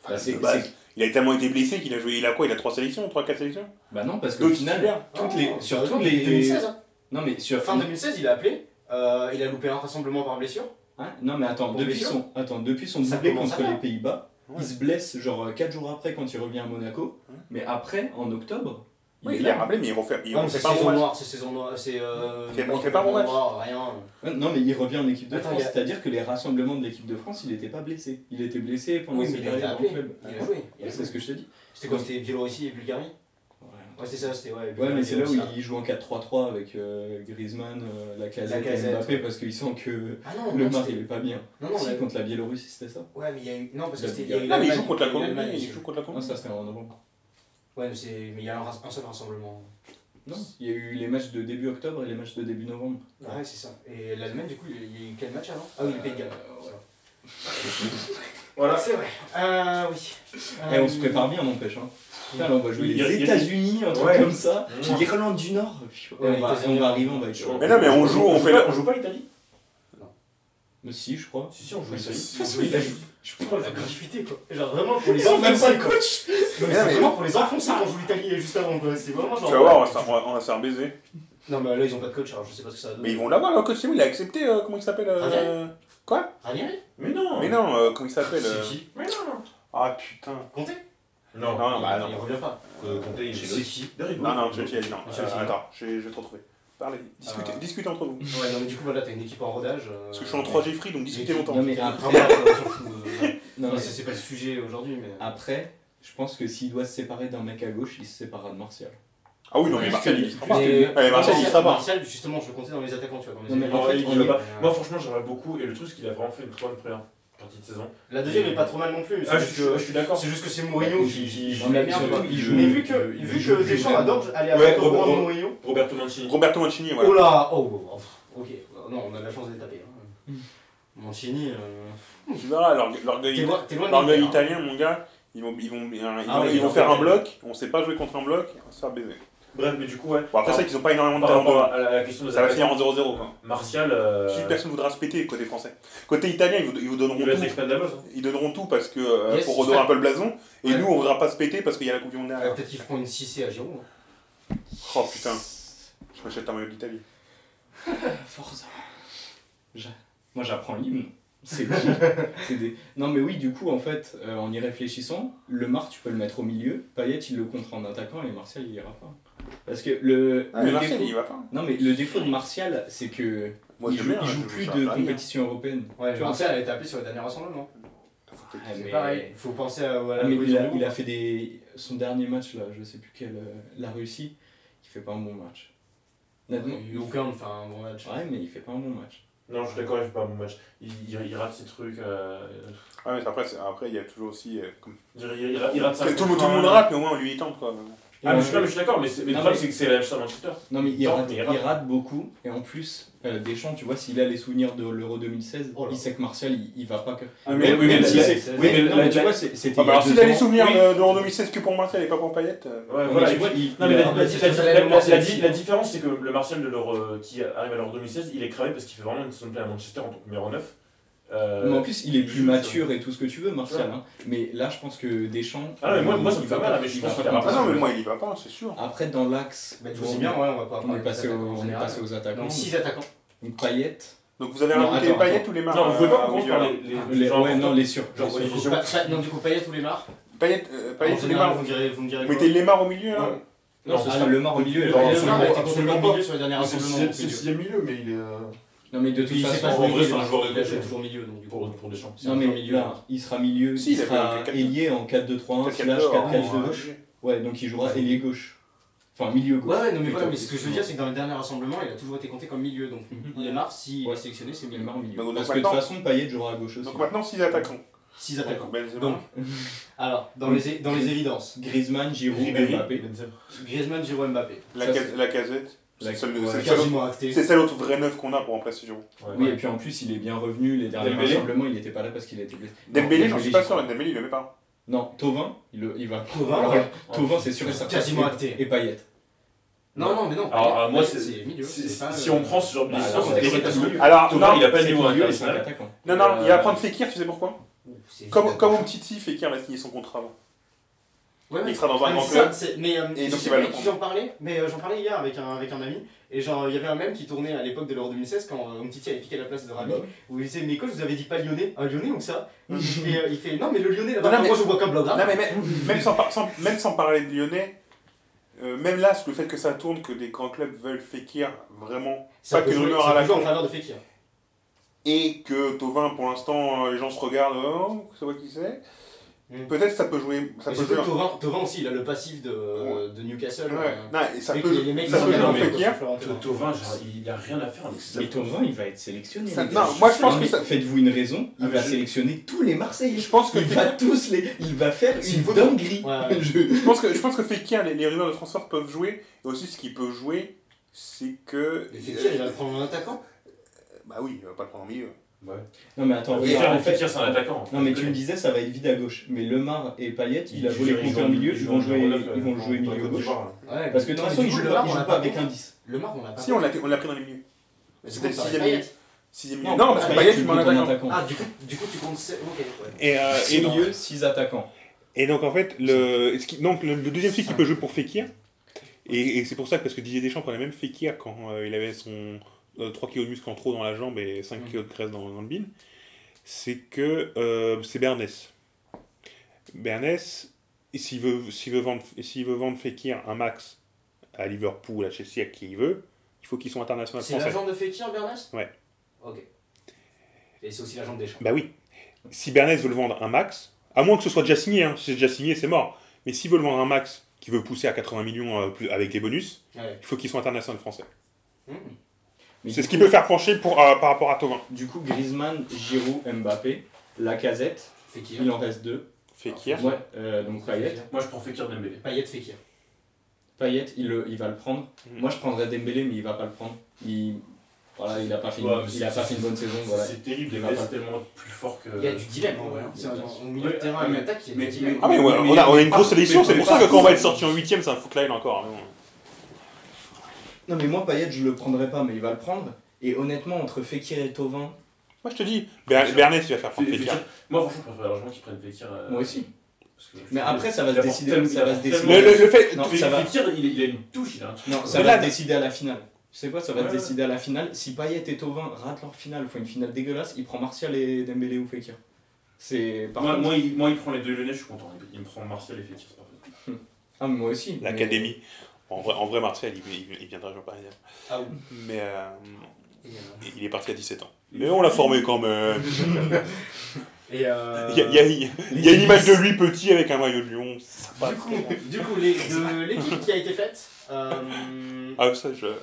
[SPEAKER 3] Bah, c'est-
[SPEAKER 6] de base.
[SPEAKER 3] c'est-
[SPEAKER 6] Il a tellement été blessé qu'il a joué. Il a quoi Il a 3 sélections 3-4 sélections
[SPEAKER 3] bah non, parce qu'au
[SPEAKER 6] Deux
[SPEAKER 3] final.
[SPEAKER 6] titulaires.
[SPEAKER 3] Toutes les-
[SPEAKER 4] Ah,
[SPEAKER 3] sur
[SPEAKER 4] depuis
[SPEAKER 3] toutes les-
[SPEAKER 4] 2016, hein.
[SPEAKER 3] Non, mais sur.
[SPEAKER 4] Fin 2016, il a appelé. euh, il a loupé un rassemblement par blessure.
[SPEAKER 3] Hein non, mais attends,
[SPEAKER 4] Pour
[SPEAKER 3] depuis
[SPEAKER 4] blessure.
[SPEAKER 3] son, attends, depuis son
[SPEAKER 4] Ça
[SPEAKER 3] doublé
[SPEAKER 4] commence à
[SPEAKER 3] contre
[SPEAKER 4] faire.
[SPEAKER 3] les Pays-Bas,
[SPEAKER 6] Ouais.
[SPEAKER 3] il se blesse genre 4 jours après quand il revient à Monaco,
[SPEAKER 6] Ouais.
[SPEAKER 3] mais après, en octobre, il
[SPEAKER 6] Oui,
[SPEAKER 3] est
[SPEAKER 6] il
[SPEAKER 3] là.
[SPEAKER 6] a rappelé, mais il refait. Il
[SPEAKER 4] Non, mais
[SPEAKER 6] refait
[SPEAKER 4] c'est
[SPEAKER 6] pas
[SPEAKER 4] saison
[SPEAKER 6] bon match.
[SPEAKER 4] noire, c'est saison noire, c'est. Euh,
[SPEAKER 6] Il fait pas- il fait pas bon match.
[SPEAKER 4] noir, Rien.
[SPEAKER 3] Ouais, Non, mais il revient en équipe de
[SPEAKER 4] Attends,
[SPEAKER 3] France,
[SPEAKER 4] il y a-
[SPEAKER 3] c'est-à-dire que les rassemblements de l'équipe de France, il n'était pas blessé. Il était blessé pendant
[SPEAKER 4] Oui,
[SPEAKER 3] ses
[SPEAKER 4] mais il a
[SPEAKER 3] périodes
[SPEAKER 4] été
[SPEAKER 3] en
[SPEAKER 4] appelé.
[SPEAKER 3] club.
[SPEAKER 4] Il a joué. il a
[SPEAKER 3] Ouais,
[SPEAKER 4] joué.
[SPEAKER 3] C'est ce que je te dis.
[SPEAKER 4] C'était quoi C'était Biélorussie et Bulgarie
[SPEAKER 3] Ouais,
[SPEAKER 4] Ouais, c'est ça, c'était. Ouais,
[SPEAKER 3] mais c'est là où
[SPEAKER 4] Bulgarie,
[SPEAKER 3] il joue en 4-3-3 avec euh, Griezmann, euh, Lacazette
[SPEAKER 4] Lacazette,
[SPEAKER 3] et Mbappé
[SPEAKER 4] ouais.
[SPEAKER 3] parce qu'il sent que
[SPEAKER 4] Ah non,
[SPEAKER 3] le
[SPEAKER 4] non,
[SPEAKER 3] Mar
[SPEAKER 4] c'était- Ah,
[SPEAKER 3] il est pas bien.
[SPEAKER 4] Non, non,
[SPEAKER 3] si,
[SPEAKER 4] la-
[SPEAKER 3] contre la Biélorussie, c'était ça.
[SPEAKER 4] Ouais, mais il y a eu. Non, parce que
[SPEAKER 3] La
[SPEAKER 4] c'était. il y a eu
[SPEAKER 3] Bulgarie.
[SPEAKER 6] Non, Ah, mais il
[SPEAKER 4] l'Allemagne,
[SPEAKER 6] joue contre la
[SPEAKER 4] il y a eu
[SPEAKER 6] Colombie.
[SPEAKER 4] l'Allemagne,
[SPEAKER 6] Il joue contre la
[SPEAKER 3] Non,
[SPEAKER 6] Colombie.
[SPEAKER 3] ça c'était en novembre.
[SPEAKER 4] Ouais, mais c'est. Mais il y a un, ras- un seul rassemblement.
[SPEAKER 3] Non, il y a eu les matchs de début octobre et les matchs de début novembre.
[SPEAKER 4] Ouais, c'est ça. Et l'Allemagne, du coup, il y a- il y a eu quel match avant Ah oui, le Pays de Galles.
[SPEAKER 5] Voilà.
[SPEAKER 4] C'est vrai. Euh, oui.
[SPEAKER 3] Et
[SPEAKER 4] Euh,
[SPEAKER 3] Eh, on se prépare bien, n'empêche. Hein. Putain, là, on va jouer
[SPEAKER 5] Il y a- il
[SPEAKER 3] les
[SPEAKER 5] y a-
[SPEAKER 3] États-Unis, un truc
[SPEAKER 5] Ouais.
[SPEAKER 3] comme ça.
[SPEAKER 5] Mmh.
[SPEAKER 3] Puis l'Irlande du Nord. Puis,
[SPEAKER 4] Ouais,
[SPEAKER 3] on, va,
[SPEAKER 4] les
[SPEAKER 3] on va
[SPEAKER 4] États-Unis.
[SPEAKER 3] arriver, on va être chaud.
[SPEAKER 6] Mais non, mais on joue, on fait
[SPEAKER 5] pas-
[SPEAKER 6] la-
[SPEAKER 5] On joue pas l'Italie
[SPEAKER 3] Mais si, je crois.
[SPEAKER 5] Si, si, on joue
[SPEAKER 3] Mais
[SPEAKER 5] l'Italie.
[SPEAKER 3] si.
[SPEAKER 5] Oui, là, je- je
[SPEAKER 4] Putain,
[SPEAKER 5] prends
[SPEAKER 4] la
[SPEAKER 5] la gauche.
[SPEAKER 4] gratuité, quoi. Genre vraiment pour les
[SPEAKER 3] Ils ont même pas
[SPEAKER 4] enfoncer,
[SPEAKER 3] le
[SPEAKER 4] quoi.
[SPEAKER 3] coach
[SPEAKER 4] Non, mais
[SPEAKER 6] Mais non,
[SPEAKER 4] c'est
[SPEAKER 6] mais-
[SPEAKER 4] vraiment pour les enfoncer quand je joue l'Italie euh, juste avant, quoi. C'est vraiment genre.
[SPEAKER 6] Tu vas voir, on va se faire- on va se faire baiser.
[SPEAKER 4] Non, mais là, ils ont pas de coach, alors je sais pas ce que ça va
[SPEAKER 6] Mais ils
[SPEAKER 4] donner.
[SPEAKER 6] vont l'avoir, le coach, c'est bon, il a accepté, euh, comment il s'appelle euh, Quoi
[SPEAKER 4] Ranieri
[SPEAKER 5] Mais non
[SPEAKER 6] Mais non, euh, comment il s'appelle
[SPEAKER 4] C'est
[SPEAKER 6] euh,
[SPEAKER 4] qui
[SPEAKER 5] Mais non
[SPEAKER 6] Ah putain.
[SPEAKER 4] Comté
[SPEAKER 5] Non,
[SPEAKER 4] Ah,
[SPEAKER 6] Non, bah
[SPEAKER 4] Il
[SPEAKER 6] non.
[SPEAKER 4] revient pas.
[SPEAKER 5] Euh, Conte, il est
[SPEAKER 2] C'est
[SPEAKER 5] qui Derigo.
[SPEAKER 6] Non, non, Chelsea, non.
[SPEAKER 4] Ah, Chelsea,
[SPEAKER 6] Euh,
[SPEAKER 4] non.
[SPEAKER 6] attends, je vais, je vais te retrouver. Parlez, discutez,
[SPEAKER 4] Euh.
[SPEAKER 6] discutez entre vous.
[SPEAKER 4] Ouais, non, mais du coup, voilà, t'as une équipe en rodage. euh,
[SPEAKER 6] Parce que je suis en 3 g free, donc discutez longtemps.
[SPEAKER 3] Non, mais
[SPEAKER 4] Après,
[SPEAKER 3] après,
[SPEAKER 4] on s'en fout, euh,
[SPEAKER 3] non,
[SPEAKER 4] non,
[SPEAKER 3] mais
[SPEAKER 4] c'est c'est pas le sujet aujourd'hui, mais.
[SPEAKER 3] après, je pense que s'il doit se séparer d'un mec à gauche, il se séparera de Martial.
[SPEAKER 6] Ah oui, non, mais
[SPEAKER 4] Plus
[SPEAKER 6] Martial, il
[SPEAKER 3] que-
[SPEAKER 6] Ah, Allez, Martial, il sera pas.
[SPEAKER 4] Martial, justement, je le comptais dans les attaquants, tu vois. Dans les
[SPEAKER 3] Non, mais
[SPEAKER 5] Non,
[SPEAKER 4] attaquants.
[SPEAKER 3] en fait,
[SPEAKER 5] il
[SPEAKER 3] on
[SPEAKER 5] va
[SPEAKER 3] est- euh,
[SPEAKER 5] pas. Moi, franchement, j'aimerais beaucoup. Et le truc, c'est qu'il a vraiment fait une bonne première partie de saison.
[SPEAKER 6] Ah,
[SPEAKER 4] La deuxième est pas trop mal non plus.
[SPEAKER 5] Ah,
[SPEAKER 4] C'est
[SPEAKER 5] je,
[SPEAKER 4] juste
[SPEAKER 5] je- je
[SPEAKER 4] que-
[SPEAKER 5] suis d'accord.
[SPEAKER 4] c'est juste que c'est Mourinho qui.
[SPEAKER 5] J'ai- j'ai-
[SPEAKER 3] Non, mais
[SPEAKER 5] j'ai-
[SPEAKER 4] surtout,
[SPEAKER 5] surtout,
[SPEAKER 3] il joue-
[SPEAKER 4] Mais vu que,
[SPEAKER 5] il
[SPEAKER 4] vu
[SPEAKER 5] joue-
[SPEAKER 4] que
[SPEAKER 5] il joue
[SPEAKER 4] Deschamps
[SPEAKER 5] vraiment.
[SPEAKER 4] adore aller
[SPEAKER 5] Ouais,
[SPEAKER 4] avec le
[SPEAKER 5] Robert-
[SPEAKER 4] grand Mourinho.
[SPEAKER 5] Roberto Mancini.
[SPEAKER 6] Roberto Mancini, voilà.
[SPEAKER 4] Oh là Oh oh, Ok, non, on a de la chance de les taper. hein. Mancini. euh,
[SPEAKER 6] Tu verras, l'orgue-
[SPEAKER 4] T'es
[SPEAKER 6] l'orgueil
[SPEAKER 4] loin t'es loin de
[SPEAKER 6] l'orgueil
[SPEAKER 4] l'Inter, hein.
[SPEAKER 6] italien, mon gars, ils vont, ils vont, ils vont,
[SPEAKER 4] Ah ouais,
[SPEAKER 6] ils
[SPEAKER 4] ils
[SPEAKER 6] vont
[SPEAKER 4] vont
[SPEAKER 6] faire un
[SPEAKER 4] faire-
[SPEAKER 6] bloc, on sait pas jouer contre un bloc, on va se faire baiser.
[SPEAKER 5] Bref, mais du coup, ouais.
[SPEAKER 6] Bon, après,
[SPEAKER 5] Par-
[SPEAKER 6] ça, qu'ils ont pas énormément de
[SPEAKER 5] par
[SPEAKER 6] talent
[SPEAKER 5] rapport
[SPEAKER 6] devant.
[SPEAKER 5] à la la question de
[SPEAKER 6] Ça va finir en 0-0, quoi.
[SPEAKER 5] Martial. euh,
[SPEAKER 6] Si personne voudra se péter, côté français. Côté italien, ils vous, ils vous
[SPEAKER 5] Il
[SPEAKER 6] donneront
[SPEAKER 5] va être
[SPEAKER 6] tout.
[SPEAKER 5] l'expert de la hein. base.
[SPEAKER 6] Ils donneront tout parce que euh,
[SPEAKER 4] Yes,
[SPEAKER 6] pour
[SPEAKER 4] c'est
[SPEAKER 6] redorer
[SPEAKER 4] ça.
[SPEAKER 6] un peu le blason. Et
[SPEAKER 4] Ouais.
[SPEAKER 6] nous, on voudra pas se péter parce qu'il y a la Coupe du Monde
[SPEAKER 4] Ouais,
[SPEAKER 6] derrière.
[SPEAKER 4] hein. Peut-être qu'ils feront une 6C à Giroud. hein.
[SPEAKER 6] Oh putain, je m'achète un maillot d'Italie.
[SPEAKER 3] Forza. J'a- Moi, j'apprends l'hymne. C'est cool. C'est des- Non, mais oui, du coup, en fait, euh, en y réfléchissant, le Mar, tu peux le mettre au milieu. Payet, il le contre en attaquant et Martial, il ira pas. Parce que le.
[SPEAKER 6] Ah,
[SPEAKER 3] le
[SPEAKER 6] mais Marseille,
[SPEAKER 3] défaut-
[SPEAKER 6] il y va pas.
[SPEAKER 3] Non, mais le défaut de Martial, c'est que.
[SPEAKER 6] Moi,
[SPEAKER 3] il
[SPEAKER 6] j'aime
[SPEAKER 3] joue,
[SPEAKER 6] bien,
[SPEAKER 3] il
[SPEAKER 6] hein,
[SPEAKER 3] joue
[SPEAKER 6] je
[SPEAKER 3] plus
[SPEAKER 6] joue
[SPEAKER 3] de
[SPEAKER 6] à Paris,
[SPEAKER 3] compétition européenne.
[SPEAKER 4] Ouais,
[SPEAKER 3] Tu vois,
[SPEAKER 4] Martial a été appelé sur le dernier rassemblement.
[SPEAKER 6] hein. Faut
[SPEAKER 3] Ah,
[SPEAKER 6] peut-être-
[SPEAKER 3] mais-
[SPEAKER 4] C'est pareil, il faut penser à. Voilà,
[SPEAKER 3] Ah, mais
[SPEAKER 4] la
[SPEAKER 3] il, a,
[SPEAKER 4] position.
[SPEAKER 3] il a fait des son dernier match là, je sais plus quel, euh, la Russie, il fait pas un bon match. Honnêtement,
[SPEAKER 4] Il y a eu aucun, enfin, un bon match.
[SPEAKER 3] ouais, mais il fait pas un bon match.
[SPEAKER 5] Non, je suis d'accord, il fait pas un bon match. Il, il- il rate ses trucs. euh,
[SPEAKER 6] Ah, mais après, c'est- après, il y a toujours aussi. euh, comme-
[SPEAKER 5] il, il- il- il rate sa
[SPEAKER 6] Que tout, le- tout le monde rate, mais au moins, on lui y tente quoi.
[SPEAKER 5] Ah, mais je, suis- non, mais je suis d'accord, mais, c'est- mais le
[SPEAKER 3] Non,
[SPEAKER 5] problème,
[SPEAKER 3] mais-
[SPEAKER 5] c'est que c'est la même chose à Manchester.
[SPEAKER 3] Non mais il,
[SPEAKER 5] Non,
[SPEAKER 3] rate,
[SPEAKER 5] mais il
[SPEAKER 3] il
[SPEAKER 5] rate.
[SPEAKER 3] rate beaucoup et en plus euh, Deschamps, tu vois, s'il a les souvenirs de l'Euro 2016,
[SPEAKER 4] Oh là.
[SPEAKER 3] il sait que Martial il, il va pas que.
[SPEAKER 5] Ah,
[SPEAKER 3] mais- oui, mais
[SPEAKER 5] la-
[SPEAKER 3] si
[SPEAKER 5] la-
[SPEAKER 3] c'est-
[SPEAKER 5] la-
[SPEAKER 3] Oui, mais,
[SPEAKER 5] la-
[SPEAKER 3] non,
[SPEAKER 5] la-
[SPEAKER 3] mais tu
[SPEAKER 5] la-
[SPEAKER 3] vois, c'est- c'était.
[SPEAKER 6] Ah, bah, alors,
[SPEAKER 3] il
[SPEAKER 6] s'il
[SPEAKER 3] y
[SPEAKER 6] a
[SPEAKER 3] a deux
[SPEAKER 6] les
[SPEAKER 3] ans.
[SPEAKER 6] souvenirs
[SPEAKER 5] Oui.
[SPEAKER 6] de, de l'Euro 2016 que pour Marseille et pas pour Payet. euh,
[SPEAKER 5] Ouais,
[SPEAKER 3] Mais
[SPEAKER 5] voilà.
[SPEAKER 3] tu vois, il-
[SPEAKER 5] Non, mais la,
[SPEAKER 3] il a-
[SPEAKER 5] la- la-
[SPEAKER 4] c'est-
[SPEAKER 5] la-
[SPEAKER 4] c'est-
[SPEAKER 5] la- la- la-
[SPEAKER 4] c'est-
[SPEAKER 5] la-
[SPEAKER 4] c'est-
[SPEAKER 5] la différence, c'est que le Martial de leur, euh, qui arrive à l'Euro 2016, il est cramé parce qu'il fait vraiment une saison de play à Manchester en tant que numéro 9.
[SPEAKER 3] Mais en plus, il est
[SPEAKER 5] il
[SPEAKER 3] plus
[SPEAKER 5] joue, ça.
[SPEAKER 3] mature et tout ce que tu veux, Martial.
[SPEAKER 5] Ouais.
[SPEAKER 3] hein. Mais là, je pense que Deschamps.
[SPEAKER 5] Ah, mais moi- moi, ça
[SPEAKER 3] il
[SPEAKER 5] me
[SPEAKER 3] va
[SPEAKER 5] fait mal,
[SPEAKER 3] pas-
[SPEAKER 5] mais je
[SPEAKER 3] il
[SPEAKER 5] pense
[SPEAKER 3] va
[SPEAKER 5] qu'il
[SPEAKER 3] pas
[SPEAKER 5] y aura
[SPEAKER 6] Ah non,
[SPEAKER 3] comprendre.
[SPEAKER 6] mais moi, il y va pas, c'est sûr.
[SPEAKER 3] Après, dans l'axe,
[SPEAKER 4] Bah, tu
[SPEAKER 3] bon,
[SPEAKER 4] sais bien, ouais, on va pas
[SPEAKER 3] on
[SPEAKER 4] parler
[SPEAKER 3] est
[SPEAKER 4] des
[SPEAKER 3] passé
[SPEAKER 4] attaquants en
[SPEAKER 3] au- on est
[SPEAKER 4] général.
[SPEAKER 3] passé aux attaquants.
[SPEAKER 4] Donc 6 attaquants.
[SPEAKER 3] Une paillette.
[SPEAKER 6] Donc, vous avez
[SPEAKER 3] Non,
[SPEAKER 6] rajouté les
[SPEAKER 3] attends,
[SPEAKER 6] Payet ou les Mar
[SPEAKER 5] Non, vous pouvez pas
[SPEAKER 6] euh,
[SPEAKER 5] commencer
[SPEAKER 6] Guardiola
[SPEAKER 5] par les. les-
[SPEAKER 3] Les,
[SPEAKER 5] genre,
[SPEAKER 3] ouais, non, les sur.
[SPEAKER 5] genre,
[SPEAKER 3] les
[SPEAKER 5] Olivier
[SPEAKER 3] sur-
[SPEAKER 4] Donc,
[SPEAKER 5] Giroud.
[SPEAKER 4] pas- ça- Non, du coup, Payet ou Lemar
[SPEAKER 6] Payet, euh, Payet
[SPEAKER 4] En
[SPEAKER 6] ou les
[SPEAKER 4] général,
[SPEAKER 6] Mar
[SPEAKER 4] vous me direz- vous me direz
[SPEAKER 6] Vous
[SPEAKER 4] quoi
[SPEAKER 6] mettez les Mar au milieu là
[SPEAKER 5] Non, ce
[SPEAKER 3] Ah,
[SPEAKER 5] sera-
[SPEAKER 3] le mort au milieu.
[SPEAKER 5] Le
[SPEAKER 3] est
[SPEAKER 5] Mar
[SPEAKER 3] pas-
[SPEAKER 5] au
[SPEAKER 3] est pas-
[SPEAKER 4] Lemar a été
[SPEAKER 5] absolument
[SPEAKER 4] complètement
[SPEAKER 5] pas.
[SPEAKER 4] milieu sur les derniers rassemblements.
[SPEAKER 5] milieu, mais il est.
[SPEAKER 3] Non mais de toute
[SPEAKER 4] Il s'est
[SPEAKER 3] façon,
[SPEAKER 4] pas
[SPEAKER 5] en
[SPEAKER 4] joué
[SPEAKER 5] vrai,
[SPEAKER 4] milieu,
[SPEAKER 5] c'est un
[SPEAKER 4] enfin,
[SPEAKER 5] joueur de
[SPEAKER 4] il a joué
[SPEAKER 5] gauche.
[SPEAKER 4] toujours milieu. Donc, du coup,
[SPEAKER 5] Pour, pour Deschamps.
[SPEAKER 3] non
[SPEAKER 4] un
[SPEAKER 3] mais
[SPEAKER 4] milieu.
[SPEAKER 3] là, il sera milieu,
[SPEAKER 6] Si,
[SPEAKER 3] il
[SPEAKER 6] il a
[SPEAKER 3] sera
[SPEAKER 6] fait un 4-4-2.
[SPEAKER 3] ailier en 4-2-3-1 slash
[SPEAKER 5] hein.
[SPEAKER 6] hein.
[SPEAKER 3] 4-4-2. Ouais, donc il jouera ailier gauche. Enfin milieu gauche.
[SPEAKER 4] Ouais, ouais, non, mais voilà,
[SPEAKER 3] Plutôt.
[SPEAKER 4] mais ce que je veux dire, c'est que dans les derniers rassemblements, il a toujours été compté comme milieu. Donc,
[SPEAKER 3] Mhm.
[SPEAKER 4] Lemar, s'il
[SPEAKER 3] Ouais.
[SPEAKER 4] est sélectionné, c'est
[SPEAKER 3] Il est
[SPEAKER 4] milieu.
[SPEAKER 3] marre au milieu.
[SPEAKER 6] Donc,
[SPEAKER 3] Parce
[SPEAKER 6] donc
[SPEAKER 3] que de toute
[SPEAKER 6] maintenant-
[SPEAKER 3] façon, Payet jouera à gauche aussi.
[SPEAKER 6] Donc maintenant, 6 attaquants.
[SPEAKER 4] 6 attaquants.
[SPEAKER 7] Ben,
[SPEAKER 6] Benzema.
[SPEAKER 4] Donc, alors, dans les é- dans les évidences,
[SPEAKER 3] Griezmann, Giroud,
[SPEAKER 5] Ribéry,
[SPEAKER 3] Mbappé.
[SPEAKER 5] Benzema.
[SPEAKER 4] Griezmann, Giroud, Mbappé.
[SPEAKER 6] La,
[SPEAKER 3] Ça,
[SPEAKER 6] cas-
[SPEAKER 3] c'est-
[SPEAKER 6] la casette.
[SPEAKER 7] C'est celle,
[SPEAKER 3] Ouais,
[SPEAKER 7] c'est le seul autre-
[SPEAKER 4] quasiment acté.
[SPEAKER 7] c'est celle autre vraie neuf qu'on a pour remplacer Giroud.
[SPEAKER 3] Oui, et puis en plus, il est bien revenu. Les derniers
[SPEAKER 5] Dembélé
[SPEAKER 3] rassemblements, il n'était pas là parce qu'il a été blessé.
[SPEAKER 7] Dembélé,
[SPEAKER 3] Non,
[SPEAKER 7] j'en suis
[SPEAKER 3] j'y
[SPEAKER 7] pas
[SPEAKER 3] crois.
[SPEAKER 7] sûr, mais Dembélé, il le met pas.
[SPEAKER 3] Non, Tovin, il, le- il va.
[SPEAKER 4] Thauvin,
[SPEAKER 3] Alors,
[SPEAKER 4] ouais.
[SPEAKER 3] Thauvin, c'est sûr et certain.
[SPEAKER 4] Quasiment
[SPEAKER 3] Et-
[SPEAKER 4] acté.
[SPEAKER 3] Et Payet.
[SPEAKER 4] Non, non, mais non.
[SPEAKER 5] Alors, euh, moi,
[SPEAKER 4] Ouais,
[SPEAKER 5] c'est-
[SPEAKER 4] milieu,
[SPEAKER 5] Si,
[SPEAKER 4] c'est pas,
[SPEAKER 5] si
[SPEAKER 4] euh,
[SPEAKER 5] on prend ce genre de
[SPEAKER 3] Bah,
[SPEAKER 5] décision,
[SPEAKER 3] non,
[SPEAKER 5] c'est
[SPEAKER 3] c'est
[SPEAKER 5] terrible parce que
[SPEAKER 3] milieu.
[SPEAKER 7] Alors,
[SPEAKER 5] Thomas,
[SPEAKER 7] non,
[SPEAKER 5] il a pas de
[SPEAKER 3] C'est
[SPEAKER 5] niveau
[SPEAKER 3] milieu et c'est un
[SPEAKER 5] international.
[SPEAKER 3] attaquant.
[SPEAKER 7] non, non,
[SPEAKER 5] euh,
[SPEAKER 7] il va prendre Fekir, tu sais pourquoi
[SPEAKER 4] c'est-
[SPEAKER 7] Comme, comme mon petit Fekir l'a signé son contrat. avant.
[SPEAKER 4] Ouais, ouais.
[SPEAKER 7] Il sera dans
[SPEAKER 4] Ah,
[SPEAKER 7] un
[SPEAKER 4] mais
[SPEAKER 7] grand
[SPEAKER 4] c'est ça,
[SPEAKER 7] club.
[SPEAKER 4] c'est- mais euh,
[SPEAKER 7] Et
[SPEAKER 4] je
[SPEAKER 7] donc,
[SPEAKER 4] sais
[SPEAKER 7] il va
[SPEAKER 4] pas
[SPEAKER 7] le
[SPEAKER 4] avec qui
[SPEAKER 7] prendre.
[SPEAKER 4] j'en parlais, mais euh, j'en parlais hier avec un, avec un ami, et genre il y avait un même qui tournait à l'époque de l'Euro 2016 quand euh, Umtiti avait piqué la place de Rabi, où il disait mais quoi je vous avais dit pas lyonnais, un lyonnais ou ça il, fait, euh, il fait non mais le lyonnais là-bas,
[SPEAKER 7] Non, non,
[SPEAKER 4] moi
[SPEAKER 7] mais-
[SPEAKER 4] je vois qu'un blog
[SPEAKER 7] Non, mais même, même sans, par- sans- même sans parler de Lyonnais, euh, même là, le fait que ça tourne, que des grands clubs veulent Fekir vraiment,
[SPEAKER 4] ça
[SPEAKER 7] pas
[SPEAKER 4] peut
[SPEAKER 7] que
[SPEAKER 4] jouer-
[SPEAKER 7] l'honneur
[SPEAKER 4] ça
[SPEAKER 7] à
[SPEAKER 4] peut
[SPEAKER 7] la
[SPEAKER 4] jouer en
[SPEAKER 7] con.
[SPEAKER 4] faveur de Fekir.
[SPEAKER 7] et que Tovin, pour l'instant, euh, les gens se regardent, oh, c'est vrai qui c'est.
[SPEAKER 4] Mm.
[SPEAKER 7] Peut-être ça peut jouer. Ça
[SPEAKER 4] Mais
[SPEAKER 7] peut
[SPEAKER 4] surtout
[SPEAKER 7] jouer.
[SPEAKER 4] que
[SPEAKER 7] en-
[SPEAKER 4] Thauvin- Thauvin aussi il a le passif de, euh, de Newcastle.
[SPEAKER 7] Ouais.
[SPEAKER 4] euh,
[SPEAKER 7] Non, et ça
[SPEAKER 4] mec,
[SPEAKER 7] peut
[SPEAKER 4] les
[SPEAKER 7] jouer
[SPEAKER 4] mecs,
[SPEAKER 7] ça
[SPEAKER 4] ils
[SPEAKER 7] peut
[SPEAKER 4] ont
[SPEAKER 7] jouer en
[SPEAKER 4] jamais,
[SPEAKER 7] Fekir.
[SPEAKER 4] quoi, sur Florentin.
[SPEAKER 5] Tovin, il n'y a rien à faire.
[SPEAKER 3] Mais Tovin, il va être sélectionné.
[SPEAKER 7] Ça-
[SPEAKER 3] les gars.
[SPEAKER 7] non, moi, je pense que
[SPEAKER 3] Mais
[SPEAKER 7] ça-
[SPEAKER 3] Faites-vous une raison, il
[SPEAKER 5] Ah,
[SPEAKER 3] va
[SPEAKER 5] je-
[SPEAKER 3] sélectionner tous les Marseillais.
[SPEAKER 7] Je pense que
[SPEAKER 3] Il va tous les. Il va faire
[SPEAKER 4] S'il
[SPEAKER 3] une
[SPEAKER 4] faut-
[SPEAKER 3] dinguerie.
[SPEAKER 4] Ouais, ouais.
[SPEAKER 3] Je-
[SPEAKER 7] Je pense que, je pense que Fekir, les, les rumeurs de transfert peuvent jouer. Et aussi, ce qui peut jouer, c'est que.
[SPEAKER 4] Mais Fekir il va le prendre en attaquant.
[SPEAKER 7] Bah oui, il va pas le prendre en milieu.
[SPEAKER 3] Non, mais attends, regarde, en fait-
[SPEAKER 5] Fekir, c'est un attaquant.
[SPEAKER 3] Non mais tu me disais ça va être vide à gauche, mais Lemar et Payet, il a
[SPEAKER 5] Ils
[SPEAKER 3] volé
[SPEAKER 5] jouent-
[SPEAKER 3] compter en
[SPEAKER 5] jouent-
[SPEAKER 3] milieu, ils vont
[SPEAKER 5] jouent
[SPEAKER 3] jouer,
[SPEAKER 5] en Europe,
[SPEAKER 3] ils vont
[SPEAKER 5] euh,
[SPEAKER 3] jouer
[SPEAKER 5] en
[SPEAKER 3] milieu
[SPEAKER 5] Côte
[SPEAKER 3] gauche.
[SPEAKER 5] d'Ivoire, là.
[SPEAKER 3] Parce que de toute façon ils jouent pas, ils jouent pas avec un 10.
[SPEAKER 4] Le Mar on l'a pas.
[SPEAKER 7] Si, on l'a on l'a pris dans les milieux. C'était le sixième milieu. Sixième
[SPEAKER 3] Non,
[SPEAKER 7] milieu. Non, parce que Payet,
[SPEAKER 3] tu
[SPEAKER 7] il
[SPEAKER 3] comptes
[SPEAKER 7] m'en
[SPEAKER 3] en
[SPEAKER 7] attaque.
[SPEAKER 3] attaquant.
[SPEAKER 4] Ah du coup, du coup tu comptes. sept- Ok, ouais.
[SPEAKER 6] Et, euh, et,
[SPEAKER 3] 6
[SPEAKER 6] donc,
[SPEAKER 3] milieux, 6 attaquants.
[SPEAKER 6] et donc, en fait, le, ce qui- donc, le, le deuxième truc qui peut jouer pour Fekir, et, et c'est pour ça que parce que Didier Deschamps prenait même Fekir quand euh, il avait son euh, 3 kg de muscle en trop dans la jambe et
[SPEAKER 4] Mmh.
[SPEAKER 6] 5 kg de graisse dans, dans le bin, c'est que euh, c'est Bernès. Bernès, et s'il veut, s'il veut, vendre, et s'il veut vendre Fekir un max à Liverpool, à Chelsea, à qui il veut, il faut qu'ils soient internationaux
[SPEAKER 4] C'est
[SPEAKER 6] français.
[SPEAKER 4] l'agent de Fekir, Bernas
[SPEAKER 6] Ouais.
[SPEAKER 4] Ok. Et c'est aussi l'agent des champs.
[SPEAKER 6] Bah oui. Si Bernès veut le vendre un max, à moins que ce soit déjà signé, hein, si c'est déjà signé, c'est mort. Mais s'il veut le vendre un max, qui veut pousser à 80 millions euh, plus- avec les bonus,
[SPEAKER 4] Ouais.
[SPEAKER 6] il faut qu'ils soient internationaux français.
[SPEAKER 4] Mmh.
[SPEAKER 3] Mais
[SPEAKER 6] C'est
[SPEAKER 3] du
[SPEAKER 6] ce qui
[SPEAKER 3] coup-
[SPEAKER 6] peut faire pencher pour, euh, par rapport à Tovin.
[SPEAKER 3] Du coup Griezmann, Giroud, Mbappé, Lacazette,
[SPEAKER 4] Fekir.
[SPEAKER 3] il en reste 2.
[SPEAKER 6] Fekir.
[SPEAKER 3] Ouais, euh, donc Payet,
[SPEAKER 5] Moi, je prends Fekir Dembélé.
[SPEAKER 4] Payet Fekir.
[SPEAKER 3] Payet, il, le- il va le prendre.
[SPEAKER 6] Mm.
[SPEAKER 3] Moi je prendrais Dembélé mais il va pas le prendre. Il voilà, il a pas fait une,
[SPEAKER 5] Ouais, mais
[SPEAKER 3] il a
[SPEAKER 5] c'est-
[SPEAKER 3] pas fait une bonne saison voilà.
[SPEAKER 5] C'est terrible, les
[SPEAKER 3] Il va
[SPEAKER 5] mecs,
[SPEAKER 3] pas.
[SPEAKER 5] c'est tellement plus fort que.
[SPEAKER 4] Il y a du dilemme. hein,
[SPEAKER 5] Ouais,
[SPEAKER 4] ouais. C'est
[SPEAKER 5] bien
[SPEAKER 4] un-
[SPEAKER 5] sûr.
[SPEAKER 4] au milieu de
[SPEAKER 5] Ouais,
[SPEAKER 4] terrain, il
[SPEAKER 5] mais-
[SPEAKER 4] attaque, il y a
[SPEAKER 5] mais-
[SPEAKER 4] du dilemme.
[SPEAKER 5] mais-
[SPEAKER 6] Ah oui, ouais, on, a, on a une grosse sélection, c'est pour ça que quand on va être sorti en 8ème, c'est un footline encore. hein.
[SPEAKER 3] Non mais moi Payet, je le prendrais pas mais il va le prendre et honnêtement entre Fekir et Tovin,
[SPEAKER 6] Moi je te dis, Ber- Bernès, il va faire prendre
[SPEAKER 5] Fe-
[SPEAKER 6] Fekir.
[SPEAKER 5] Fekir- Moi, franchement, je préfère largement qu'ils prennent Fekir. euh,
[SPEAKER 3] moi aussi.
[SPEAKER 5] parce que je-
[SPEAKER 3] Mais après ça va
[SPEAKER 5] Il
[SPEAKER 3] se
[SPEAKER 5] apporte
[SPEAKER 3] décider,
[SPEAKER 5] tellement-
[SPEAKER 3] ça va se
[SPEAKER 5] il apporte
[SPEAKER 6] Le,
[SPEAKER 5] tellement-
[SPEAKER 3] décider.
[SPEAKER 6] le- le fait.
[SPEAKER 3] Non,
[SPEAKER 5] Fe-
[SPEAKER 3] ça va.
[SPEAKER 5] Fekir, il, il a une touche, il a un truc.
[SPEAKER 3] Non, ça
[SPEAKER 6] Mais
[SPEAKER 3] va
[SPEAKER 6] là-
[SPEAKER 3] se décider à la finale. Tu sais quoi, ça va
[SPEAKER 5] Ouais,
[SPEAKER 3] se
[SPEAKER 5] ouais.
[SPEAKER 3] décider à la finale. Si Payet et Tovin ratent leur finale, faut une finale dégueulasse, il prend Martial et Dembélé ou Fekir. C'est par
[SPEAKER 5] Moi,
[SPEAKER 3] contre-
[SPEAKER 5] moi, il, moi, il prend les deux Lyonnais, je suis content. Il, il me prend Martial et Fekir, c'est parfait.
[SPEAKER 3] Ah, mais moi aussi. mais-
[SPEAKER 6] L'académie. En vrai, en vrai, Martial, il, il, il viendra, j'en parle.
[SPEAKER 4] Ah oui.
[SPEAKER 6] Mais euh,
[SPEAKER 4] Et, euh,
[SPEAKER 6] il est parti à 17 ans. Mais on l'a formé quand même.
[SPEAKER 4] Et euh,
[SPEAKER 6] Il y a- il y a- il y a- Il y a une image de lui petit avec un maillot de lion.
[SPEAKER 4] Du coup, du coup les- de l'équipe qui a été faite. euh,
[SPEAKER 6] Ah, ça, je.
[SPEAKER 4] Donc,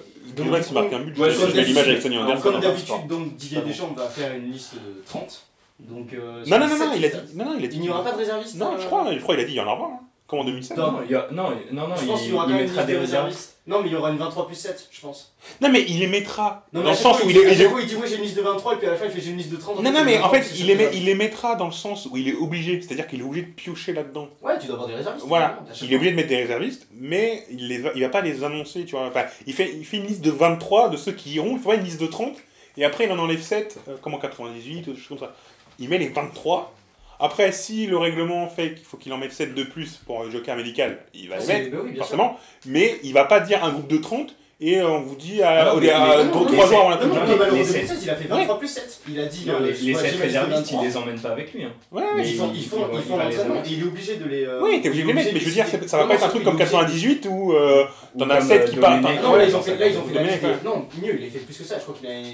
[SPEAKER 6] Griezmann
[SPEAKER 4] du
[SPEAKER 6] se
[SPEAKER 4] coup,
[SPEAKER 6] marque un but,
[SPEAKER 5] ouais,
[SPEAKER 6] je
[SPEAKER 5] comme
[SPEAKER 6] mets l'image
[SPEAKER 5] d'habitude,
[SPEAKER 6] avec Sonny Anderson.
[SPEAKER 4] Comme
[SPEAKER 6] hein.
[SPEAKER 4] d'habitude, donc Didier
[SPEAKER 6] Ah bon.
[SPEAKER 4] Deschamps va faire une liste de 30. Donc, euh, sur
[SPEAKER 6] Non, non,
[SPEAKER 4] les
[SPEAKER 6] non, non,
[SPEAKER 4] sept
[SPEAKER 6] il a
[SPEAKER 4] qui
[SPEAKER 6] dit. Non, non, il a
[SPEAKER 4] Il
[SPEAKER 6] dit.
[SPEAKER 4] n'y aura pas de réserviste euh,
[SPEAKER 6] Non, je crois, je crois, il a dit, il y en aura pas. hein. Comme en 2007.
[SPEAKER 3] Non, il y a- non, il- non, non,
[SPEAKER 4] Je
[SPEAKER 3] il,
[SPEAKER 4] pense qu'il y aura
[SPEAKER 3] il
[SPEAKER 4] quand même une
[SPEAKER 3] mettra
[SPEAKER 4] liste
[SPEAKER 3] des
[SPEAKER 4] de
[SPEAKER 3] réservistes.
[SPEAKER 4] réservistes. Non, mais il y aura une 23 plus 7, je pense.
[SPEAKER 6] Non, mais il les mettra.
[SPEAKER 4] Non, mais
[SPEAKER 6] dans
[SPEAKER 4] à
[SPEAKER 6] le
[SPEAKER 4] chaque
[SPEAKER 6] sens
[SPEAKER 4] fois,
[SPEAKER 6] où
[SPEAKER 4] il
[SPEAKER 6] il
[SPEAKER 4] dit- à
[SPEAKER 6] est.
[SPEAKER 4] chaque fois, il dit ouais j'ai une liste de 23 et puis à la fin il fait j'ai une liste de 30.
[SPEAKER 6] Non, non, mais en fait, il les, met-
[SPEAKER 4] met
[SPEAKER 6] il les mettra dans le sens où il est obligé. C'est-à-dire qu'il est obligé de piocher là-dedans.
[SPEAKER 4] Ouais, tu dois avoir des réservistes.
[SPEAKER 6] Voilà.
[SPEAKER 4] évidemment, à chaque
[SPEAKER 6] Il est obligé de mettre des réservistes, mais il, les va, il va pas les annoncer, tu vois. Enfin, il fait, il fait une liste de 23 de ceux qui iront, tu vois, une liste de 30, et après il en enlève 7, euh, comme en 98, ou des choses comme ça. Il met les 23. Après, si le règlement fait qu'il faut qu'il en mette 7 de plus pour un joker médical, il va
[SPEAKER 4] fois.
[SPEAKER 6] les
[SPEAKER 4] C'est-
[SPEAKER 6] mettre,
[SPEAKER 4] bah oui, bien sûr.
[SPEAKER 6] forcément, mais il va pas dire un groupe de 30, et euh, on vous dit à,
[SPEAKER 3] Ah non,
[SPEAKER 6] au-
[SPEAKER 3] mais-
[SPEAKER 6] à-
[SPEAKER 3] mais
[SPEAKER 4] non,
[SPEAKER 6] dans
[SPEAKER 4] mais
[SPEAKER 6] 3
[SPEAKER 4] c'est-
[SPEAKER 6] jours avant la
[SPEAKER 4] Non,
[SPEAKER 6] Coupe
[SPEAKER 4] non,
[SPEAKER 6] du
[SPEAKER 4] mais
[SPEAKER 6] Monde.
[SPEAKER 4] Valero
[SPEAKER 3] les
[SPEAKER 4] 2016, il a fait 23 plus 7. Il a dit
[SPEAKER 3] Non,
[SPEAKER 5] hein.
[SPEAKER 4] euh,
[SPEAKER 3] les,
[SPEAKER 4] ouais,
[SPEAKER 3] les
[SPEAKER 4] j'ai
[SPEAKER 3] sept
[SPEAKER 4] une liste de
[SPEAKER 3] réservistes, ils
[SPEAKER 4] 23.
[SPEAKER 3] les emmènent pas avec lui. hein.
[SPEAKER 6] Ouais, ouais,
[SPEAKER 4] Mais ils
[SPEAKER 3] il-
[SPEAKER 4] font,
[SPEAKER 3] il-
[SPEAKER 4] ils
[SPEAKER 3] il
[SPEAKER 4] font,
[SPEAKER 3] va-
[SPEAKER 4] ils
[SPEAKER 3] il
[SPEAKER 4] font
[SPEAKER 3] va les
[SPEAKER 4] l'entraînement.
[SPEAKER 3] annoncer.
[SPEAKER 4] Il est obligé de les. euh,
[SPEAKER 6] Oui, t'es obligé de les mettre, mais je veux dire, ça, ça va pas être un truc comme 98 où euh,
[SPEAKER 3] Ou
[SPEAKER 6] t'en as
[SPEAKER 3] comme,
[SPEAKER 6] 7 qui
[SPEAKER 3] euh,
[SPEAKER 6] partent. hein.
[SPEAKER 3] Domenech.
[SPEAKER 4] Non, là ils ont fait, là, ils ont fait la
[SPEAKER 6] Domenech,
[SPEAKER 4] liste. des- Non, mieux, il a fait plus que ça. Je crois qu'il a.
[SPEAKER 6] Non, non,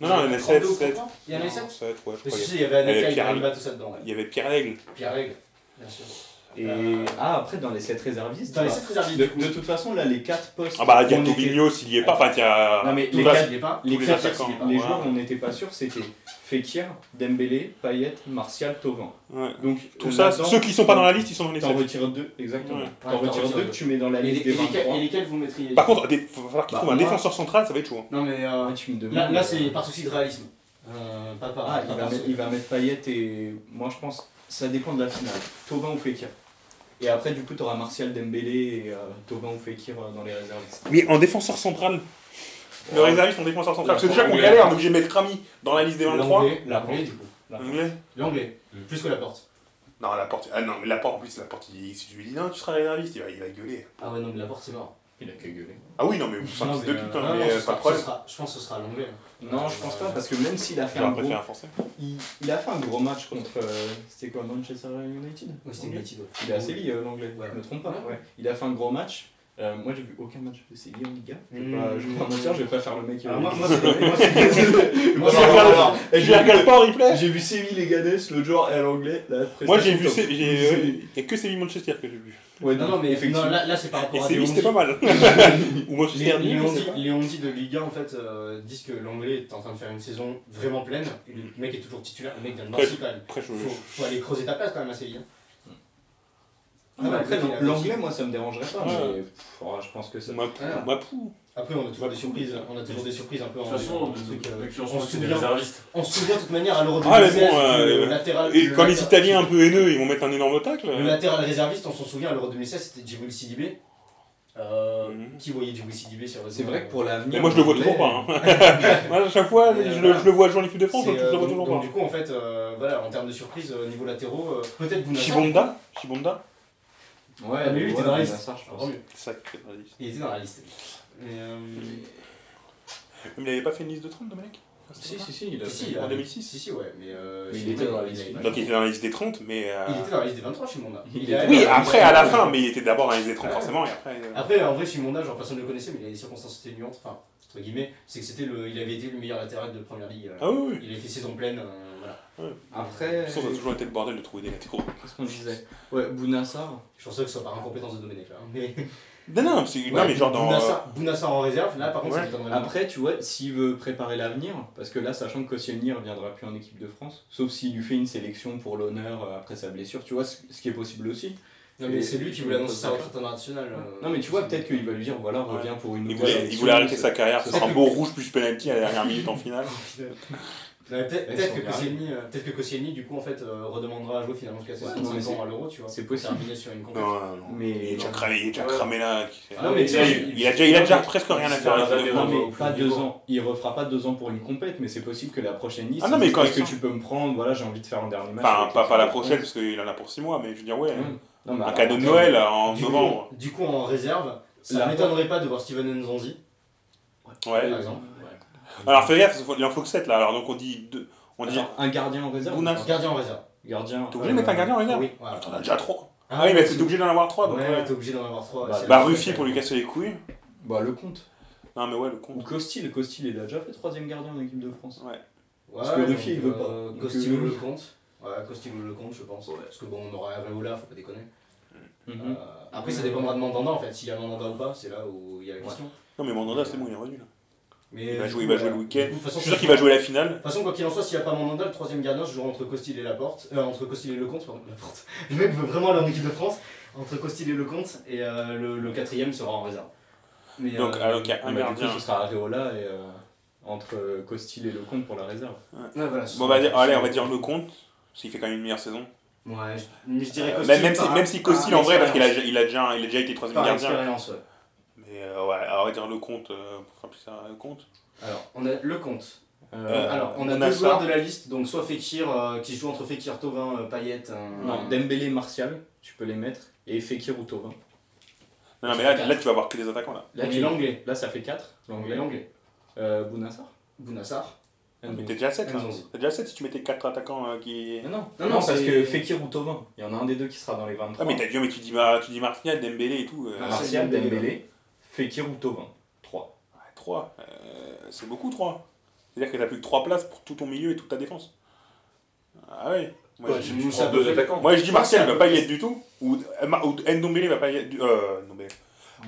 [SPEAKER 6] il y en
[SPEAKER 4] 32
[SPEAKER 6] a sept,
[SPEAKER 4] ou
[SPEAKER 6] sept.
[SPEAKER 4] 33. Il y en a 7
[SPEAKER 6] sept, ouais, je
[SPEAKER 4] Parce
[SPEAKER 6] crois.
[SPEAKER 4] que si, il y avait
[SPEAKER 6] Il y avait
[SPEAKER 4] Anaka, il y
[SPEAKER 6] Pierre
[SPEAKER 4] avait tout ça dedans. ouais.
[SPEAKER 6] Il y avait Pierre Lègle.
[SPEAKER 4] Pierre Règle, bien sûr.
[SPEAKER 3] Et ah, après, dans les 7 réservistes,
[SPEAKER 4] Dans les
[SPEAKER 3] bah,
[SPEAKER 4] 7 réservistes,
[SPEAKER 3] de,
[SPEAKER 4] du coup.
[SPEAKER 3] de toute façon, là, les 4 postes.
[SPEAKER 6] Ah bah, il y a
[SPEAKER 3] on était-
[SPEAKER 6] Tobinho s'il y est pas. Enfin, il y a.
[SPEAKER 3] Non, mais
[SPEAKER 6] tout
[SPEAKER 3] les
[SPEAKER 6] le
[SPEAKER 3] quatre-
[SPEAKER 6] reste.
[SPEAKER 4] Il est pas.
[SPEAKER 3] Les,
[SPEAKER 6] Tous les
[SPEAKER 3] quatre-
[SPEAKER 6] attaquants,
[SPEAKER 3] les
[SPEAKER 6] ouais.
[SPEAKER 3] joueurs dont on n'était pas sûr, c'était Fekir, Dembélé, Payet, Martial, Tovin.
[SPEAKER 6] Ouais.
[SPEAKER 3] Donc,
[SPEAKER 6] Tout ça, ceux qui sont pas dans la liste, ils sont dans les
[SPEAKER 3] T'en
[SPEAKER 6] sept.
[SPEAKER 3] retires deux, exactement.
[SPEAKER 6] Ouais.
[SPEAKER 3] T'en
[SPEAKER 4] Ouais,
[SPEAKER 3] retires deux que tu mets dans la
[SPEAKER 4] Et, les-
[SPEAKER 3] liste des
[SPEAKER 4] et lesquels,
[SPEAKER 3] 23.
[SPEAKER 4] et lesquels vous mettriez
[SPEAKER 6] Par contre, il va falloir qu'ils
[SPEAKER 4] Bah,
[SPEAKER 6] trouvent un
[SPEAKER 4] moi-
[SPEAKER 6] défenseur central, ça va être chaud. hein.
[SPEAKER 4] Non mais euh,
[SPEAKER 3] Ah, tu me demandes.
[SPEAKER 4] là, là c'est par souci de réalisme. Euh, pas par.
[SPEAKER 3] Ah,
[SPEAKER 4] pas
[SPEAKER 3] il va,
[SPEAKER 4] par-
[SPEAKER 3] mettre, il va mettre Payet et. Moi, je pense. Ça dépend de la finale. Tovin ou Fekir. Et après, du coup, t'auras Martial, Dembélé et euh, Tovin ou Fekir euh, dans les réservistes.
[SPEAKER 6] Mais en défenseur central. hein. Le
[SPEAKER 3] Ouais.
[SPEAKER 6] réserviste en défenseur central. Parce que déjà qu'on
[SPEAKER 3] Anglais.
[SPEAKER 6] galère, on est obligé de mettre Rami dans la liste des 23.
[SPEAKER 4] L'anglais, l'anglais du coup.
[SPEAKER 6] Anglais.
[SPEAKER 4] L'anglais,
[SPEAKER 5] Mm.
[SPEAKER 4] plus que la porte.
[SPEAKER 6] Non, la porte. Ah non, mais la porte, en plus, la porte, il- si tu lui dis non, tu seras réserviste, il va, il va gueuler.
[SPEAKER 4] Ah ouais non mais la porte c'est mort.
[SPEAKER 3] Il a qu'à gueuler.
[SPEAKER 6] Ah oui, non, mais vous
[SPEAKER 4] Non,
[SPEAKER 6] sentez
[SPEAKER 4] mais,
[SPEAKER 6] deux
[SPEAKER 4] euh,
[SPEAKER 6] putains,
[SPEAKER 4] non, non,
[SPEAKER 6] mais
[SPEAKER 4] ce
[SPEAKER 6] euh,
[SPEAKER 4] sera-
[SPEAKER 6] pas de
[SPEAKER 4] ce
[SPEAKER 6] problème.
[SPEAKER 4] sera- je pense que ce sera l'anglais. hein.
[SPEAKER 3] Non, je pense pas, parce que même s'il a fait un
[SPEAKER 6] J'aurais
[SPEAKER 3] gros,
[SPEAKER 6] préféré un français.
[SPEAKER 3] il, il a fait un gros match contre. euh, c'était quoi Manchester United
[SPEAKER 4] Ouais, c'était
[SPEAKER 3] Anglais.
[SPEAKER 4] United, ouais.
[SPEAKER 3] Il est à Séville, euh, l'anglais,
[SPEAKER 4] Ouais.
[SPEAKER 3] je me trompe pas.
[SPEAKER 4] Ouais.
[SPEAKER 3] ouais. Il a fait un gros match. Euh, moi, j'ai vu aucun match de Séville en Liga. Je vais
[SPEAKER 4] Mmh.
[SPEAKER 3] pas, je vais pas mentir, je vais pas faire le mec. euh,
[SPEAKER 4] Ah, moi,
[SPEAKER 3] qui-
[SPEAKER 4] moi, c'est- moi, c'est- moi,
[SPEAKER 3] Moi,
[SPEAKER 4] c'est-
[SPEAKER 3] je les regarde-
[SPEAKER 4] alors,
[SPEAKER 3] Eh,
[SPEAKER 6] Je les regarde pas en replay
[SPEAKER 3] J'ai vu Séville et Gades, le joueur et l'anglais. la
[SPEAKER 6] Moi,
[SPEAKER 3] prestation
[SPEAKER 6] j'ai vu.
[SPEAKER 3] top.
[SPEAKER 6] c'est- j'ai, euh, Il n'y a que Séville Manchester que j'ai vu.
[SPEAKER 3] Ouais,
[SPEAKER 4] Non, non, mais
[SPEAKER 3] effectivement.
[SPEAKER 4] non, là, là, c'est par
[SPEAKER 6] Et
[SPEAKER 4] rapport à.
[SPEAKER 6] Séville,
[SPEAKER 4] des
[SPEAKER 6] c'était pas
[SPEAKER 4] on-dit.
[SPEAKER 6] mal. Ou Manchester
[SPEAKER 4] Les, les,
[SPEAKER 6] United. je sais
[SPEAKER 4] on-dit-
[SPEAKER 6] pas.
[SPEAKER 4] les on-dit de Ligue 1 en fait euh, disent que l'anglais est en train de faire une saison vraiment pleine. Le mec est toujours titulaire, le mec vient de Marseille quand même.
[SPEAKER 6] Après, je.
[SPEAKER 4] Faut, faut aller creuser ta place quand même à Séville. hein.
[SPEAKER 3] Ah, mais après,
[SPEAKER 4] il a-
[SPEAKER 3] l'anglais, moi, ça me dérangerait pas.
[SPEAKER 6] Ouais.
[SPEAKER 3] Mais pff, oh, je pense que ça.
[SPEAKER 6] Moi,
[SPEAKER 4] Ah.
[SPEAKER 6] moi, pou.
[SPEAKER 4] Après, on a toujours des surprises, on a toujours des surprises un peu
[SPEAKER 5] De
[SPEAKER 4] en
[SPEAKER 5] toute façon,
[SPEAKER 4] en
[SPEAKER 5] depuis
[SPEAKER 4] truc, euh,
[SPEAKER 5] depuis qu'on se
[SPEAKER 4] on,
[SPEAKER 5] moque,
[SPEAKER 4] se
[SPEAKER 5] c'est des
[SPEAKER 4] souvient,
[SPEAKER 5] réservistes.
[SPEAKER 4] on se souvient de toute manière à l'Euro
[SPEAKER 6] Ah, mais
[SPEAKER 4] 2016,
[SPEAKER 6] bon, euh,
[SPEAKER 4] le
[SPEAKER 6] euh,
[SPEAKER 4] latéral.
[SPEAKER 6] Et
[SPEAKER 4] le
[SPEAKER 6] quand les
[SPEAKER 4] latéral-
[SPEAKER 6] Italiens un peu haineux, ils vont mettre un énorme tacle.
[SPEAKER 4] Ah,
[SPEAKER 6] euh,
[SPEAKER 4] Le latéral réserviste, on s'en souvient à l'Euro 2016, c'était Djibril Sidibé. Euh,
[SPEAKER 6] Mhm.
[SPEAKER 4] Qui voyait Djibril Sidibé sur le euh.
[SPEAKER 3] C'est vrai que pour l'avenir.
[SPEAKER 6] Mais moi, je le vois
[SPEAKER 3] l'anglais-
[SPEAKER 6] toujours pas. hein. Moi, à chaque fois, je,
[SPEAKER 4] Mais,
[SPEAKER 6] je
[SPEAKER 4] voilà.
[SPEAKER 6] le- je le vois jouer en équipe de France, je
[SPEAKER 4] C'est,
[SPEAKER 6] le
[SPEAKER 4] euh,
[SPEAKER 6] je le vois
[SPEAKER 4] donc,
[SPEAKER 6] toujours
[SPEAKER 4] donc,
[SPEAKER 6] pas.
[SPEAKER 4] du coup, en fait, euh, voilà, en termes de surprise, euh, niveau latéraux, euh, peut-être Bounassar.
[SPEAKER 6] Chibonda Chibonda hein.
[SPEAKER 3] Ouais,
[SPEAKER 4] Ah, mais lui, Oh, il était
[SPEAKER 3] ouais,
[SPEAKER 4] dans la
[SPEAKER 3] mais
[SPEAKER 4] liste.
[SPEAKER 3] ça, je pense.
[SPEAKER 4] Encore mieux.
[SPEAKER 6] Sacré Brésil.
[SPEAKER 4] Il était dans la liste. Mais, euh,
[SPEAKER 6] Mais il avait pas fait une liste de 30, Domenech
[SPEAKER 3] Si, si, si, il a
[SPEAKER 4] Ah, si,
[SPEAKER 3] fait-
[SPEAKER 4] il a-
[SPEAKER 6] en 2006.
[SPEAKER 4] Si, si, ouais, mais. euh,
[SPEAKER 3] Mais il
[SPEAKER 4] chez
[SPEAKER 3] était
[SPEAKER 4] moi,
[SPEAKER 3] dans la liste.
[SPEAKER 4] il a-
[SPEAKER 6] Donc il était dans la liste des 30, mais. euh,
[SPEAKER 4] Il était dans la liste des 23 chez Monda.
[SPEAKER 3] Il
[SPEAKER 4] Il
[SPEAKER 3] était-
[SPEAKER 4] a-
[SPEAKER 6] Oui,
[SPEAKER 4] il a-
[SPEAKER 6] après, à la fin, mais il était d'abord dans la liste des 30,
[SPEAKER 4] Ouais. Ah.
[SPEAKER 6] forcément, et après. euh,
[SPEAKER 4] Après, en vrai, chez Monda, genre personne ne le connaissait, mais il a des circonstances atténuantes, enfin, entre guillemets, c'est que c'était le, il avait été le meilleur latéral de première ligue. euh,
[SPEAKER 6] Ah oui, oui.
[SPEAKER 4] Il avait fait saison pleine, euh, voilà.
[SPEAKER 6] De
[SPEAKER 3] Après,
[SPEAKER 6] toute façon, ça a toujours été le bordel de trouver des latéraux.
[SPEAKER 3] qu'est-ce qu'on disait Ouais, Bounassar.
[SPEAKER 4] Je pense pas que ce soit par incompétence de Domenech, là. hein, Mais...
[SPEAKER 6] Non, non, parce que- non, mais genre dans. euh,
[SPEAKER 4] Bounassar, Bounassar en réserve, là, par contre,
[SPEAKER 6] Ouais.
[SPEAKER 4] c'était dans la liste.
[SPEAKER 3] Après, tu vois, s'il veut préparer l'avenir, parce que là, sachant que Koscielny ne reviendra plus en équipe de France, sauf s'il lui fait une sélection pour l'honneur euh, après sa blessure, tu vois, ce ce qui est possible aussi.
[SPEAKER 4] Non, mais c'est lui qui voulait annoncer sa retraite internationale. euh.
[SPEAKER 3] Non, mais tu vois, peut-être qu'il va lui dire, voilà,
[SPEAKER 6] Ouais.
[SPEAKER 3] reviens pour une
[SPEAKER 6] Il
[SPEAKER 3] nouvelle
[SPEAKER 6] voulait, il
[SPEAKER 3] sélection,
[SPEAKER 6] voulait arrêter
[SPEAKER 3] c'est-
[SPEAKER 6] sa carrière
[SPEAKER 3] c'est-
[SPEAKER 6] sur un beau rouge plus penalty à la dernière minute en finale.
[SPEAKER 4] Peut-être
[SPEAKER 3] Ouais,
[SPEAKER 4] peut-être
[SPEAKER 3] ils
[SPEAKER 4] que
[SPEAKER 3] sont
[SPEAKER 4] Koscielny, euh, peut-être que Koscielny, du coup, en fait, euh, redemandera à jouer finalement jusqu'à ses
[SPEAKER 3] Ouais, non, mais
[SPEAKER 4] 65 ans à l'Euro, tu vois.
[SPEAKER 3] c'est possible.
[SPEAKER 4] Terminé sur une compétition.
[SPEAKER 6] Non, non, non. Il est
[SPEAKER 3] Mais
[SPEAKER 6] déjà cramé, il est déjà cramé là. qui-
[SPEAKER 4] Ah, non, mais
[SPEAKER 5] Et
[SPEAKER 4] tu
[SPEAKER 5] là,
[SPEAKER 4] sais,
[SPEAKER 6] Il a déjà, il a déjà presque rien à faire à l'équipe de
[SPEAKER 3] Non
[SPEAKER 6] France.
[SPEAKER 3] mais pas
[SPEAKER 5] Plus
[SPEAKER 3] deux
[SPEAKER 5] niveau.
[SPEAKER 3] ans, il refera pas deux ans pour une compète, mais c'est possible que la prochaine liste.
[SPEAKER 6] Ah non, mais
[SPEAKER 3] il dise,
[SPEAKER 6] quand
[SPEAKER 3] est-ce que
[SPEAKER 6] même.
[SPEAKER 3] tu peux me prendre, voilà j'ai envie de faire un dernier match.
[SPEAKER 6] Enfin,
[SPEAKER 3] avec
[SPEAKER 6] pas, pas la
[SPEAKER 3] l'équipe de
[SPEAKER 6] prochaine,
[SPEAKER 3] France.
[SPEAKER 6] parce qu'il en a pour 6 mois, mais je veux dire, ouais.
[SPEAKER 3] Mmh. Non, mais
[SPEAKER 6] Un
[SPEAKER 3] alors,
[SPEAKER 6] cadeau de
[SPEAKER 3] attends,
[SPEAKER 6] Noël euh, en
[SPEAKER 4] Du coup-
[SPEAKER 6] novembre.
[SPEAKER 4] Du coup, en réserve, ça
[SPEAKER 3] La-
[SPEAKER 4] m'étonnerait pas de voir Steven Nzonzi,
[SPEAKER 6] Ouais.
[SPEAKER 4] par exemple.
[SPEAKER 6] Alors fais gaffe, parce qu'il en faut que 7 là. Alors donc on dit. Deux, on dit.
[SPEAKER 3] attends, un gardien en réserve.
[SPEAKER 6] Bounas.
[SPEAKER 3] ou pas
[SPEAKER 4] Gardien en réserve.
[SPEAKER 3] Gardien. Euh,
[SPEAKER 6] T'es obligé de mettre un gardien en réserve
[SPEAKER 4] Oui, ouais.
[SPEAKER 6] Attends, on a déjà 3.
[SPEAKER 4] Ah
[SPEAKER 6] Ah oui, mais
[SPEAKER 4] c'est-
[SPEAKER 6] t'es obligé d'en avoir 3. Donc,
[SPEAKER 4] Ouais,
[SPEAKER 6] ouais.
[SPEAKER 4] t'es obligé d'en avoir 3.
[SPEAKER 3] Bah,
[SPEAKER 6] Bah, Ruffier pour lui casser les couilles.
[SPEAKER 3] Bah le compte.
[SPEAKER 6] Non, mais ouais, le
[SPEAKER 3] Ou
[SPEAKER 6] con.
[SPEAKER 3] Costil, Costil il a déjà fait troisième gardien en équipe de France.
[SPEAKER 4] Parce
[SPEAKER 3] que Ruffier, il veut pas. Donc,
[SPEAKER 4] Costigo
[SPEAKER 3] euh,
[SPEAKER 4] le compte. Ouais, Costigo le compte, je pense. Parce que bon, on aura Areola, faut pas déconner.
[SPEAKER 3] Mhm.
[SPEAKER 4] Euh, après, ça dépendra de Mandanda en fait. S'il y a Mandanda ou pas, c'est là où il y a la question.
[SPEAKER 6] Non, mais Mandanda, c'est bon, il est revenu là.
[SPEAKER 4] Mais,
[SPEAKER 6] Il va
[SPEAKER 4] euh, du
[SPEAKER 6] jouer, il
[SPEAKER 4] coup,
[SPEAKER 6] va jouer
[SPEAKER 4] voilà.
[SPEAKER 6] le
[SPEAKER 4] Du
[SPEAKER 6] week-end.
[SPEAKER 4] coup, de toute
[SPEAKER 6] Je
[SPEAKER 4] façon,
[SPEAKER 6] suis sûr
[SPEAKER 4] c'est-
[SPEAKER 6] qu'il va jouer la finale.
[SPEAKER 4] De toute façon, quoi qu'il en soit, s'il n'y a pas Mandanda, le troisième gardien se jouera entre Costil et Laporte. Euh, entre Costil et Lecomte, pardon, Laporte. Le mec veut vraiment aller en équipe de France. Entre Costil et Lecomte, et euh, le, le quatrième sera en réserve. Mais,
[SPEAKER 6] Donc,
[SPEAKER 4] euh,
[SPEAKER 6] alors qu'il y a
[SPEAKER 3] Bah,
[SPEAKER 6] un
[SPEAKER 3] du coup,
[SPEAKER 6] gardien.
[SPEAKER 3] ce sera Areola et euh, entre euh, Costil et le compte pour la réserve.
[SPEAKER 4] euh, ouais, voilà, ce
[SPEAKER 6] Bon, on
[SPEAKER 4] sera-
[SPEAKER 6] va dire, allez, on va dire le compte. Parce qu'il fait quand même une meilleure saison.
[SPEAKER 4] Ouais, je, mais je dirais
[SPEAKER 6] Euh,
[SPEAKER 4] Costil.
[SPEAKER 6] même, même si,
[SPEAKER 4] par-
[SPEAKER 6] même si Costil,
[SPEAKER 4] par
[SPEAKER 6] en vrai, parce qu'il a,
[SPEAKER 4] expérience.
[SPEAKER 6] il a, déjà, il a déjà été troisième
[SPEAKER 4] Par
[SPEAKER 6] gardien.
[SPEAKER 4] expérience, ouais.
[SPEAKER 6] Mais euh, ouais, alors, on va dire le compte. euh, pour faire plus ça, le compte.
[SPEAKER 4] Alors, on a le compte.
[SPEAKER 3] Euh,
[SPEAKER 6] Euh,
[SPEAKER 4] Alors, on a
[SPEAKER 6] on
[SPEAKER 4] deux
[SPEAKER 6] a ça.
[SPEAKER 4] joueurs de la liste, donc soit Fekir euh, qui joue entre Fekir, Tovin, euh, Payet. euh,
[SPEAKER 3] non, Dembélé, Martial, tu peux les mettre. Et Fekir ou Tovin.
[SPEAKER 6] Non, non, mais là, là, tu vas avoir que des attaquants là.
[SPEAKER 3] Là,
[SPEAKER 4] Mais
[SPEAKER 3] tu-
[SPEAKER 4] l'anglais.
[SPEAKER 3] là ça fait 4.
[SPEAKER 4] L'anglais, l'anglais.
[SPEAKER 3] Euh, Bounassar
[SPEAKER 4] Bounassar.
[SPEAKER 6] Ah, Mais t'es déjà 7 là.
[SPEAKER 4] Nzonzi.
[SPEAKER 6] T'es déjà 7 si tu mettais 4 attaquants euh, qui.
[SPEAKER 3] Non, non,
[SPEAKER 4] Non,
[SPEAKER 3] non,
[SPEAKER 4] non,
[SPEAKER 3] parce
[SPEAKER 4] c'est-
[SPEAKER 3] que Fekir ou Tovin, il y en a un des deux qui sera dans les 23.
[SPEAKER 6] Ah, mais t'as dit, mais tu dis, Mar- tu dis Martinez, Dembélé et tout. euh,
[SPEAKER 4] Ah, c'est
[SPEAKER 3] Martial,
[SPEAKER 4] Dembélé.
[SPEAKER 3] Dembélé, Fekir ou Tovin. 3.
[SPEAKER 6] 3. euh, c'est beaucoup 3. C'est-à-dire que t'as plus que 3 places pour tout ton milieu et toute ta défense. Ah ouais.
[SPEAKER 5] Moi,
[SPEAKER 4] Ouais,
[SPEAKER 5] je je
[SPEAKER 4] nous, ça
[SPEAKER 5] prends
[SPEAKER 4] peut
[SPEAKER 5] deux
[SPEAKER 4] faire-
[SPEAKER 5] attaquants.
[SPEAKER 6] Moi, je dis Martial, il
[SPEAKER 4] c'est
[SPEAKER 6] va
[SPEAKER 4] un
[SPEAKER 6] pas
[SPEAKER 4] peu-
[SPEAKER 6] y être du tout. Ou, euh, Ma- ou Ndombele va pas y être du... Euh, Ndombele.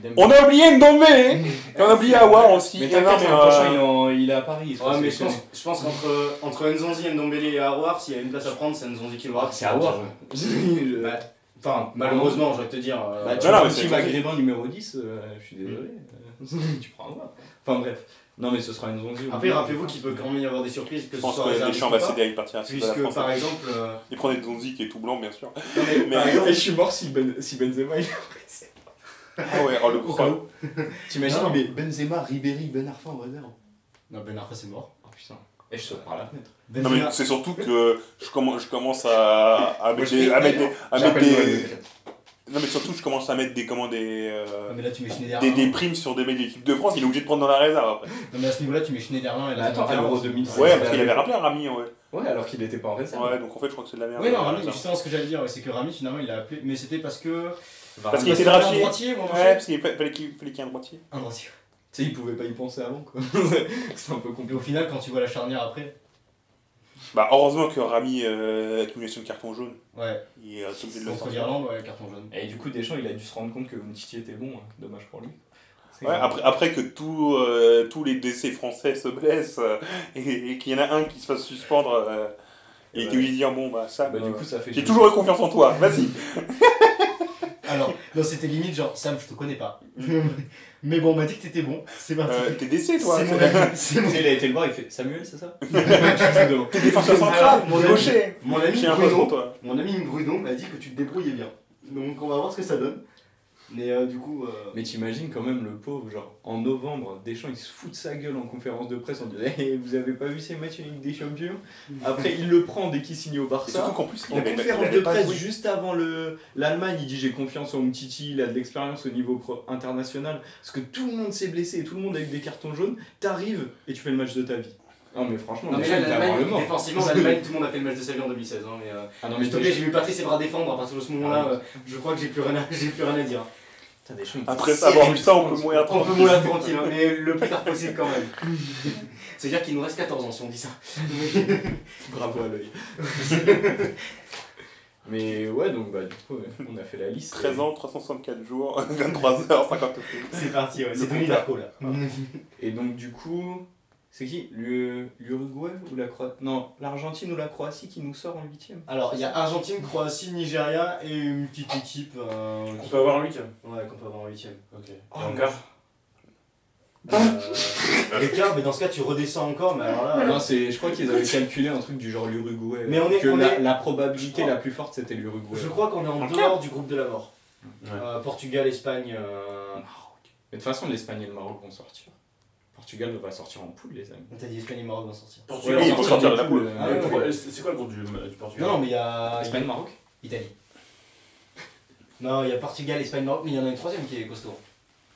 [SPEAKER 3] Dembélé.
[SPEAKER 6] On a oublié Ndombele hein. Et on a oublié Aouar aussi.
[SPEAKER 3] Mais
[SPEAKER 6] Et non,
[SPEAKER 3] t'inquiète,
[SPEAKER 6] mais,
[SPEAKER 3] l'an
[SPEAKER 6] euh,
[SPEAKER 3] prochain, il est en- il est à Paris. il sera
[SPEAKER 4] Ouais, mais je pense,
[SPEAKER 3] sélectionné.
[SPEAKER 4] je pense qu'entre entre Nzonzi, Ndombele et Aouar, s'il y a une place à prendre, c'est Nzonzi qui l'aura.
[SPEAKER 3] Ah, Bah, C'est à voir. Je-
[SPEAKER 4] Ouais. Enfin, malheureusement, je vais te dire. euh,
[SPEAKER 3] Bah, tu
[SPEAKER 6] non,
[SPEAKER 3] prends
[SPEAKER 6] mais
[SPEAKER 3] un
[SPEAKER 6] c'est
[SPEAKER 3] petit
[SPEAKER 6] clair.
[SPEAKER 3] maghrébin numéro 10, euh, je suis désolé. euh, tu prends moi. Enfin bref. Non mais ce sera une zonzi.
[SPEAKER 4] Après, rappelez-vous qu'il peut quand même y avoir des surprises, que
[SPEAKER 6] Je
[SPEAKER 4] ce
[SPEAKER 6] pense
[SPEAKER 4] soit
[SPEAKER 6] que
[SPEAKER 4] réservé
[SPEAKER 6] Deschamps
[SPEAKER 4] ou pas,
[SPEAKER 6] va céder à une partie raciste de la
[SPEAKER 4] Puisque,
[SPEAKER 6] France.
[SPEAKER 4] par exemple. euh,
[SPEAKER 6] Il prenait Donzi qui est tout blanc, bien sûr.
[SPEAKER 4] non, mais-
[SPEAKER 6] Mais-
[SPEAKER 4] par exemple,
[SPEAKER 3] Et je suis mort si, Ben- si Benzema il
[SPEAKER 6] Ah ouais, oh, le
[SPEAKER 3] Au
[SPEAKER 6] coup.
[SPEAKER 3] cas où. T'imagines
[SPEAKER 4] Non.
[SPEAKER 3] mais Benzema, Ribéry, Ben Arfa en réserve.
[SPEAKER 4] Non, Ben Arfa, c'est mort. Ben
[SPEAKER 3] Oh putain. Et je saute par la fenêtre.
[SPEAKER 6] Non, mais
[SPEAKER 4] Benzema-
[SPEAKER 6] c'est surtout que je commence, je commence à, à mettre des. À mettre des, à mettre
[SPEAKER 3] J'appelle
[SPEAKER 6] des-
[SPEAKER 3] Noël.
[SPEAKER 6] non, mais surtout, je commence à mettre des. Comment des.
[SPEAKER 4] Ah,
[SPEAKER 6] euh,
[SPEAKER 4] mais là, tu mets Schneiderlin.
[SPEAKER 6] des, des primes sur des mecs de l'équipe de France, il est obligé de prendre dans la réserve après.
[SPEAKER 4] Non, mais à ce niveau-là, tu mets Schneiderlin et
[SPEAKER 3] Mais
[SPEAKER 4] là.
[SPEAKER 3] attends, à l'Euro 2016.
[SPEAKER 6] Ouais, parce qu'il avait rappelé un Rami, ouais.
[SPEAKER 3] Ouais, alors qu'il était pas en réserve.
[SPEAKER 6] Ouais, donc en fait, je crois que c'est de la merde. euh,
[SPEAKER 4] Oui, non,
[SPEAKER 6] la
[SPEAKER 4] Rami,
[SPEAKER 6] réserve.
[SPEAKER 4] justement, ce que j'allais dire, ouais, c'est que Rami, finalement, il a appelé. Mais c'était parce que.
[SPEAKER 6] Parce qu'il était
[SPEAKER 4] un
[SPEAKER 6] droitier.
[SPEAKER 4] droitier ou un
[SPEAKER 6] Ouais,
[SPEAKER 4] gaucher
[SPEAKER 6] parce qu'il fa- fallait qu'il fallait qu'il y ait un droitier.
[SPEAKER 4] Un droitier.
[SPEAKER 3] Tu sais, il pouvait pas y penser avant quoi. C'était un peu
[SPEAKER 4] Et
[SPEAKER 3] compliqué.
[SPEAKER 4] au final, quand tu vois la charnière après.
[SPEAKER 6] Bah, heureusement que Rami, euh, accumulation de carton jaune,
[SPEAKER 4] Ouais,
[SPEAKER 6] il est obligé de le
[SPEAKER 4] contre
[SPEAKER 6] sortir.
[SPEAKER 4] l'Irlande, ouais, carton jaune.
[SPEAKER 3] Et du coup, Deschamps, il a dû se rendre compte que Umtiti était bon. hein. Dommage pour lui. C'est-
[SPEAKER 6] Ouais, après, après que tout, euh, tous les décès français se blessent euh, et, et qu'il y en a un qui se fasse suspendre euh, et
[SPEAKER 3] Ouais.
[SPEAKER 6] que lui dire bon bah ça
[SPEAKER 3] Bah, du coup, ça fait.
[SPEAKER 6] j'ai toujours eu confiance en toi vas-y
[SPEAKER 4] Alors, non, c'était limite genre, Sam, je te connais pas. mais bon, on m'a dit que t'étais bon, c'est parti.
[SPEAKER 6] Euh, t'es décès toi
[SPEAKER 4] c'est mon ami, c'est mon
[SPEAKER 3] Il a été le voir, il fait Samuel, c'est ça Exactement.
[SPEAKER 6] t'es défenseur central
[SPEAKER 4] Alors, mon
[SPEAKER 6] mon
[SPEAKER 4] ami-
[SPEAKER 6] gaucher
[SPEAKER 4] Mon ami
[SPEAKER 6] j'ai un poste
[SPEAKER 4] Bruno,
[SPEAKER 6] pour toi
[SPEAKER 4] mon ami Bruno m'a dit que tu te débrouillais bien. Donc on va voir ce que ça donne. Mais euh, du coup, euh,
[SPEAKER 3] Mais t'imagines quand même le pauvre, genre en novembre, Deschamps il se fout de sa gueule en conférence de presse en disant Eh, Vous avez pas vu ces matchs en Ligue des Champions Après il le prend dès qu'il signe au
[SPEAKER 6] et
[SPEAKER 3] Barça.
[SPEAKER 6] surtout qu'en plus il
[SPEAKER 3] En
[SPEAKER 6] avait, il
[SPEAKER 3] conférence
[SPEAKER 6] avait
[SPEAKER 3] de
[SPEAKER 6] pas
[SPEAKER 3] presse
[SPEAKER 6] joué.
[SPEAKER 3] juste avant le l'Allemagne, il dit j'ai confiance en Umtiti, il a de l'expérience au niveau pro- international, parce que tout le monde s'est blessé et tout le monde a eu des cartons jaunes, t'arrives et tu fais le match de ta vie. Non mais franchement,
[SPEAKER 4] Non mais
[SPEAKER 3] déjà, il
[SPEAKER 4] là,
[SPEAKER 3] t'a vraiment
[SPEAKER 4] l'Allemagne,
[SPEAKER 3] le mort.
[SPEAKER 4] défensivement, l'Allemagne, tout le monde a fait le match de sa vie en 2016. Hein, mais, euh,
[SPEAKER 3] Ah non
[SPEAKER 4] mais
[SPEAKER 3] mais
[SPEAKER 4] s'il te plaît,
[SPEAKER 3] t'as
[SPEAKER 4] j'ai vu Patrice Evra défendre à partir de ce moment-là. euh, je crois que j'ai plus rien à, j'ai plus rien à dire.
[SPEAKER 3] des choses.
[SPEAKER 6] après ça avoir vu ça on peut mourir
[SPEAKER 4] On
[SPEAKER 6] trop
[SPEAKER 4] peut mourir tranquille, hein, mais le plus tard possible quand même. C'est-à-dire qu'il nous reste 14 ans si on dit ça.
[SPEAKER 3] Bravo à l'œil. mais ouais, donc bah du coup, ouais, on a fait la liste.
[SPEAKER 6] 13 ans 364 jours 23h50
[SPEAKER 4] C'est parti, ouais.
[SPEAKER 6] Le
[SPEAKER 4] C'est Denis
[SPEAKER 6] compteur.
[SPEAKER 4] Darko là.
[SPEAKER 3] Et donc du coup, c'est qui L'U- L'Uruguay ou la Croatie Non, l'Argentine ou la Croatie qui nous sort en huitième.
[SPEAKER 4] Alors, il y a Argentine, Croatie, Nigeria et une petite équipe euh,
[SPEAKER 5] On peut avoir un Ah, week-end.
[SPEAKER 4] ouais, qu'on peut avoir en 8
[SPEAKER 5] Ok. Et
[SPEAKER 3] Oh,
[SPEAKER 5] en quart
[SPEAKER 6] Hein
[SPEAKER 4] Euh, les quarts, mais dans ce cas, tu redescends encore, mais alors là.
[SPEAKER 3] Non, c'est, je crois qu'ils avaient calculé un truc du genre l'Uruguay.
[SPEAKER 4] Mais on est-
[SPEAKER 3] que
[SPEAKER 4] on
[SPEAKER 3] la,
[SPEAKER 4] est-
[SPEAKER 3] la
[SPEAKER 4] je
[SPEAKER 3] probabilité
[SPEAKER 4] crois.
[SPEAKER 3] la plus forte c'était l'Uruguay.
[SPEAKER 4] euh, Je crois qu'on est en dehors du groupe de la mort.
[SPEAKER 5] Ouais.
[SPEAKER 4] Euh, Portugal, Espagne. euh,
[SPEAKER 3] Mais de toute façon, l'Espagne et le Maroc vont sortir. Portugal va sortir en poule, les amis.
[SPEAKER 4] T'as dit Espagne et Maroc vont sortir.
[SPEAKER 5] Portugal.
[SPEAKER 6] Oui, ils vont
[SPEAKER 5] Portugal.
[SPEAKER 6] sortir de la
[SPEAKER 3] des
[SPEAKER 6] poule.
[SPEAKER 3] poules, euh,
[SPEAKER 4] Ah ouais,
[SPEAKER 5] Euh,
[SPEAKER 3] Portugal.
[SPEAKER 5] pourquoi- C'est c'est quoi le groupe du, du Portugal
[SPEAKER 4] Non, non, mais il y a.
[SPEAKER 3] Espagne, Maroc.
[SPEAKER 4] Italie. Non, il y a Portugal, Espagne, Maroc, mais il y en a une troisième qui est costaud.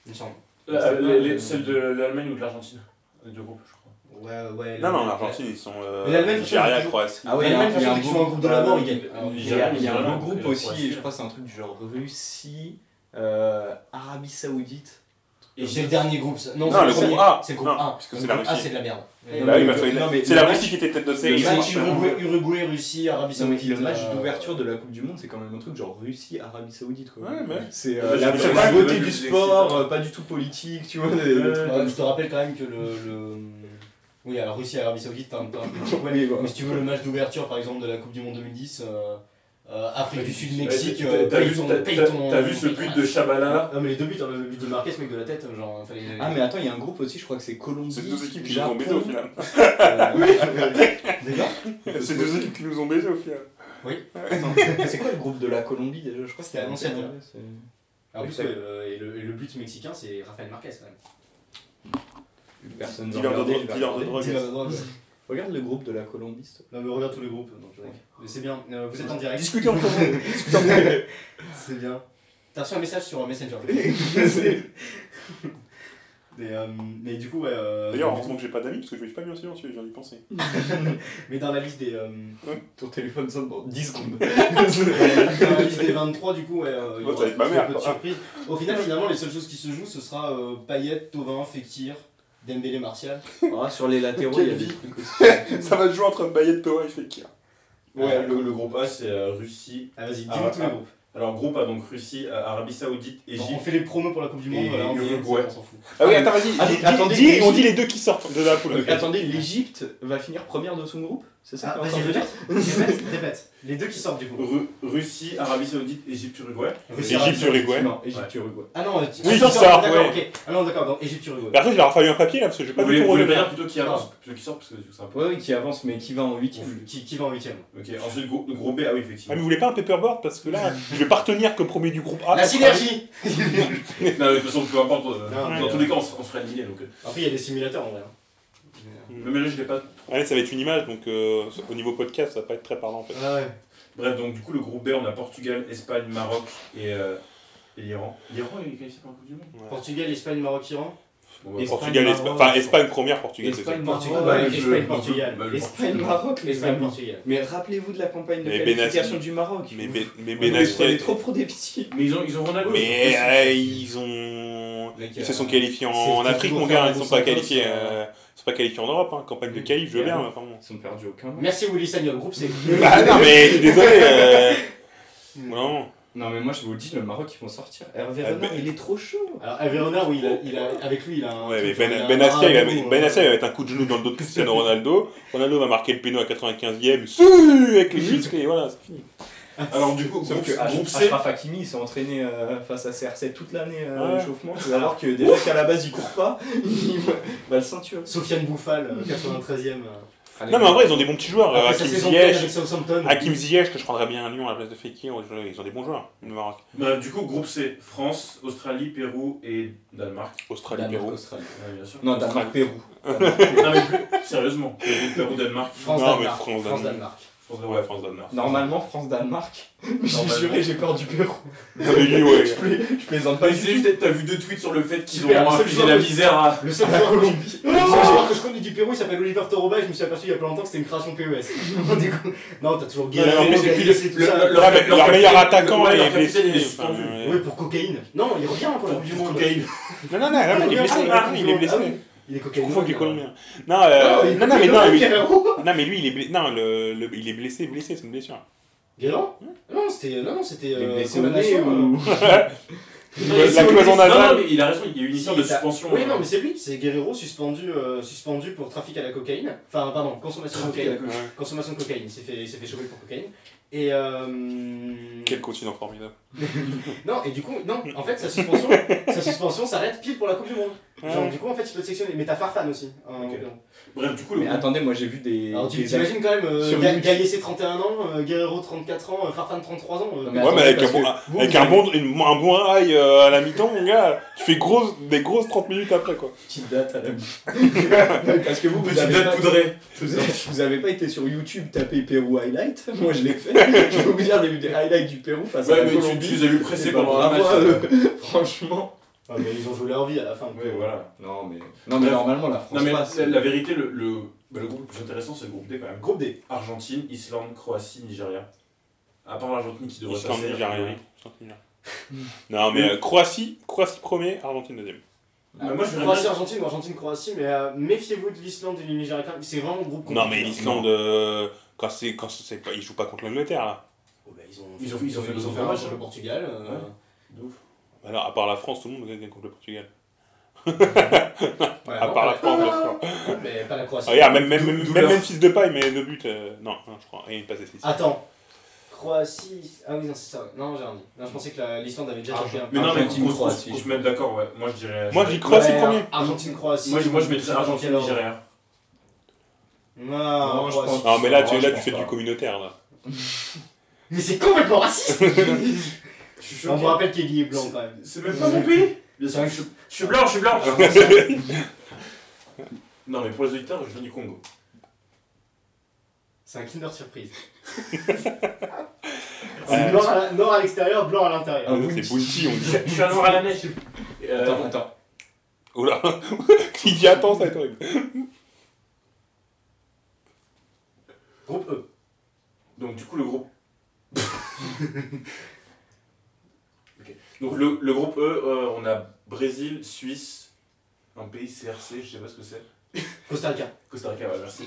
[SPEAKER 4] Il me semble.
[SPEAKER 5] Euh, les- les- Celle de l'Allemagne ou de l'Argentine Les deux groupes, je crois.
[SPEAKER 4] Ouais, ouais.
[SPEAKER 6] non non l'Argentine ils sont euh,
[SPEAKER 4] Mais l'Allemagne,
[SPEAKER 6] Nigeria
[SPEAKER 4] toujours-
[SPEAKER 6] Croatie
[SPEAKER 3] Ah ouais,
[SPEAKER 4] L'Allemagne,
[SPEAKER 3] il y a- il y a un
[SPEAKER 4] de toute façon, dès qu'ils
[SPEAKER 3] groupe-
[SPEAKER 4] sont en groupe de la mort, ils gagnent.
[SPEAKER 5] Ah, oui.
[SPEAKER 3] Il y a, il y a
[SPEAKER 5] Nigeria,
[SPEAKER 3] un
[SPEAKER 5] Nigeria,
[SPEAKER 3] groupe
[SPEAKER 5] Nigeria,
[SPEAKER 3] aussi,
[SPEAKER 5] Croatie.
[SPEAKER 3] et je crois que c'est un truc du genre Russie, euh, Arabie Saoudite.
[SPEAKER 4] Et c'est le dernier groupe, ça. Non,
[SPEAKER 6] Non,
[SPEAKER 4] c'est le
[SPEAKER 6] le
[SPEAKER 4] premier.
[SPEAKER 6] groupe A.
[SPEAKER 4] C'est le groupe
[SPEAKER 6] Non,
[SPEAKER 4] A.
[SPEAKER 6] parce que
[SPEAKER 4] Le
[SPEAKER 6] c'est la
[SPEAKER 4] groupe A,
[SPEAKER 6] Russie.
[SPEAKER 4] c'est de la merde.
[SPEAKER 6] Bah
[SPEAKER 3] Non,
[SPEAKER 6] oui,
[SPEAKER 3] mais-
[SPEAKER 6] bah, faut-
[SPEAKER 3] non, mais
[SPEAKER 6] c'est la
[SPEAKER 3] le
[SPEAKER 6] Russie qui était tête de série
[SPEAKER 3] le
[SPEAKER 4] Le
[SPEAKER 6] ils
[SPEAKER 3] match,
[SPEAKER 6] sont-
[SPEAKER 4] match Uruguay, Uruguay, Russie, Arabie
[SPEAKER 3] Non, mais
[SPEAKER 4] Saoudite.
[SPEAKER 3] le match
[SPEAKER 4] euh,
[SPEAKER 3] d'ouverture de la Coupe du Monde, c'est quand même un truc genre Russie-Arabie Saoudite. quoi.
[SPEAKER 6] Ouais, mais-
[SPEAKER 3] C'est
[SPEAKER 5] Ouais,
[SPEAKER 3] euh, la,
[SPEAKER 5] mais
[SPEAKER 6] c'est
[SPEAKER 3] la
[SPEAKER 6] pas-
[SPEAKER 3] beauté
[SPEAKER 5] le-
[SPEAKER 3] du
[SPEAKER 5] le-
[SPEAKER 3] sport,
[SPEAKER 5] l'excitant.
[SPEAKER 3] euh, pas du tout politique, tu vois. des- des
[SPEAKER 5] Ouais.
[SPEAKER 3] trucs
[SPEAKER 4] Euh, Ouais, je te rappelle quand même que le. le... Oui, alors Russie et Arabie Saoudite, t'as un peu un petit
[SPEAKER 3] comme ça. Ouais,
[SPEAKER 4] Mais si tu veux le match d'ouverture par exemple de la Coupe du Monde 2010, euh, euh, Afrique du Sud,
[SPEAKER 5] Ouais,
[SPEAKER 4] Mexique,
[SPEAKER 5] t'as-
[SPEAKER 4] euh,
[SPEAKER 5] t'as
[SPEAKER 4] paye
[SPEAKER 5] vu-
[SPEAKER 4] ton-
[SPEAKER 5] t'as-
[SPEAKER 4] paye
[SPEAKER 5] t'as-
[SPEAKER 4] ton-
[SPEAKER 5] T'as vu ce but de Chabalala
[SPEAKER 4] Non mais les deux buts, hein, le but de Marquez, mec de la tête, genre fallait.
[SPEAKER 3] Ah, mais attends, il y a un groupe aussi, je crois que c'est Colombie.
[SPEAKER 6] c'est deux équipes qui nous ont
[SPEAKER 3] Japon, euh,
[SPEAKER 6] baisés au final
[SPEAKER 4] D'accord
[SPEAKER 6] c'est deux équipes qui nous ont baisés au final
[SPEAKER 3] Attends, c'est quoi le groupe de la Colombie déjà Je crois que
[SPEAKER 4] C'était
[SPEAKER 3] c'est-
[SPEAKER 4] Annonciata.
[SPEAKER 3] c'est-
[SPEAKER 4] En
[SPEAKER 3] Oui,
[SPEAKER 4] plus,
[SPEAKER 3] c'est-
[SPEAKER 4] euh, et, le, et le but mexicain, c'est Rafael Marquez quand même.
[SPEAKER 3] Personne ne
[SPEAKER 6] Dealer de
[SPEAKER 3] regardait,
[SPEAKER 6] drogue,
[SPEAKER 3] il va
[SPEAKER 6] dealer de
[SPEAKER 3] regarder.
[SPEAKER 6] drogue.
[SPEAKER 4] Dis-le à la droite.
[SPEAKER 3] Regarde le groupe de la Colombie. s'il te plaît.
[SPEAKER 4] Non mais regarde tous les groupes, donc ouais. Mais c'est bien, euh, vous êtes en direct.
[SPEAKER 6] Discutez entre vous. Discutez entre vous.
[SPEAKER 4] C'est bien. T'as reçu un message sur Messenger. mais, euh, mais du coup, ouais. euh,
[SPEAKER 6] D'ailleurs, heureusement que j'ai pas d'amis parce que je me suis pas mis en silencieux, j'ai envie de penser.
[SPEAKER 4] mais dans la liste des. euh,
[SPEAKER 3] Ton téléphone sonne dans 10 secondes.
[SPEAKER 4] dans la liste des 23, du coup, ouais. euh, il y
[SPEAKER 6] Ouais, ça
[SPEAKER 4] aura
[SPEAKER 6] va être ma
[SPEAKER 4] très
[SPEAKER 6] mère,
[SPEAKER 4] peu de
[SPEAKER 6] quoi.
[SPEAKER 4] surprises. Au final, finalement, les seules choses qui se jouent, ce sera euh, Payet, Tovin, Fekir, Dembélé, Martial.
[SPEAKER 3] Ah, sur les latéraux,
[SPEAKER 6] Quelle
[SPEAKER 3] il y a des
[SPEAKER 6] vie.
[SPEAKER 3] trucs aussi.
[SPEAKER 6] Ça va se jouer entre Bayet, Toa et Fekir.
[SPEAKER 5] Ouais,
[SPEAKER 4] Ouais.
[SPEAKER 5] le, le groupe A, c'est euh, Russie.
[SPEAKER 4] Ah, vas-y, dis-nous
[SPEAKER 5] Ah,
[SPEAKER 4] tous les
[SPEAKER 5] ah.
[SPEAKER 4] groupes.
[SPEAKER 5] Alors, groupe A, donc Russie, euh, Arabie Saoudite,
[SPEAKER 4] Bon, on
[SPEAKER 5] Égypte.
[SPEAKER 4] fait les promos pour la Coupe du Monde,
[SPEAKER 5] Et
[SPEAKER 4] voilà, on est-
[SPEAKER 5] Uruguay.
[SPEAKER 4] on s'en fout.
[SPEAKER 6] Ah oui, attends, vas-y.
[SPEAKER 3] Attendez,
[SPEAKER 6] dis-
[SPEAKER 3] attendez,
[SPEAKER 6] dis-
[SPEAKER 3] mais
[SPEAKER 6] on
[SPEAKER 3] je-
[SPEAKER 6] dit les deux qui sortent de la poule.
[SPEAKER 3] Donc, attendez, l'Egypte va finir première de son groupe C'est ça
[SPEAKER 4] Ah,
[SPEAKER 3] qu'on est en train de
[SPEAKER 4] vas-y,
[SPEAKER 3] dire
[SPEAKER 4] répète, répète, répète. Les deux qui sortent du coup.
[SPEAKER 5] Ru- Russie, Arabie Saoudite, Égypte, Uruguay.
[SPEAKER 4] Russie, Arabie
[SPEAKER 6] Égypte,
[SPEAKER 4] Saoudite.
[SPEAKER 6] Uruguay.
[SPEAKER 3] Non, Égypte-Uruguay.
[SPEAKER 4] Ah non, tu-
[SPEAKER 6] Oui,
[SPEAKER 4] tu
[SPEAKER 6] qui
[SPEAKER 4] sors,
[SPEAKER 6] sort,
[SPEAKER 4] D'accord,
[SPEAKER 6] ouais. Bah,
[SPEAKER 4] ok. Ah non, d'accord, donc Égypte, Uruguay.
[SPEAKER 6] Par contre, il aura fallu un papier là, parce que j'ai pas
[SPEAKER 5] Vous
[SPEAKER 6] vu
[SPEAKER 5] voulez,
[SPEAKER 6] tout
[SPEAKER 5] vous voulez
[SPEAKER 6] relever.
[SPEAKER 5] pas dire plutôt qui avance, plutôt qui sort, parce que ça sera
[SPEAKER 3] Ouais, oui, qui avance, mais qui va en huitième.
[SPEAKER 4] Qui, qui va en huitième
[SPEAKER 5] Ok, ensuite, grou- le groupe B, ah oui,
[SPEAKER 6] Ah, mais
[SPEAKER 5] effectivement.
[SPEAKER 6] vous voulez pas un paperboard Parce que là, je vais pas retenir que premier du groupe A.
[SPEAKER 4] La synergie
[SPEAKER 5] non, mais de toute façon, peu importe. euh,
[SPEAKER 4] Non,
[SPEAKER 5] dans
[SPEAKER 4] mais,
[SPEAKER 5] tous les cas, on se, on se ferait aligner, donc. euh.
[SPEAKER 4] Après, il y a des simulateurs en vrai. hein.
[SPEAKER 5] Le mérite, je l'ai pas.
[SPEAKER 6] Ouais, ça va être une image, donc euh, au niveau podcast, ça va pas être très parlant en fait.
[SPEAKER 4] Ah ouais.
[SPEAKER 5] Bref, donc, du coup, le groupe B, on a Portugal, Espagne, Maroc et, euh, et l'Iran. L'Iran, il est qualifié pour la Coupe du Monde.
[SPEAKER 4] Portugal, Espagne, Maroc, Iran.
[SPEAKER 5] Bon, ouais.
[SPEAKER 3] Espagne,
[SPEAKER 6] Portugal, Espagne,
[SPEAKER 3] Maroc.
[SPEAKER 6] enfin Espagne première, Portugal. c'est ça.
[SPEAKER 3] Espagne,
[SPEAKER 4] Portugal,
[SPEAKER 3] Maroc,
[SPEAKER 5] bah,
[SPEAKER 3] Espagne,
[SPEAKER 5] je-
[SPEAKER 3] Espagne,
[SPEAKER 4] Portugal.
[SPEAKER 5] bah, le
[SPEAKER 4] Espagne,
[SPEAKER 3] Portugal.
[SPEAKER 4] Maroc, l'Espagne,
[SPEAKER 3] Espagne.
[SPEAKER 4] Portugal.
[SPEAKER 3] Mais rappelez-vous de la campagne de
[SPEAKER 6] Mais Ben
[SPEAKER 3] qualification du Maroc.
[SPEAKER 6] Mais,
[SPEAKER 3] Vous-
[SPEAKER 6] mais, mais
[SPEAKER 3] vous
[SPEAKER 6] Ben
[SPEAKER 3] les prenez
[SPEAKER 6] Hassel-
[SPEAKER 3] trop pour des petits.
[SPEAKER 5] Mais ils ont, ils ont Ronaldo.
[SPEAKER 6] Mais
[SPEAKER 5] ils sont-
[SPEAKER 6] euh, ils ont.
[SPEAKER 3] Mec,
[SPEAKER 6] Ils
[SPEAKER 3] euh,
[SPEAKER 6] se sont qualifiés en,
[SPEAKER 4] c'est
[SPEAKER 6] en
[SPEAKER 4] ce qu'ils
[SPEAKER 6] Afrique,
[SPEAKER 4] vont
[SPEAKER 6] mon
[SPEAKER 4] faire
[SPEAKER 6] gars.
[SPEAKER 4] en
[SPEAKER 6] Ils sont pas
[SPEAKER 4] Los Santos,
[SPEAKER 6] qualifiés.
[SPEAKER 4] euh.
[SPEAKER 6] euh, Ils sont pas qualifiés en Europe. Hein. Campagne de qualif, je veux bien. mais Enfin, bon.
[SPEAKER 3] Ils sont perdus au Cameroun.
[SPEAKER 4] Merci Willy Sagnol, groupe C.
[SPEAKER 6] Bah non, mais je suis désolé. euh, Non.
[SPEAKER 3] Non, mais moi je vous le dis, le Maroc ils vont sortir. Hervé
[SPEAKER 6] Ah,
[SPEAKER 3] Renard,
[SPEAKER 6] ben-
[SPEAKER 3] il est trop chaud.
[SPEAKER 4] Alors, Hervé Renard, oui, il a, il a, avec lui, il a un.
[SPEAKER 6] Ouais, mais
[SPEAKER 4] truc, il a
[SPEAKER 6] Ben,
[SPEAKER 4] un-
[SPEAKER 6] ben
[SPEAKER 4] un
[SPEAKER 6] Hassel, il va,
[SPEAKER 4] logo,
[SPEAKER 6] ben
[SPEAKER 4] euh,
[SPEAKER 6] Hassel, il va mettre un coup de genou dans le dos de Cristiano Ronaldo. Ronaldo va marquer le péno à 95ème. Suuuuh, Avec les muscles et voilà, c'est fini.
[SPEAKER 5] Alors, du coup,
[SPEAKER 3] Sauf
[SPEAKER 5] groupe,
[SPEAKER 3] que
[SPEAKER 5] groupe
[SPEAKER 3] Ash-
[SPEAKER 5] C.
[SPEAKER 3] Ashraf Hakimi il s'est entraîné euh, face à CR7 toute l'année euh, à
[SPEAKER 6] Ouais.
[SPEAKER 3] l'échauffement. Tu vas voir que déjà qu'à la base il court pas, il va va le ceinture.
[SPEAKER 4] Sofiane Bouffal, euh, 93ème. euh.
[SPEAKER 6] Non, mais en vrai, ils ont des bons petits joueurs.
[SPEAKER 4] Après
[SPEAKER 6] euh,
[SPEAKER 4] sa
[SPEAKER 6] Hakim
[SPEAKER 4] saison pleine
[SPEAKER 6] Ziyech,
[SPEAKER 4] avec Southampton.
[SPEAKER 6] Hakim Ziyech, que je prendrais bien à Lyon à la place de Fekir. Ils ont des bons joueurs. Le Maroc,
[SPEAKER 5] Bref, bah, du coup, groupe C. France, Australie, Pérou et Danemark.
[SPEAKER 3] Bah,
[SPEAKER 6] Australie, Pérou.
[SPEAKER 5] Ouais, bien sûr.
[SPEAKER 3] Non, Danemark, Pérou.
[SPEAKER 5] non, mais plus- sérieusement. Pérou, Pérou, Danemark.
[SPEAKER 6] Non, mais
[SPEAKER 4] France-Danemark.
[SPEAKER 6] France,
[SPEAKER 4] France-Danemark.
[SPEAKER 5] France,
[SPEAKER 6] Ouais, France-Danemark.
[SPEAKER 3] Normalement, France-Danemark. J'ai
[SPEAKER 5] Normalement.
[SPEAKER 3] juré, j'ai peur du Pérou.
[SPEAKER 6] Non, mais lui, ouais.
[SPEAKER 3] Je plais- je plaisante pas
[SPEAKER 5] T'as
[SPEAKER 3] du tout.
[SPEAKER 5] vu, t'as vu deux tweets sur le fait qu'ils
[SPEAKER 4] Super,
[SPEAKER 5] ont
[SPEAKER 4] seul
[SPEAKER 5] infligé
[SPEAKER 4] jour.
[SPEAKER 5] la misère à.
[SPEAKER 4] Le seul joueur Colombie. Le seul joueur que je connais du Pérou, il s'appelle Oliver Toroba et je me suis aperçu il y a pas longtemps que c'était une création PES. du coup, non, t'as toujours gagné.
[SPEAKER 6] Ouais, non, mais c'est
[SPEAKER 5] plus le- le- le-
[SPEAKER 6] Ouais, mais
[SPEAKER 5] leur
[SPEAKER 6] leur meilleur
[SPEAKER 5] capitaine-
[SPEAKER 6] attaquant
[SPEAKER 5] ouais,
[SPEAKER 6] est
[SPEAKER 5] leur capitaine,
[SPEAKER 6] blessé.
[SPEAKER 5] il est suspendu.
[SPEAKER 6] enfin,
[SPEAKER 4] Oui, pour cocaïne. Non, il revient pour la Coupe du Monde.
[SPEAKER 5] Cocaïne.
[SPEAKER 6] Non, non, non, non, il est blessé.
[SPEAKER 4] Ah,
[SPEAKER 6] Il est blessé.
[SPEAKER 4] ah oui, Ah Il est
[SPEAKER 6] Je
[SPEAKER 4] cocaïne.
[SPEAKER 6] confonds avec les Colombiens. Non, euh, non, non, mais non, lui,
[SPEAKER 4] non.
[SPEAKER 6] non, mais lui, il est blessé. Non, le, le- il est blessé, blessé, c'est une blessure.
[SPEAKER 4] Guélan
[SPEAKER 6] Hein
[SPEAKER 4] Non, c'était. Non, non, c'était.
[SPEAKER 3] Les
[SPEAKER 4] euh,
[SPEAKER 3] blessés au nez
[SPEAKER 4] condamnation,
[SPEAKER 3] ou.
[SPEAKER 6] La
[SPEAKER 5] Non,
[SPEAKER 6] cloison
[SPEAKER 5] Non,
[SPEAKER 6] nasale.
[SPEAKER 5] mais il a raison, il y a eu une histoire
[SPEAKER 4] Si,
[SPEAKER 5] de
[SPEAKER 4] t'as-
[SPEAKER 5] suspension.
[SPEAKER 4] Oui,
[SPEAKER 5] euh,
[SPEAKER 4] non, mais c'est lui, c'est Guerrero suspendu, euh, suspendu pour trafic à la cocaïne. Enfin, pardon, consommation de cocaïne.
[SPEAKER 6] Ouais.
[SPEAKER 4] Consommation de cocaïne, il s'est fait, il s'est fait choper pour cocaïne. Et euh...
[SPEAKER 6] Quel continent formidable.
[SPEAKER 4] Non, et du coup, non,
[SPEAKER 6] Mm.
[SPEAKER 4] en fait, sa suspension, sa suspension s'arrête pile pour la Coupe du Monde. Genre, du coup, en fait, il peut te sectionner. Mais t'as Farfan aussi. hein,
[SPEAKER 5] Ok.
[SPEAKER 4] donc.
[SPEAKER 5] Bref, du coup, le
[SPEAKER 3] Mais
[SPEAKER 5] groupe
[SPEAKER 3] attendez, moi j'ai vu des.
[SPEAKER 4] Alors, tu
[SPEAKER 3] des-
[SPEAKER 4] t'imagines quand même, euh,
[SPEAKER 3] Sur
[SPEAKER 4] Ga-
[SPEAKER 3] une-
[SPEAKER 4] Gallessé 31 ans, euh, Guerrero 34 ans, euh, Farfan 33 ans. euh,
[SPEAKER 3] Non,
[SPEAKER 6] Ouais,
[SPEAKER 3] Attendez,
[SPEAKER 6] mais avec, un
[SPEAKER 3] parce
[SPEAKER 6] bon,
[SPEAKER 3] que vous,
[SPEAKER 6] avec
[SPEAKER 3] vous
[SPEAKER 6] un
[SPEAKER 3] avez-
[SPEAKER 6] bon, une- un bon rail euh, à la mi-temps, mon gars, tu fais grosse, des grosses 30 minutes après, quoi.
[SPEAKER 3] Petite date à la Parce que vous, vous
[SPEAKER 5] Petite
[SPEAKER 3] avez,
[SPEAKER 5] date
[SPEAKER 3] pas,
[SPEAKER 5] poudrée.
[SPEAKER 3] vous avez- vous avez pas été sur YouTube taper Pérou Highlight. Moi je l'ai fait. je peux vous dire, j'ai eu des highlights du Pérou face à
[SPEAKER 5] Ouais,
[SPEAKER 3] la
[SPEAKER 5] mais tu-
[SPEAKER 3] Colombie.
[SPEAKER 5] tu les as vu
[SPEAKER 3] Et
[SPEAKER 5] presser
[SPEAKER 3] bah,
[SPEAKER 5] pendant un match.
[SPEAKER 3] bravo à eux. Franchement.
[SPEAKER 4] Ah, mais ils ont joué leur vie à la fin.
[SPEAKER 5] Ouais, voilà.
[SPEAKER 3] Non, mais. Non, mais normalement la France
[SPEAKER 5] Non, mais
[SPEAKER 3] passe.
[SPEAKER 5] la la vérité, le- le bah, le groupe le plus intéressant, c'est le groupe D quand même.
[SPEAKER 4] Groupe D.
[SPEAKER 5] Argentine, Islande, Croatie, Nigeria. À part l'Argentine qui devrait
[SPEAKER 6] Islande,
[SPEAKER 5] passer.
[SPEAKER 6] Nigeria. Islande, Nigeria. Non,
[SPEAKER 3] Mm.
[SPEAKER 6] mais euh, Croatie, Croatie premier, Argentine deuxième.
[SPEAKER 5] Mais moi, je verrais bien-
[SPEAKER 4] Croatie-Argentine ou Argentine-Croatie, mais euh, méfiez-vous de l'Islande et du Nigeria. quand même, C'est vraiment groupe
[SPEAKER 6] Non, mais
[SPEAKER 4] compliqué, hein.
[SPEAKER 6] l'Islande, euh, quand c'est, quand c'est pas, ils jouent pas contre l'Angleterre, là.
[SPEAKER 4] Oh, bah, ils ont,
[SPEAKER 5] Ils ont- ils ont fait- ils ont fait un
[SPEAKER 4] un
[SPEAKER 5] match,
[SPEAKER 4] match
[SPEAKER 5] hein.
[SPEAKER 4] contre le Portugal. euh,
[SPEAKER 5] Ouais. De ouf.
[SPEAKER 6] Alors, à part la France, tout le monde gagne contre le Portugal.
[SPEAKER 4] ouais,
[SPEAKER 3] Ah
[SPEAKER 6] À
[SPEAKER 4] non,
[SPEAKER 6] part la
[SPEAKER 4] pas
[SPEAKER 6] France, bien sûr.
[SPEAKER 4] Mais pas la Croatie.
[SPEAKER 6] Ah, Regarde, même, même, même,
[SPEAKER 5] Douleur.
[SPEAKER 6] même, fils de paille, mais deux buts. euh, non, non, je crois. Et il passe à 6.
[SPEAKER 4] Attends. Croatie. Ah oui, non, c'est ça. ouais. Non, j'ai rien dit. Non, je pensais que la- l'Islande avait déjà tapé un
[SPEAKER 5] Mais non, mais
[SPEAKER 3] Argentine,
[SPEAKER 5] qu'on qu'on- qu'on
[SPEAKER 3] Croatie.
[SPEAKER 5] se mette d'accord, ouais. Moi, je dirais.
[SPEAKER 6] Moi, j'y crois, c'est
[SPEAKER 4] hein.
[SPEAKER 6] premier.
[SPEAKER 4] Argentine-Croatie.
[SPEAKER 5] Moi, je, moi, je mettrais Argentine, Nigeria.
[SPEAKER 4] Non,
[SPEAKER 3] Non, je
[SPEAKER 4] Croatie.
[SPEAKER 3] pense-
[SPEAKER 6] Non, mais là,
[SPEAKER 3] Non,
[SPEAKER 6] tu,
[SPEAKER 3] je
[SPEAKER 6] là, tu
[SPEAKER 3] pense
[SPEAKER 6] fais
[SPEAKER 3] pas.
[SPEAKER 6] du communautaire, là.
[SPEAKER 4] Mais c'est complètement raciste
[SPEAKER 5] Je suis
[SPEAKER 4] On vous rappelle qu'Eli est blanc quand même.
[SPEAKER 5] C'est même pas mon pays Bien sûr que je, je suis blanc, je suis blanc Non, mais pour les auditeurs, je viens du Congo.
[SPEAKER 4] C'est un Kinder Surprise. c'est noir à la- noir à l'extérieur, blanc à l'intérieur.
[SPEAKER 3] Ah, oui.
[SPEAKER 6] C'est Bounty, on dit.
[SPEAKER 5] Je suis un noir à la neige. Euh,
[SPEAKER 3] Attends, attends.
[SPEAKER 6] Oula. Qui dit attends, ça va être horrible.
[SPEAKER 4] Groupe E.
[SPEAKER 5] donc, du coup, le groupe. Ok. Donc, le, le groupe E, euh, on a Brésil, Suisse, un pays CRC, je sais pas ce que c'est.
[SPEAKER 4] Costa Rica.
[SPEAKER 5] Costa Rica, ouais, merci.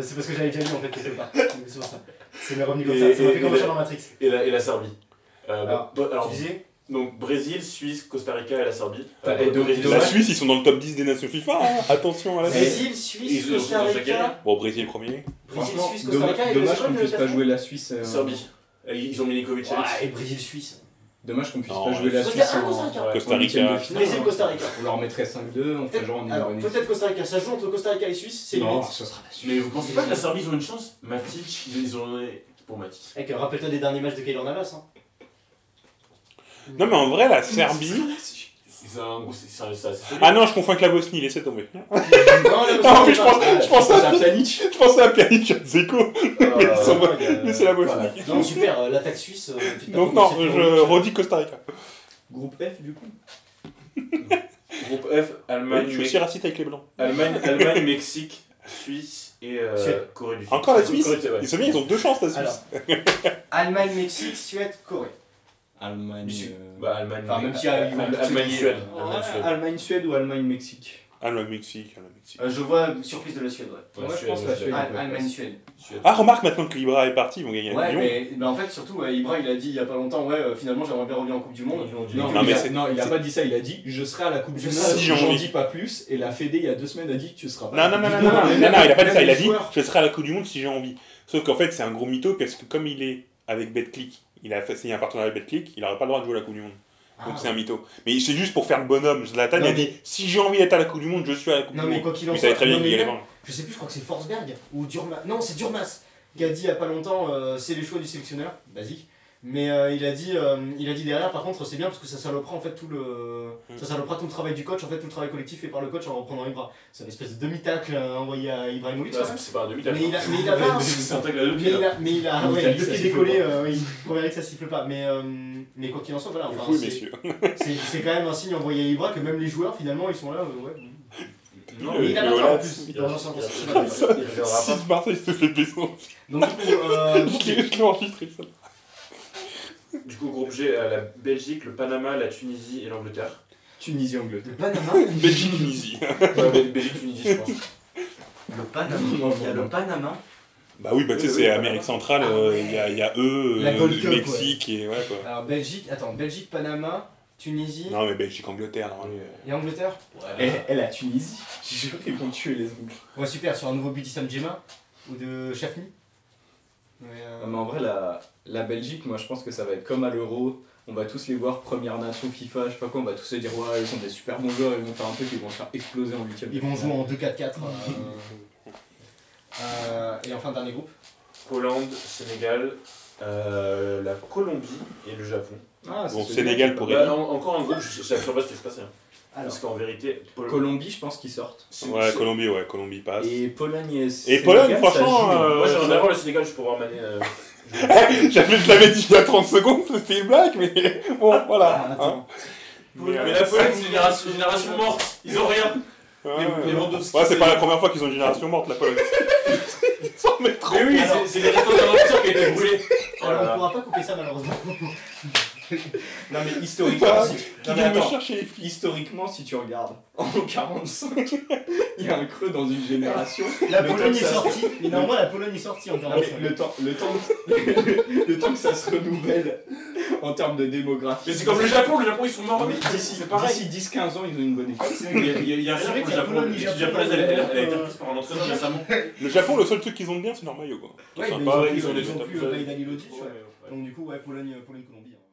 [SPEAKER 4] C'est parce que j'avais déjà vu en fait quelque part. Donc, C'est pour ça. C'est mes revenus comme ça. Ça m'a fait comme un chat dans Matrix.
[SPEAKER 5] Et la, et la Serbie. Euh,
[SPEAKER 4] Alors,
[SPEAKER 5] bon, alors,
[SPEAKER 4] Tu disais
[SPEAKER 5] donc Brésil, Suisse, Costa Rica et la Serbie. Euh,
[SPEAKER 3] Enfin, et donc,
[SPEAKER 5] Brésil,
[SPEAKER 3] donc,
[SPEAKER 6] La
[SPEAKER 3] Ouais.
[SPEAKER 6] Suisse, ils sont dans le top 10 des nations FIFA. hein. Attention à la Suisse.
[SPEAKER 4] Brésil, Suisse,
[SPEAKER 5] ils ont- ils
[SPEAKER 4] Costa
[SPEAKER 5] ont chacun
[SPEAKER 4] Rica.
[SPEAKER 6] Bon, Brésil premier.
[SPEAKER 4] Brésil,
[SPEAKER 3] Franchement,
[SPEAKER 4] Suisse, Costa
[SPEAKER 3] dommage,
[SPEAKER 4] Rica. et
[SPEAKER 3] dommage
[SPEAKER 4] Venezuela,
[SPEAKER 3] qu'on
[SPEAKER 4] le
[SPEAKER 3] puisse pas
[SPEAKER 4] classement
[SPEAKER 3] jouer la Suisse. euh,
[SPEAKER 5] Serbie. Et Ils ont Milinkovic Savic.
[SPEAKER 4] Ouais, Ah, et Brésil, Suisse.
[SPEAKER 3] Dommage qu'on puisse
[SPEAKER 6] Non,
[SPEAKER 3] pas jouer la
[SPEAKER 4] Costa
[SPEAKER 3] Suisse en,
[SPEAKER 4] Rica, Costa Rica.
[SPEAKER 3] en
[SPEAKER 6] Costa
[SPEAKER 3] huitième
[SPEAKER 6] Rica.
[SPEAKER 3] de finale.
[SPEAKER 4] Brésil, Costa Rica.
[SPEAKER 3] On leur mettrait 5-2, on fait genre on est
[SPEAKER 4] Alors,
[SPEAKER 3] abonné.
[SPEAKER 4] peut-être Costa Rica. Ça se joue entre Costa Rica et Suisse. C'est
[SPEAKER 3] Non,
[SPEAKER 4] limite.
[SPEAKER 3] ce sera la Suisse.
[SPEAKER 5] Mais vous pensez pas que la Serbie, ils ont une chance Matic, ils ont. Pour Matic.
[SPEAKER 4] Mec, Eh, rappelle-toi des derniers matchs de Kaylor Navas. Hein.
[SPEAKER 6] Non, mais en vrai, la Serbie.
[SPEAKER 5] C'est un gros. C'est c'est- c'est- c'est-
[SPEAKER 6] Ah non, je confonds avec la Bosnie, laissez tomber.
[SPEAKER 4] non, là,
[SPEAKER 6] Non, mais je pense, je pense
[SPEAKER 3] C'est
[SPEAKER 6] à,
[SPEAKER 3] un Pjanic.
[SPEAKER 6] je pense à Pjanic Zeko,
[SPEAKER 4] Euh,
[SPEAKER 6] sont-
[SPEAKER 4] ouais, euh,
[SPEAKER 6] mais c'est la Bosnie.
[SPEAKER 4] voilà. Non, super, euh, l'attaque suisse. euh, tu te tapes
[SPEAKER 6] Donc
[SPEAKER 4] une
[SPEAKER 6] non,
[SPEAKER 4] petite
[SPEAKER 6] je
[SPEAKER 4] fourrure.
[SPEAKER 6] redis Costa Rica.
[SPEAKER 3] Groupe F du coup.
[SPEAKER 5] Groupe F, Allemagne,
[SPEAKER 6] Je suis aussi raciste avec les Blancs.
[SPEAKER 5] Mex- Allemagne, Allemagne, Mexique, Suisse et euh,
[SPEAKER 4] Suède.
[SPEAKER 5] Corée du Sud.
[SPEAKER 6] Encore la Suisse
[SPEAKER 5] Corée, ouais.
[SPEAKER 6] Ils sont bien, ils ont deux chances la
[SPEAKER 4] Alors,
[SPEAKER 6] Suisse.
[SPEAKER 4] Allemagne, Mexique, Suède, Corée.
[SPEAKER 3] Allemagne.
[SPEAKER 5] Du Sud.
[SPEAKER 3] euh,
[SPEAKER 5] Bah, Allemagne,
[SPEAKER 4] Enfin, même s'il y a eu-
[SPEAKER 5] Allemagne, Allemagne, Suède.
[SPEAKER 3] Ouais,
[SPEAKER 5] Allemagne,
[SPEAKER 6] Euh,
[SPEAKER 5] Suède.
[SPEAKER 3] Allemagne, Suède ou Allemagne, Mexique
[SPEAKER 6] Ah, le Mexique, ah, le Mexique.
[SPEAKER 4] Euh, je vois une surprise de la Suède, ouais.
[SPEAKER 5] Ouais,
[SPEAKER 3] Moi, je
[SPEAKER 5] Suède,
[SPEAKER 3] pense
[SPEAKER 5] ouais,
[SPEAKER 3] la
[SPEAKER 5] Suède.
[SPEAKER 3] Suède.
[SPEAKER 4] Al- Allemagne, Suède.
[SPEAKER 5] Suède.
[SPEAKER 6] Ah, remarque maintenant que Libra est parti, ils vont gagner à
[SPEAKER 4] Ouais,
[SPEAKER 6] Lyon.
[SPEAKER 4] mais bah, en fait, surtout, euh, Ibra, il a dit il y a pas longtemps, ouais, euh, finalement, j'aimerais bien revenir en Coupe du Monde. Ils lui ont dit,
[SPEAKER 3] Non,
[SPEAKER 6] Non,
[SPEAKER 3] mais
[SPEAKER 6] mais
[SPEAKER 3] il a-
[SPEAKER 6] c'est-
[SPEAKER 3] non, il a pas dit ça, il a dit je serai à la Coupe du
[SPEAKER 6] Si
[SPEAKER 3] Monde,
[SPEAKER 6] j'ai
[SPEAKER 3] j'en
[SPEAKER 6] envie.
[SPEAKER 3] dis pas plus, et la Fédé il y a deux semaines a dit tu seras pas. à la
[SPEAKER 6] Non, non, non,
[SPEAKER 3] Coupe
[SPEAKER 6] non,
[SPEAKER 3] du
[SPEAKER 6] non, non,
[SPEAKER 3] Monde.
[SPEAKER 6] non,
[SPEAKER 3] Même-
[SPEAKER 6] non, il a pas dit
[SPEAKER 3] même
[SPEAKER 6] ça, il
[SPEAKER 3] les
[SPEAKER 6] a dit
[SPEAKER 3] joueurs.
[SPEAKER 6] je serai à la Coupe du Monde si j'ai envie. Sauf qu'en fait, c'est un gros mytho parce que comme il est avec BetClick, il a fait- signé un partenariat avec BetClick, il n'aurait pas le droit de jouer à la Coupe du Monde. Donc
[SPEAKER 4] Ah,
[SPEAKER 6] c'est un mytho. Mais c'est juste pour faire le bonhomme. Zlatan
[SPEAKER 4] Non,
[SPEAKER 6] il a
[SPEAKER 4] mais-
[SPEAKER 6] dit si j'ai envie d'être à la Coupe du Monde, je suis à la Coupe
[SPEAKER 4] Non,
[SPEAKER 6] du
[SPEAKER 4] mais
[SPEAKER 6] Monde.
[SPEAKER 4] quoi qu'il en
[SPEAKER 6] Mais
[SPEAKER 4] soit,
[SPEAKER 6] il savait très bien
[SPEAKER 4] non,
[SPEAKER 6] qu'il y
[SPEAKER 4] mais
[SPEAKER 6] allait
[SPEAKER 4] là,
[SPEAKER 6] voir.
[SPEAKER 4] Je sais plus, je crois que c'est Forsberg ou Durmas. Non, c'est Durmas qui a dit il y a pas longtemps euh, c'est les choix du sélectionneur, basique. Mais euh, il a dit euh, il a dit derrière par contre c'est bien parce que ça salopera en fait tout le
[SPEAKER 6] Mm.
[SPEAKER 4] ça salopera tout le travail du coach en fait tout le travail collectif fait par le coach en reprenant Ibra. C'est une espèce de demi-tacle euh, envoyé à Ibrahimovic.
[SPEAKER 5] Ouais,
[SPEAKER 4] quand même.
[SPEAKER 5] c'est- C'est pas un demi-tacle.
[SPEAKER 4] Mais il a mais il a pas
[SPEAKER 5] C'est un tacle à deux
[SPEAKER 4] Mais
[SPEAKER 5] pieds,
[SPEAKER 4] il a, mais il a
[SPEAKER 3] En
[SPEAKER 4] ouais,
[SPEAKER 3] Italie,
[SPEAKER 4] le
[SPEAKER 3] ça
[SPEAKER 4] pied
[SPEAKER 3] siffle
[SPEAKER 4] décollé,
[SPEAKER 3] pas.
[SPEAKER 4] euh, il conviendrait que ça siffle pas. Mais, euh, mais quoi qu'il en soit, voilà, enfin,
[SPEAKER 6] Oui,
[SPEAKER 4] Ah, c'est-
[SPEAKER 6] messieurs.
[SPEAKER 4] c'est c'est quand même un signe envoyé à Ibra que même les joueurs finalement ils sont là. euh, ouais.
[SPEAKER 5] là. Non,
[SPEAKER 6] Euh,
[SPEAKER 4] Mais
[SPEAKER 5] mais
[SPEAKER 4] il a
[SPEAKER 6] mais
[SPEAKER 4] la
[SPEAKER 6] voilà,
[SPEAKER 4] en plus, il est dans un sens.
[SPEAKER 5] il reviendra
[SPEAKER 6] Si
[SPEAKER 5] pas.
[SPEAKER 6] Marseille se fait descendre,
[SPEAKER 4] Donc du coup, euh,
[SPEAKER 6] je l'ai enregistré ça.
[SPEAKER 5] Du coup, groupe G, euh, la Belgique, le Panama, la Tunisie et l'Angleterre.
[SPEAKER 3] Tunisie, Angleterre.
[SPEAKER 4] le Panama,
[SPEAKER 6] Belgique, Tunisie.
[SPEAKER 5] Ouais, Bel- Belgique, Tunisie, je pense.
[SPEAKER 4] le Panama, il y a le Panama.
[SPEAKER 6] Bah oui, bah tu sais,
[SPEAKER 5] Oui,
[SPEAKER 6] c'est
[SPEAKER 5] oui,
[SPEAKER 6] Amérique centrale, euh, il y, a- il y a eux,
[SPEAKER 4] Ah, La
[SPEAKER 6] euh,
[SPEAKER 4] Gold
[SPEAKER 6] le
[SPEAKER 4] Cup, Ah,
[SPEAKER 6] Mexique et ouais quoi.
[SPEAKER 4] Alors Belgique, attends, Belgique, Panama, Tunisie
[SPEAKER 6] Non mais Belgique, Angleterre, normalement.
[SPEAKER 4] et Angleterre.
[SPEAKER 3] Et, et la Tunisie, j'ai juré qu'ils vont tuer les Anglais.
[SPEAKER 4] Ouais super, sur un nouveau but d'Issam Djemma ou de Chafni. Mais,
[SPEAKER 3] Non,
[SPEAKER 4] euh,
[SPEAKER 3] Ah, mais en vrai, la, la Belgique, moi je pense que ça va être comme à l'Euro. On va tous les voir, Première Nation, FIFA, je sais pas quoi, on va tous se dire, ouais, ils sont des super bons joueurs, ils vont faire un truc, ils vont se faire exploser en 8ème.
[SPEAKER 4] ils vont jouer en 2-4-4. euh, euh, et enfin dernier groupe.
[SPEAKER 5] Hollande, Sénégal, euh, la Colombie et le Japon.
[SPEAKER 3] Ah, c'est
[SPEAKER 6] Bon,
[SPEAKER 3] celui-là.
[SPEAKER 6] Sénégal pour
[SPEAKER 5] Bah,
[SPEAKER 6] elle.
[SPEAKER 5] en- encore un groupe, je ne savais pas ce qui se passait. hein.
[SPEAKER 4] Alors.
[SPEAKER 5] Parce qu'en vérité, Pol-
[SPEAKER 3] Colombie, je pense qu'ils sortent.
[SPEAKER 5] c'est-
[SPEAKER 6] Ouais,
[SPEAKER 5] c'est-
[SPEAKER 6] Colombie, ouais, Colombie passe.
[SPEAKER 3] Et Pologne et.
[SPEAKER 6] Ah, Et
[SPEAKER 3] Sénégal,
[SPEAKER 6] Pologne,
[SPEAKER 3] ça
[SPEAKER 6] franchement,
[SPEAKER 3] joue.
[SPEAKER 6] euh,
[SPEAKER 5] Moi j'aimerais bien
[SPEAKER 6] ça-
[SPEAKER 5] voir le Sénégal juste pour voir Mané. euh, jouer.
[SPEAKER 6] J'avais, je l'avais dit il y a 30 secondes, c'était une blague, mais bon, voilà.
[SPEAKER 4] Ah,
[SPEAKER 6] hein.
[SPEAKER 4] attends.
[SPEAKER 6] Mais, euh,
[SPEAKER 5] mais la Pologne, c'est une génération, une génération morte. Ils ont rien.
[SPEAKER 6] Hein. ouais,
[SPEAKER 5] les-
[SPEAKER 6] ouais.
[SPEAKER 5] les Lewandowski,
[SPEAKER 6] Ouais, c'est
[SPEAKER 5] c'est-
[SPEAKER 6] pas la première fois qu'ils ont une génération morte, la Pologne. Ils s'en mettent trop.
[SPEAKER 5] Mais oui,
[SPEAKER 4] Alors-
[SPEAKER 5] c'est- c'est les restants d'un empire qui a été brûlé. Oh
[SPEAKER 4] Alors,
[SPEAKER 5] là
[SPEAKER 4] on
[SPEAKER 5] là.
[SPEAKER 4] pourra pas couper ça malheureusement.
[SPEAKER 3] Non, mais historiquement, si-
[SPEAKER 6] Qui
[SPEAKER 3] non, mais
[SPEAKER 6] viennent me
[SPEAKER 3] attends.
[SPEAKER 6] chercher les filles.
[SPEAKER 3] Historiquement, si tu regardes, en 45, il y a un creux dans une génération.
[SPEAKER 4] La
[SPEAKER 3] Le temps
[SPEAKER 4] Pologne est
[SPEAKER 3] que ça-
[SPEAKER 4] sortie, mais normalement la Pologne est sortie en
[SPEAKER 5] Ah,
[SPEAKER 3] Non, mais le temps, le, temps que, le temps que ça se renouvelle en termes de démographie.
[SPEAKER 5] Mais c'est comme le Japon, le Japon ils sont morts.
[SPEAKER 3] Non, mais
[SPEAKER 5] D'ici,
[SPEAKER 3] D'ici
[SPEAKER 5] c'est pareil.
[SPEAKER 3] d'ici 10-15 ans, ils ont une bonne équipe.
[SPEAKER 5] Il y a- il y a- il y a
[SPEAKER 4] C'est vrai
[SPEAKER 5] rien pour
[SPEAKER 4] que
[SPEAKER 5] le
[SPEAKER 4] la
[SPEAKER 5] Japon.
[SPEAKER 4] Pologne,
[SPEAKER 5] L'équipe
[SPEAKER 4] Japon,
[SPEAKER 5] japonaise, elle, elle- elle a été
[SPEAKER 4] euh,
[SPEAKER 5] reprise par un entraîneur récemment.
[SPEAKER 6] Le Japon, le seul truc qu'ils ont de bien, c'est leur maillot. Quoi.
[SPEAKER 4] Ouais,
[SPEAKER 6] Sympa.
[SPEAKER 4] mais ils
[SPEAKER 5] ils
[SPEAKER 4] ont-
[SPEAKER 5] ont des
[SPEAKER 4] ils ont
[SPEAKER 5] top-
[SPEAKER 4] plus euh, Baïda Lilodi,
[SPEAKER 5] Ouais,
[SPEAKER 4] tu vois.
[SPEAKER 5] ouais.
[SPEAKER 4] Donc du coup, ouais, Pologne, Pologne, Colombie. hein.